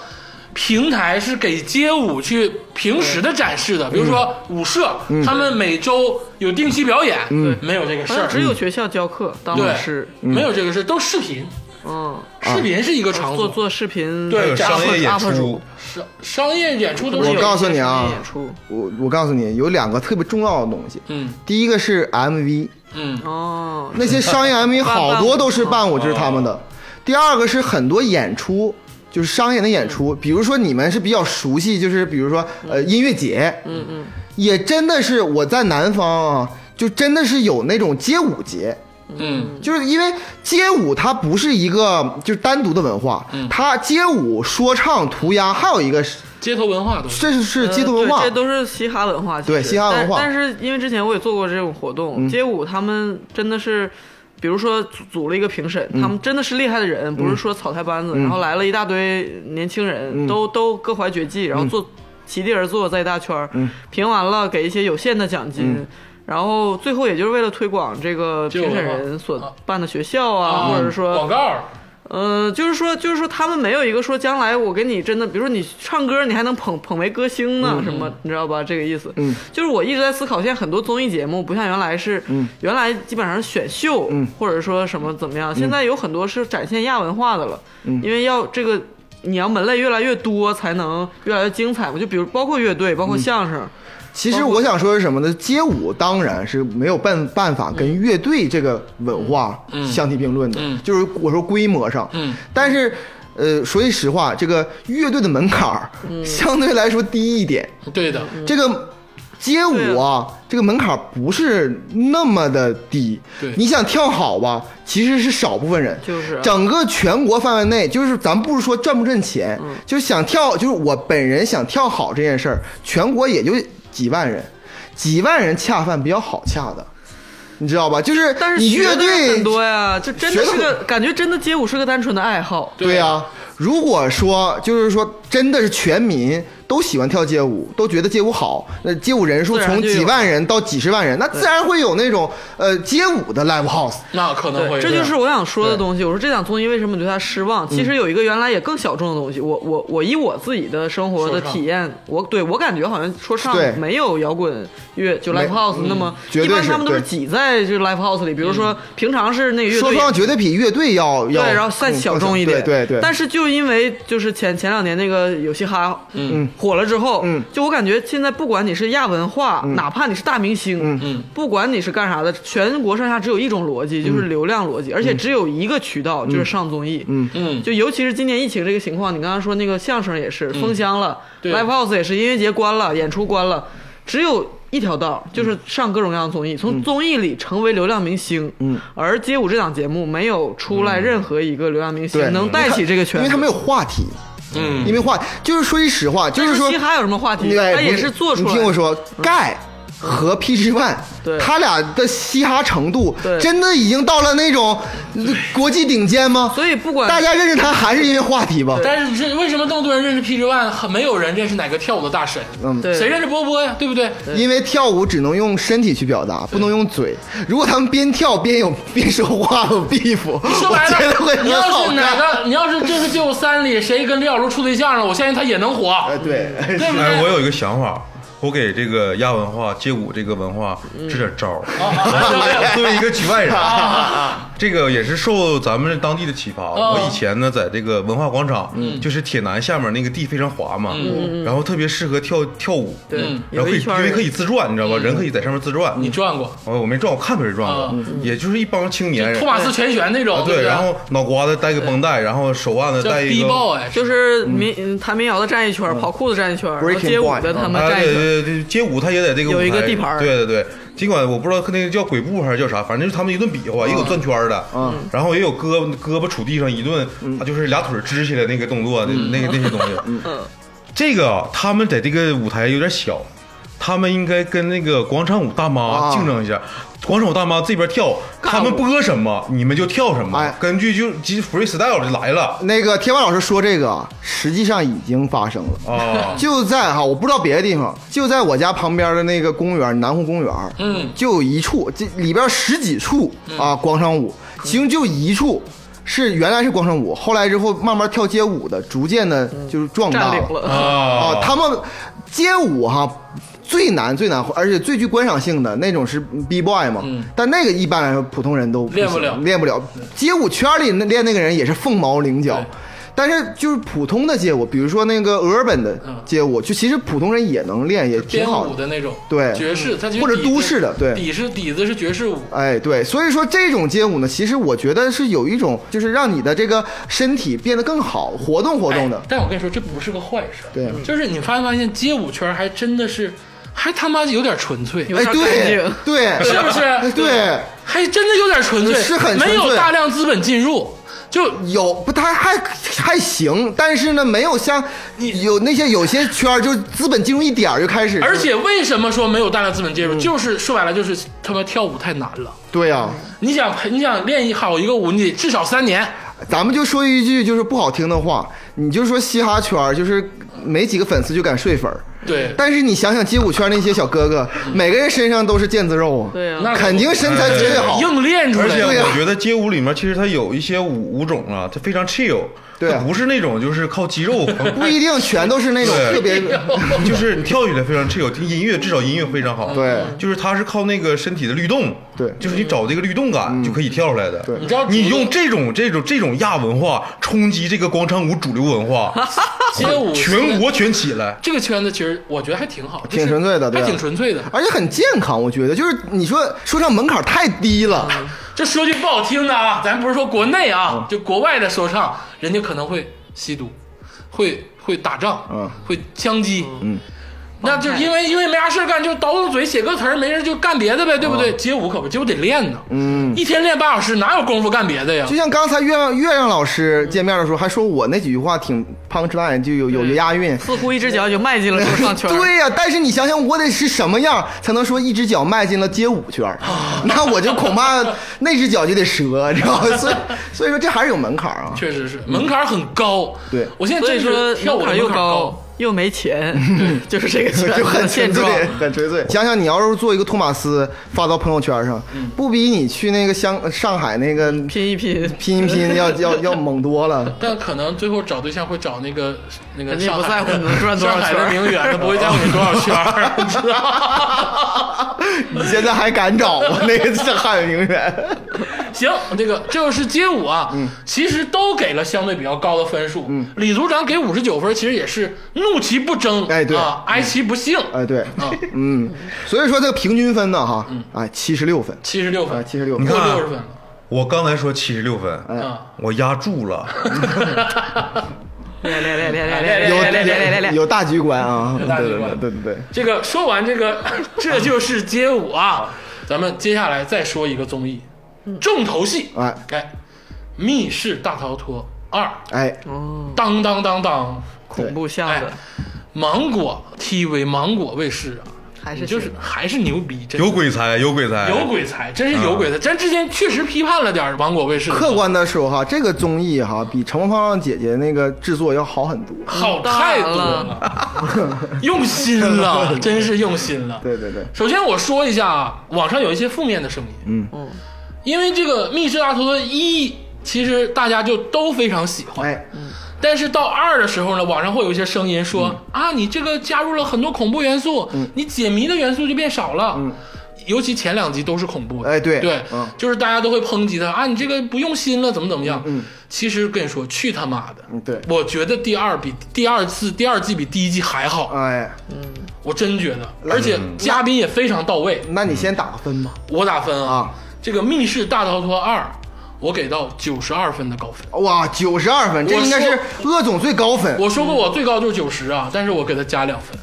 平台是给街舞去平时的展示的，比如说嗯舞社，他们每周有定期表演，没有这个事好像儿，只有学校教课当老对，师，没有这个事儿，都视频，嗯，视频是一个场做所，做视频，对还有哎商业演 UP 出主，商商业演出都是我有告诉你啊商业演出，我我告诉你，有两个特别重要的东西，嗯第一个是 MV，嗯哦，那些商业 MV 好多都是伴舞，就是他们的。第二个是很多演出，就是商业的演出，嗯比如说你们是比较熟悉，就是比如说呃音乐节，嗯嗯，也真的是我在南方啊，就真的是有那种街舞节，嗯，就是因为街舞它不是一个就是单独的文化，嗯它街舞、说唱、涂鸦，还有一个是街头文化都是，这是是呃街头文化对这，都是嘻哈文化。其实对嘻哈文化嗯但但是因为之前我也做过这种活动，街舞他们真的是。比如说组组了一个评审，嗯他们真的是厉害的人，不是说草台班子。然后来了一大堆年轻人，嗯都都各怀绝技，然后坐席地而坐在一大圈儿，嗯评完了给一些有限的奖金，然后最后也就是为了推广这个街舞评审文化人所办的学校啊，或者说广告，嗯，就是说，就是说，他们没有一个说将来我给你真的，比如说你唱歌，你还能捧捧为歌嗯星呢，什么，你知道吧？这个意思。嗯，就是我一直在思考，现在很多综艺节目不像原来是，嗯原来基本上是选秀，或者说什么怎么嗯样，现在有很多是展现亚文化的了，因为要这个。你要门类越来越多，才能越来越精彩嘛。就比如包括乐队，包嗯括相声，其实我想说是什么呢？街舞当然是没有办办法跟乐队这个文化相提并论的，嗯嗯就是我说规模上，嗯但是。呃，说句实话，这个乐队的门槛儿嗯相对来说低一点。对的，嗯这个街舞啊，这个门槛儿不是那么的低。对你想跳好吧，其实是少部分人。就是啊整个全国范围内，就是咱不是说赚不赚钱，嗯就是想跳，就是我本人想跳好这件事儿，全国也就几万人，几万人恰饭比较好恰的，你知道吧？就是但是你学乐的人很队多呀，就真的学是的个感觉，真的街舞是个单纯的爱好。对对呀、如果说就是说真的是全民都喜欢跳街舞，都觉得街舞好，那街舞人数自然从就有几万人到几十万人，那自然会有那种呃街舞的 live house。那可能会，啊这就是我想说的东西。我说这档综艺为什么你对它失望？嗯其实有一个原来也更小众的东西。我我我以我自己的生活的说唱体验，我对我感觉好像说唱对没有摇滚乐就没嗯 live house 那么，绝一对般是他们都是对挤在这 live house 里，比如嗯说平常是那个乐说队演唱绝对比乐队要要对，然后再更小众一更点，对对对。但是就因为就是前前两年那个有嘻哈，嗯，火了之后，嗯就我感觉现在不管你是亚文化，哪怕你是大明星，嗯，不管你是干啥的，全国上下只有一种逻辑，就是流量逻辑，而且只有一个渠道，就是上综艺，嗯嗯就尤其是今年疫情这个情况，你刚刚说那个相声也是封箱了对，live house 也是音乐节关了，演出关了，只有。一条道儿就是上各种各样的综艺，从综艺里成为流量明星。嗯，而街舞这档节目没有出来任何一个流量明星对能带起这个圈子，因为他没有话题，嗯因为话就是说句实话，就但是是说嘻哈有什么话题？对，他不也是是做出来。嗯你听我，说，盖和 PG One，对他俩的嘻哈程度对，真的已经到了那种国际顶尖吗？所以不管 大家认识他还是因为话题吧？但是是为什么那么多人认识 PG One，很没有人认识哪个跳舞的大神？嗯对谁认识波波呀？对不对？因为跳舞只能用身体去表达，不能用嘴。如果他们边跳边有 边说话有 beef，说我白觉得会了，你很要好是哪看。个，你要是这个街舞三里谁跟李小璐处对象了，我相信他也能火，呃，对， 对不哎，我对？有一个想法，我给这个亚文化、街舞这个文化嗯支点招哦儿。 啊作为一个局外 人，啊这个也是受咱们当地的启发。哦嗯我以前呢，在这个文化广场，就是铁南下面那个地非常滑嘛，然后特别适合跳跳舞，对然后有可以一圈因人为可以自转，你知道嗯吧？人可以在上面自转。你转过哦我我没转，我看别人转过嗯，也就是一帮青年人啊托，马斯全旋那啊种，对，不然后脑瓜子带个绷带，然后手腕子叫带一 B 个 ball 哎，就是民嗯弹民谣的站一圈，跑酷的站一圈，然后 Breaking 街舞 point，的他们啊，站一对圈。对对，街舞他也在这个有舞一个台地盘儿对对对，尽管我不知道那个叫鬼步还是叫啥，反正就是他们一顿比划，也有转圈儿的，然后也有胳膊胳膊杵地上一顿，啊就是俩腿支起来那个动作，那那个那些东西。这个啊，他们在这个舞台有点小，他们应该跟那个广场舞大妈啊竞争一下。广场舞大妈这边跳，他们播什么，你们就跳什么哎，根据就即 freestyle 就 来了那个天霸老师说这个啊，实际上已经发生了。。啊就在哈，我不知道别的地方，就在我家旁边的那个公园，南湖公园，嗯，就有一处，这里边十几处啊，广场舞，其中就一处是原来是广场舞，后来之后慢慢跳街舞的，逐渐的嗯就是壮大占领了。啊哦啊，他们街舞哈最难最难，而且最具观赏性的那种是 B boy 嘛，但那个一般来说普通人都嗯练不不行了练不了。街舞圈里那练那个人也是凤毛麟角对。但是就是普通的街舞，比如说那个 urban 的嗯街舞，就其实普通人也能练，也挺编好舞的那种，对爵士，它其实或者底子都市的对底是底子是爵士舞，哎，对，所以说这种街舞呢，其实我觉得是有一种，就是让你的这个身体变得更好，活动活动的哎。但我跟你说，这不是个坏事儿，对就是你发没发现街舞圈还真的是，还他妈有点纯粹，有哎，点干对净对，是不是？对，还真的有点纯粹，是很纯粹没有大量资本进入，就有不，他还还行，但是呢，没有像有那些有些圈儿，就是资本进入一点儿就嗯开始，而且为什么说没有大量资本介入？就是说白了，就是他妈跳舞太难了。对呀、你想，你想练一好一个舞，你得至少三年。咱们就说一句就是不好听的话，你就说嘻哈圈儿就是没几个粉丝就敢睡粉儿，对，但是你想想街舞圈那些小哥哥，每个人身上都是腱子肉啊，对啊那肯定身材绝对好，硬练出而来且的。对呀我觉得街舞里面其实它有一些舞舞种啊，它非常 chill，对啊它不是那种就是靠肌肉不一定全都是那种对特别。 就是你跳起来非常 chill，音乐至少音乐非常好。对就是它是靠那个身体的律动，对嗯就是你找这个律动感就可以跳出来的。对你知道你用这种这种这种亚文化冲击这个广场舞主流文 化，街舞全国全起来。这个圈子，其实我觉得还挺好，就是挺纯粹的对还吧挺纯粹的。而且很健康，我觉得就是你说说唱门槛太低了，这说句不好听的啊，咱不是说国内啊，就国外的说唱，人家可能会吸毒，会会打仗，嗯会枪击，嗯，那就帮派因为因为没啥事儿干，就倒腾嘴写歌词儿，没人就干别的呗，对不对？街舞可不，街舞得练呢，嗯，一天练八小时，哪有功夫干别的呀就？像刚才月亮月亮老师见面的时候，还说我那几句话挺 punch line，就有有押韵。似乎一只脚就迈进了说唱圈。对呀、但是你想想，我得是什么样才能说一只脚迈进了街舞圈儿？ 那我就恐怕那只脚就得折，你知道吗？所以所以说这还是有门槛啊。确实是门槛很高，对我现在所以真觉说得跳舞的槛门又槛高，又没钱，就是这个圈就很子现纯粹状。，很纯粹。想想你要是做一个托马斯发到朋友圈上，不比你去那个香呃上海那个拼拼一拼，一拼要要要猛多 了。但可能最后找对象会找那个那个人家上不海在乎你能赚多少上海圈的儿名媛，他不会在乎你多少圈儿，你知道吗？你现在还敢找吗？那个上海名媛，行，那个这就是街舞啊，嗯其实都给了相对比较高的分数。李组长给五十九分，其实也是怒其不争，哎对啊，哀其不幸，哎，对，啊，嗯嗯，所以说这个平均分呢，哈，哎，七十六分，七十六啊，分，七十六你分，看过啊六十分了，我刚才说七十六分，哎啊，我压住了。来来来来来来有来来来来来来，有大局观啊，对大局对观对对对，这个说完这个， 这就是街舞啊，咱们接下来再说一个综艺，嗯重头戏，哎哎，密室大逃脱二，哎，哦，当当当当，恐怖向哎的，芒果 TV 芒果卫视啊，还是你就是还是牛逼，真的有鬼才，有鬼哎才，有鬼才，真是有鬼才。咱之前确实批判了点儿芒果卫视，嗯客观的说哈，这个综艺哈比《乘风破浪姐姐》那个制作要好很多，好太多了，用心了，真是用心了。对对对，首先我说一下啊，网上有一些负面的声音，嗯嗯，因为这个《密室大逃脱一》，其实大家就都非常喜欢，哎，但是到二的时候呢，网上会有一些声音嗯说、啊，你这个加入了很多恐怖元素，你解谜的元素就变少了。尤其前两集都是恐怖的，嗯哎对对，嗯就是大家都会抨击他啊，你这个不用心了，怎么怎么样？嗯，其实跟你说，去他妈的！嗯对我觉得第二比第二次第二季比第一季还好，哎，我真觉得，嗯而且嘉宾也非常到位，那你先打个分吧，我打分啊啊，这个《密室大逃脱二》，我给到九十二分的高分。哇，九十二分，这我应该是说鄂总最高分，我说过我最高就是九十啊，但是我给他加两分，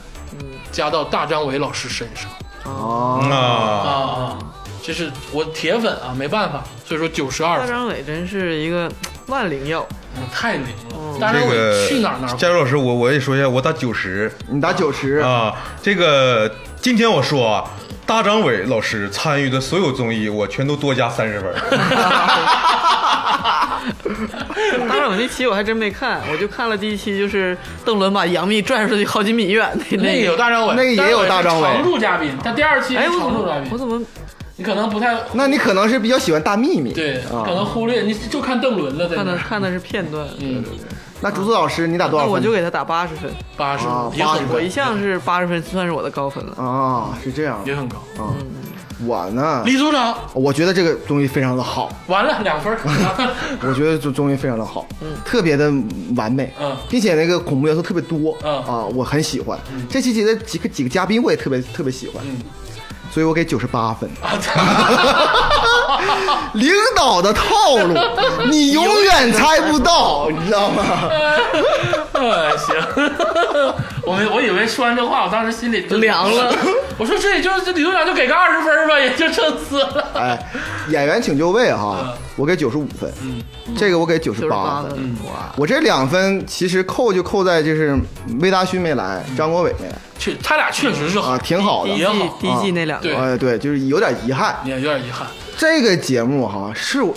加到大张伟老师身上哦，啊！啊这是我铁粉啊，没办法，所以说九十二大张伟真是一个万灵药，太灵了。大这张个伟去哪儿哪儿佳茹老师，我我也说一下，我打九十你打九十，啊。这个今天我说啊，大张伟老师参与的所有综艺，我全都多加三十分儿。 大张伟那期我还真没看，我就看了第一期，就是邓伦把杨幂拽出去好几米远的那个有大张伟，那个也有大张伟是常驻嘉宾，他第二期是哎，我怎常驻嘉么我宾，怎么你可能不太那你可能是比较喜欢大幂幂，对，啊可。能忽略，你就看邓伦了，在看那的看的是片段？嗯，那竹子老师你打多那少分？我就给他打八十分，八十啊也很80高我，一向是八十分算是我的高分了。啊，是这样。也很高。我呢，李组长，我觉得这个综艺非常的好，完了两分儿，我觉得这综艺非常的好，特别的完美，嗯并且那个恐怖元素特别多，嗯啊，我很喜欢。这期节的几个几个嘉宾我也特别特别喜欢，嗯所以我给九十八分。啊操领导的套 路，你永远猜不到，你知道吗？ 哎行， 我没我以为说完这话，我当时心里就凉了。 我说这也就是这李组长就给个二十分儿吧，也就撑死了。哎，演员请就位哈嗯，我给九十五分，这个我给九九十十八八分分。，哇！我这两分其实扣就扣在就是魏大勋没来，张国伟没来 确，他俩确实是好啊，，挺好的第嗯一。也季好啊第一季那两哦对个，哎，对，就是有点遗憾。也有点遗憾。这个节目哈是我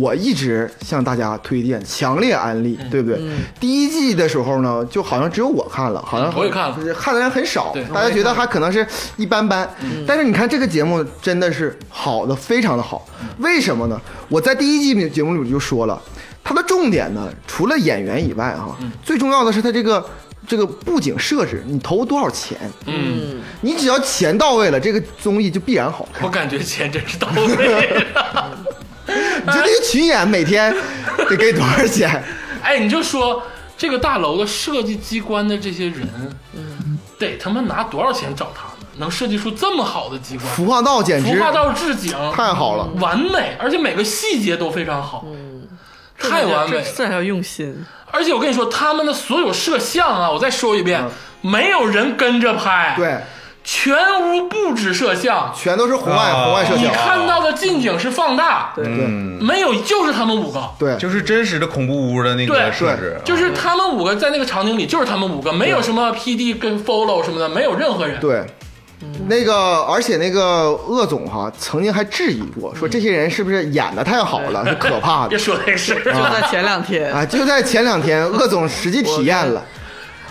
我一直向大家推荐，强烈安利，嗯对不对？嗯第一季的时候呢，就好像只有我看了，好像嗯我也看了就是看的人很少对，嗯大家觉得还可能是一般般。但是你看这个节目真的是好的，非常的好。嗯为什么呢？我在第一季节目里就说了，它的重点呢，除了演员以外哈，嗯最重要的是它这个。这个布景设置，你投多少钱？嗯，你只要钱到位了，这个综艺就必然好 看。我感觉钱真是到位了。 你就那个群演每天得给多少钱？哎，你就说这个大楼的设计机关的这些人，嗯得他妈拿多少钱找他们，能设计出这么好的机关？服化道简直服化道置景太好了，嗯完美，而且每个细节都非常好，太完美这了。这还要用心。而且我跟你说，他们的所有摄像啊，我再说一遍，没有人跟着拍，，嗯对，全屋布置摄像，全都是红外啊红外摄你像，看到的近景是放大，嗯，没有就是他们五个，对，就是真实的恐怖屋的那对个设置，就是他们五个在那个场景里，就是他们五个，没有什么 PD 跟 follow 什么的，没有任何人。对。那个，而且那个鄂总哈，曾经还质疑过，说这些人是不是演的太好了，是可怕别的说这个事儿，就在前两天，啊！就在前两天，鄂总实际体验了，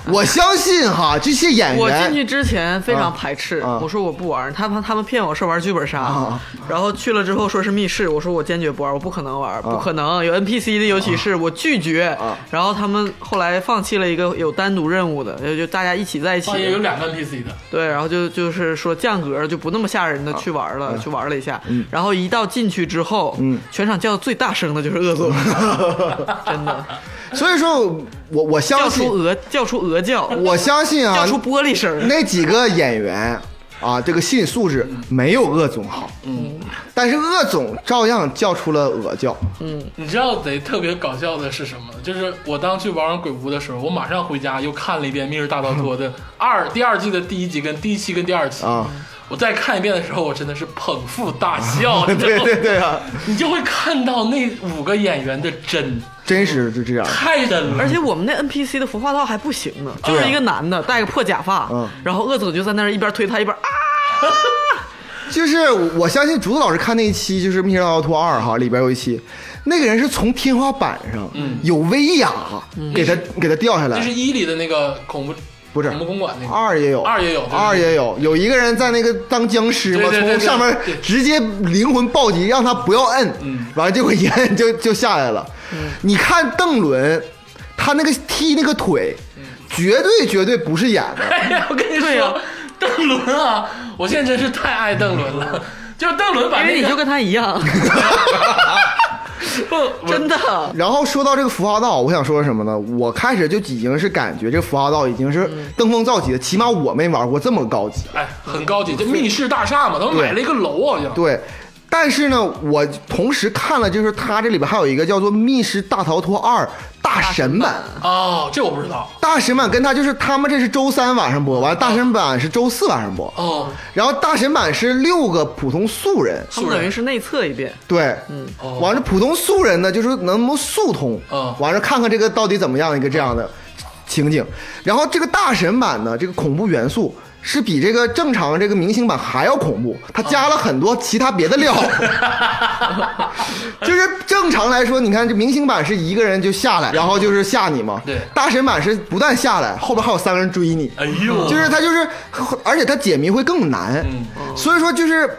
我相信哈，这些演我进去员之前非常排斥，哎啊啊啊我说我不玩，他他他们骗我说玩剧本杀，然后去了之后说是密室，我说我坚决不玩，我不可能玩，啊不可能有 NPC 的，尤其是我拒绝。然后他们后来放弃了一个有单独任务的，就就大家一起在一起啊， 也有两个 NPC 的，对，然后就就是说降格就不那么吓人的啊去玩了，去玩了一下，嗯然后一到进去之后，全场叫最大声的就是恶总， 真的所以说我我叫相出信，鹅叫出 鹅叫，我相信啊叫，出玻璃声儿。 那几个演员啊，这个心理素质没有鄂总好，嗯，但是鄂总照样叫出了鹅叫， 你知道得特别搞笑的是什么？就是我当去玩完鬼屋的时候，我马上回家又看了一遍《密室大逃脱》嗯的二第二季的第一集跟第一期跟第二期啊。我再看一遍的时候，我真的是捧腹大 笑，你知道对吗对对啊，你就会看到那五个演员的真，真实是这样，太真了。而且我们那 NPC 的服化道还不行呢，哎就是一个男的戴个破假发，嗯然后鄂总就在那儿一边推他一边啊，就是我相信竹子老师看那一期就是《密室大逃脱二》哈，里边有一期，那个人是从天花板上有威亚给他给他掉下这是来，一里的那个恐怖，不是恐怖公馆啊那个二也有，二也有对对对二也有，有一个人在那个当僵尸嘛，对对对从上面对对嗯直接灵魂暴击，让他不要摁，完了结果一摁就就下来了。你看邓伦，他那个踢那个腿，嗯绝对绝对不是演 的， 哎呀，我跟你对呀说，邓伦啊，我现在真是太爱邓伦了。就是邓伦把嗯因那为你就个跟他一样， 不真的。然后说到这个服化道，我想说什么呢？我开始就已经是感觉这个服化道已经是嗯登峰造极了，起码我没玩过这么高级。哎，很高级，这密室大厦嘛，他们买了一个楼好像。对，但是呢，我同时看了，就是它这里边还有一个叫做《密室大逃脱二》大神版。哦，这我不知道。大神版跟他就是他们这是周三晚上播，完了大神版是周四晚上播，哦，然后大神版是六个普通素人，他们等于是内测一遍，对，嗯哦完了普通素人呢，就是能不能速通，嗯完了看看这个到底怎么样一个这样的情景。然后这个大神版呢，这个恐怖元素是比这个正常这个明星版还要恐怖，它加了很多其他别的料。 就是正常来说，你看这明星版是一个人就下来，然后就是吓你嘛，对大神版是不但下来，后边还有三个人追你，哎呦，就是它就是，而且它解谜会更难，嗯所以说就是。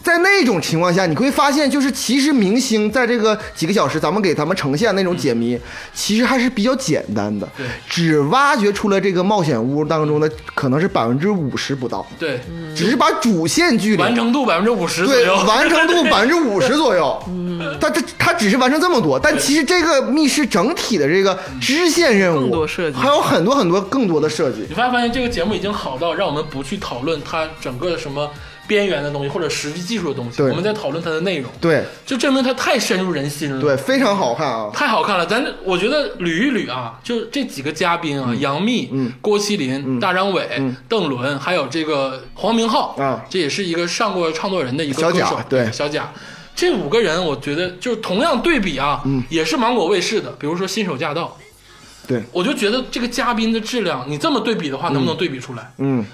在那种情况下，你会发现，就是其实明星在这个几个小时，咱们给他们呈现那种解谜，其实还是比较简单的嗯对，只挖掘出了这个冒险屋当中的可能是百分之五十不到，对，只是把主线剧里完成度百分之五十左对右， 嗯完成度百分之五十左右， 他他他只是完成这么多，但其实这个密室整体的这个支线任务更多设计还有很多很多更多的设计，你发没发现这个节目已经好到让我们不去讨论它整个什么边缘的东西或者实际技术的东西，对我们在讨论它的内容，对就证明它太深入人心了。对，非常好看啊。太好看了，咱我觉得捋一捋啊，就这几个嘉宾嗯啊，杨幂、郭麒麟、大张伟、邓伦，还有这个黄明昊啊这也是一个上过创作人的一个小歌贾手，对小贾。这五个人，我觉得就是同样对比啊，嗯也是芒果卫视的，比如说《新手驾到》，对，我就觉得这个嘉宾的质量，你这么对比的话，能不能对比出来？嗯，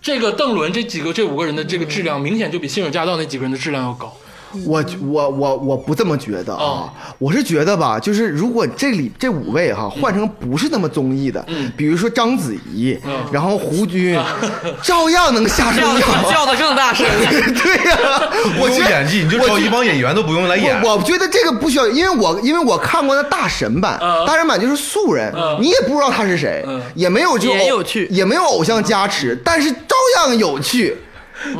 这个邓伦这几个这五个人的这个质量，明显就比《新手驾到》那几个人的质量要高。我我我我不这么觉得哦啊，我是觉得吧，就是如果这里这五位哈、换成不是那么综艺的，嗯比如说章子怡，嗯啊然后胡军，照样能吓出叫 尿。叫的更大声。 对呀、不我用觉得啊演技，你就我找觉一帮演员都不用哎来演。我我觉得这个不需要，因为我因为我看过那大神版，嗯大神版就是素人，嗯你也不知道他是谁，嗯也没有就也有趣也没有偶像加持，但是照样有趣。嗯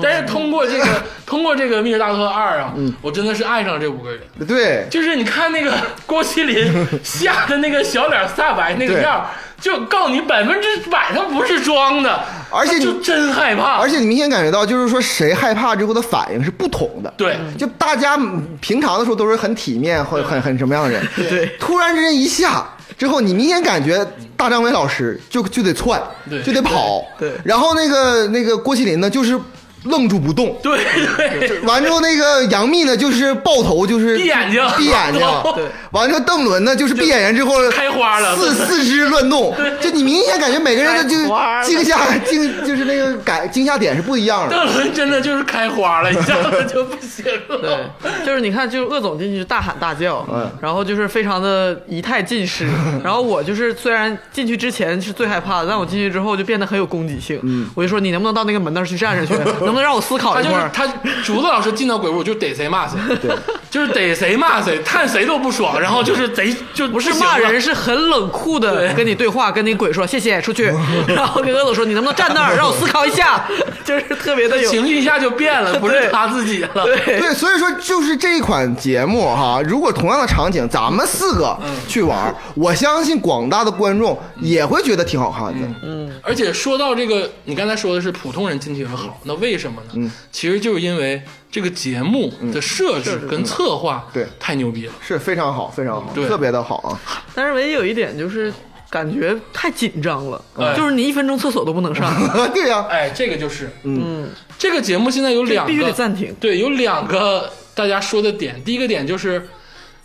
但是通过这个，通过这个《密室大逃脱二》啊，我真的是爱上了这五个人。对，就是你看 那个郭麒麟吓得那个小脸煞白那个样儿，就告诉你百分之百他不是装的，而且他你就真害怕，而且且你明显感觉到，就是说谁害怕之后的反应是不同的。对就大家嗯平常的时候都是很体面，或者很很什么样的人，对，突然之间一下之后，你明显感觉大张伟老师就就得窜对，就得跑，对对然后那个那个郭麒麟呢，就是愣住不动。对 对 完之后，那个杨幂呢，就是抱头，就是闭眼睛闭眼睛。 对完之后，邓伦呢，就是闭眼睛之后开花了 四四肢乱动。就你明显感觉每个人的就开花了惊吓惊，就是那个感惊吓点是不一样的。邓伦真的就是开花了，一下子就不行对了。， 就是你看，就是鄂总进去就大喊大叫，哎然后就是非常的仪态 尽失。然后我就是虽然进去之前是最害怕的，但我进去之后就变得很有攻击性。我就说你能不能到那个门那儿去站上去，能不能让我思考嗯他一就会是儿？他，竹子老师进到鬼屋就逮谁骂谁，对，就是逮谁骂谁，看谁都不爽，然后就是贼就不不是行骂了人，是很冷酷的对跟你对话，跟你鬼说谢谢出 去，然后跟鄂总说你能不能站那儿让我思考一 下，就是特别的有情绪一下就变 了，不是他自己了。对，对，所以说就是这一款节目哈，如果同样的场景，咱们四个嗯去玩，我相信广大的观众也会觉得挺好看嗯的。而且说到这个，你刚才说的是普通人进去很好，那为什么呢？嗯其实就是因为这个节目的设置跟策划嗯对太牛逼了。是非常好，非常好，对特别的好啊！ 但是唯一有一点就是感觉太紧张了，哎就是你一分钟厕所都不能 上，对呀、哎，这个就是，嗯，这个节目现在有这两必须得个，暂停。对，有两个大家说的点。第一个点就是，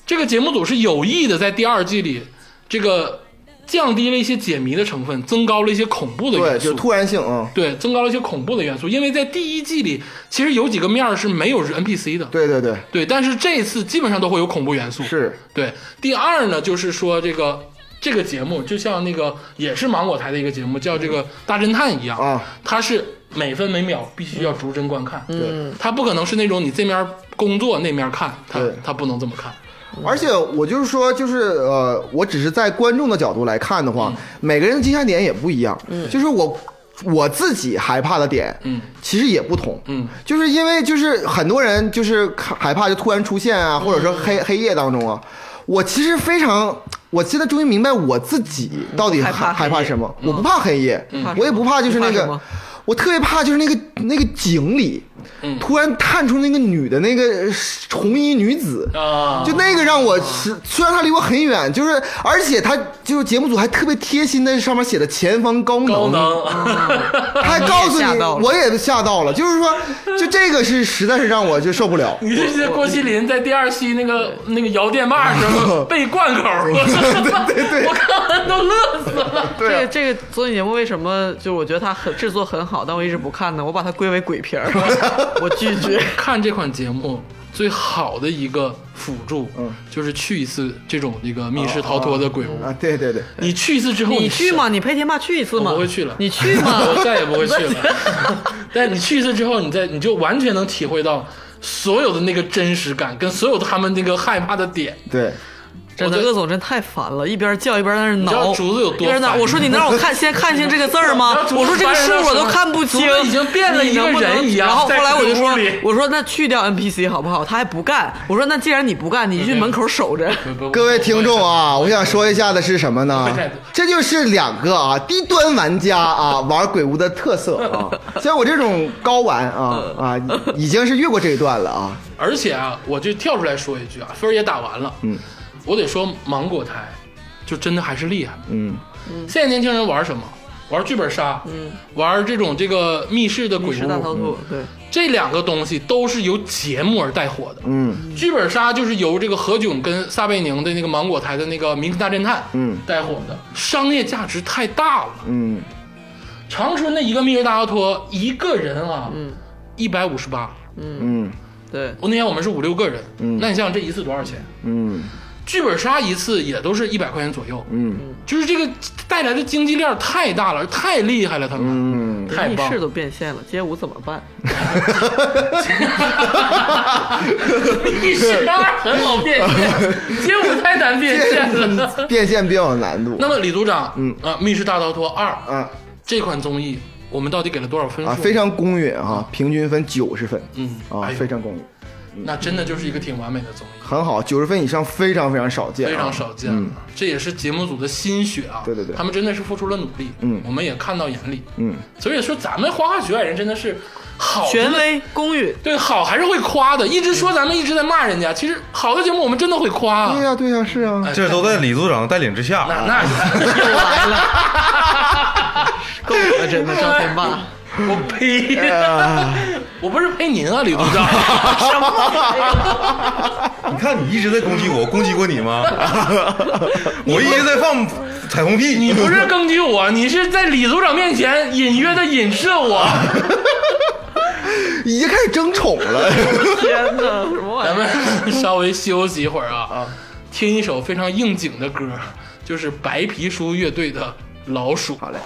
这个节目组是有意的在第二季里这个降低了一些解谜的成分，增高了一些恐怖的对，元就素。突然性啊、嗯对，增高了一些恐怖的元素，因为在第一季里，其实有几个面儿是没有 NPC 的，对对对，对，但是这次基本上都会有恐怖元素。是，对。第二呢，就是说这个这个节目，就像那个也是芒果台的一个节目，叫这个《大侦探》一样啊，它是每分每秒必须要逐帧观看，嗯，它不可能是那种你这面工作那面看，它对它不能这么看。嗯而且我就是说，就是呃，我只是在观众的角度来看的嗯话，每个人的惊吓点也不一样。嗯，就是我我自己害怕的点，嗯，其实也不同。嗯，就是因为就是很多人就是看害怕就突然出现嗯啊，或者说黑、黑夜当中啊，我其实非常。我现在终于明白我自己到底害害怕黑夜怕什么。我不怕黑夜，怕什么我也不怕就是那你怕什个么，我特别怕就是那个那个井里，嗯突然探出那个女的那个呃红衣女嗯子，啊，就那个让我是，虽然他离我很远，就是而且他就是节目组还特别贴心的上面写的前方高高能， 能，。他还告诉 你也吓你，到了我也吓到了，就是说，就这个是实在是让我就受不了你是这郭麒麟在第二期那个那个摇电骂的时 候被灌口了，我看完都乐死了。这个这个综艺节目为什么就是我觉得它很制作很好，但我一直不看呢？我把它归为鬼 片儿，我拒绝。看这款节目最好的一个辅助，就是去一次这种那个密室逃脱的鬼屋。嗯啊，对对对，你去一次之后，你去什吗？你陪天霸去一次吗？我不会去了你去 吗？ 我再也不会去了。 但你去一次之后，你再你就完全能体会到所有的那个真实感，跟所有他们那个害怕的点。对，真的，我在鄂总真太烦了，一边叫一边在那儿知道挠。竹子有多一边挠烦我说你能让我看先看清这个字儿 吗然后？竹子我说这个数我都看不清竹，子已经变了一个人一样然后后来我就在说屋里，我说那去掉 NPC 好不好？他还不干。我说那既然你不干，你去门口守嗯着。各位听众啊，我想说一下的是什么呢？这就是两个啊低端玩家啊玩鬼屋的特色 啊，像我这种高玩啊啊，已经是越过这一段了啊。而且啊，我就跳出来说一句啊，分儿也打完了，嗯，我得说芒果台就真的还是厉害，嗯，现在年轻人玩什么？玩剧本杀，嗯，玩这种这个密室的鬼是大屋，嗯逃脱，对，这两个东西都是由节目而带火的。嗯，剧本杀就是由这个何炅跟撒贝宁的那个芒果台的那个《名侦大侦探》嗯带火的，商业价值太大了。嗯，长春的一个密室大逃脱，一个人啊，嗯，一百五十八。嗯对，我那天我们是五六个人，嗯，那你想想这一次多少钱？嗯剧本杀一次也都是一百块钱左右，嗯就是这个带来的经济链太大了，太厉害了，他们、嗯，太密棒室了。都变现了，街舞怎么办？密室当然很好变现， 街舞太难变现了。变现比较有难度。那么李组长，嗯啊，《密室大逃脱二》啊这款综艺，我们到底给了多少分数？啊，非常公允啊，平均分九十分，嗯啊哎，呦非常公允，那真的就是一个挺完美的综艺，很好，九十分以上非常非常少见，啊非常。少见、啊这也是节目组的心血啊。嗯对对对他们真的是付出了努力，嗯我们也看到眼里，嗯，所以说咱们花花学爱人真的是好权威公 允，对好还是会夸的，一直说咱们一直在骂人家，其实好的节目我们真的会夸、啊对呀对呀是啊，这都在李组长带领 之下。那那又来了，够哎了，真的张天 霸。我呸！我不是 呸您啊，李组长， 你看你一直在攻击我，攻击过你 吗？我一直在放彩虹屁。你不是攻击我，你是在李组长面前隐约的影射我。已经开始争宠了，天哪，什么玩咱意儿？们稍微休息一会儿啊，听一首非常应景的歌，就是白皮书乐队的《老鼠》。好嘞。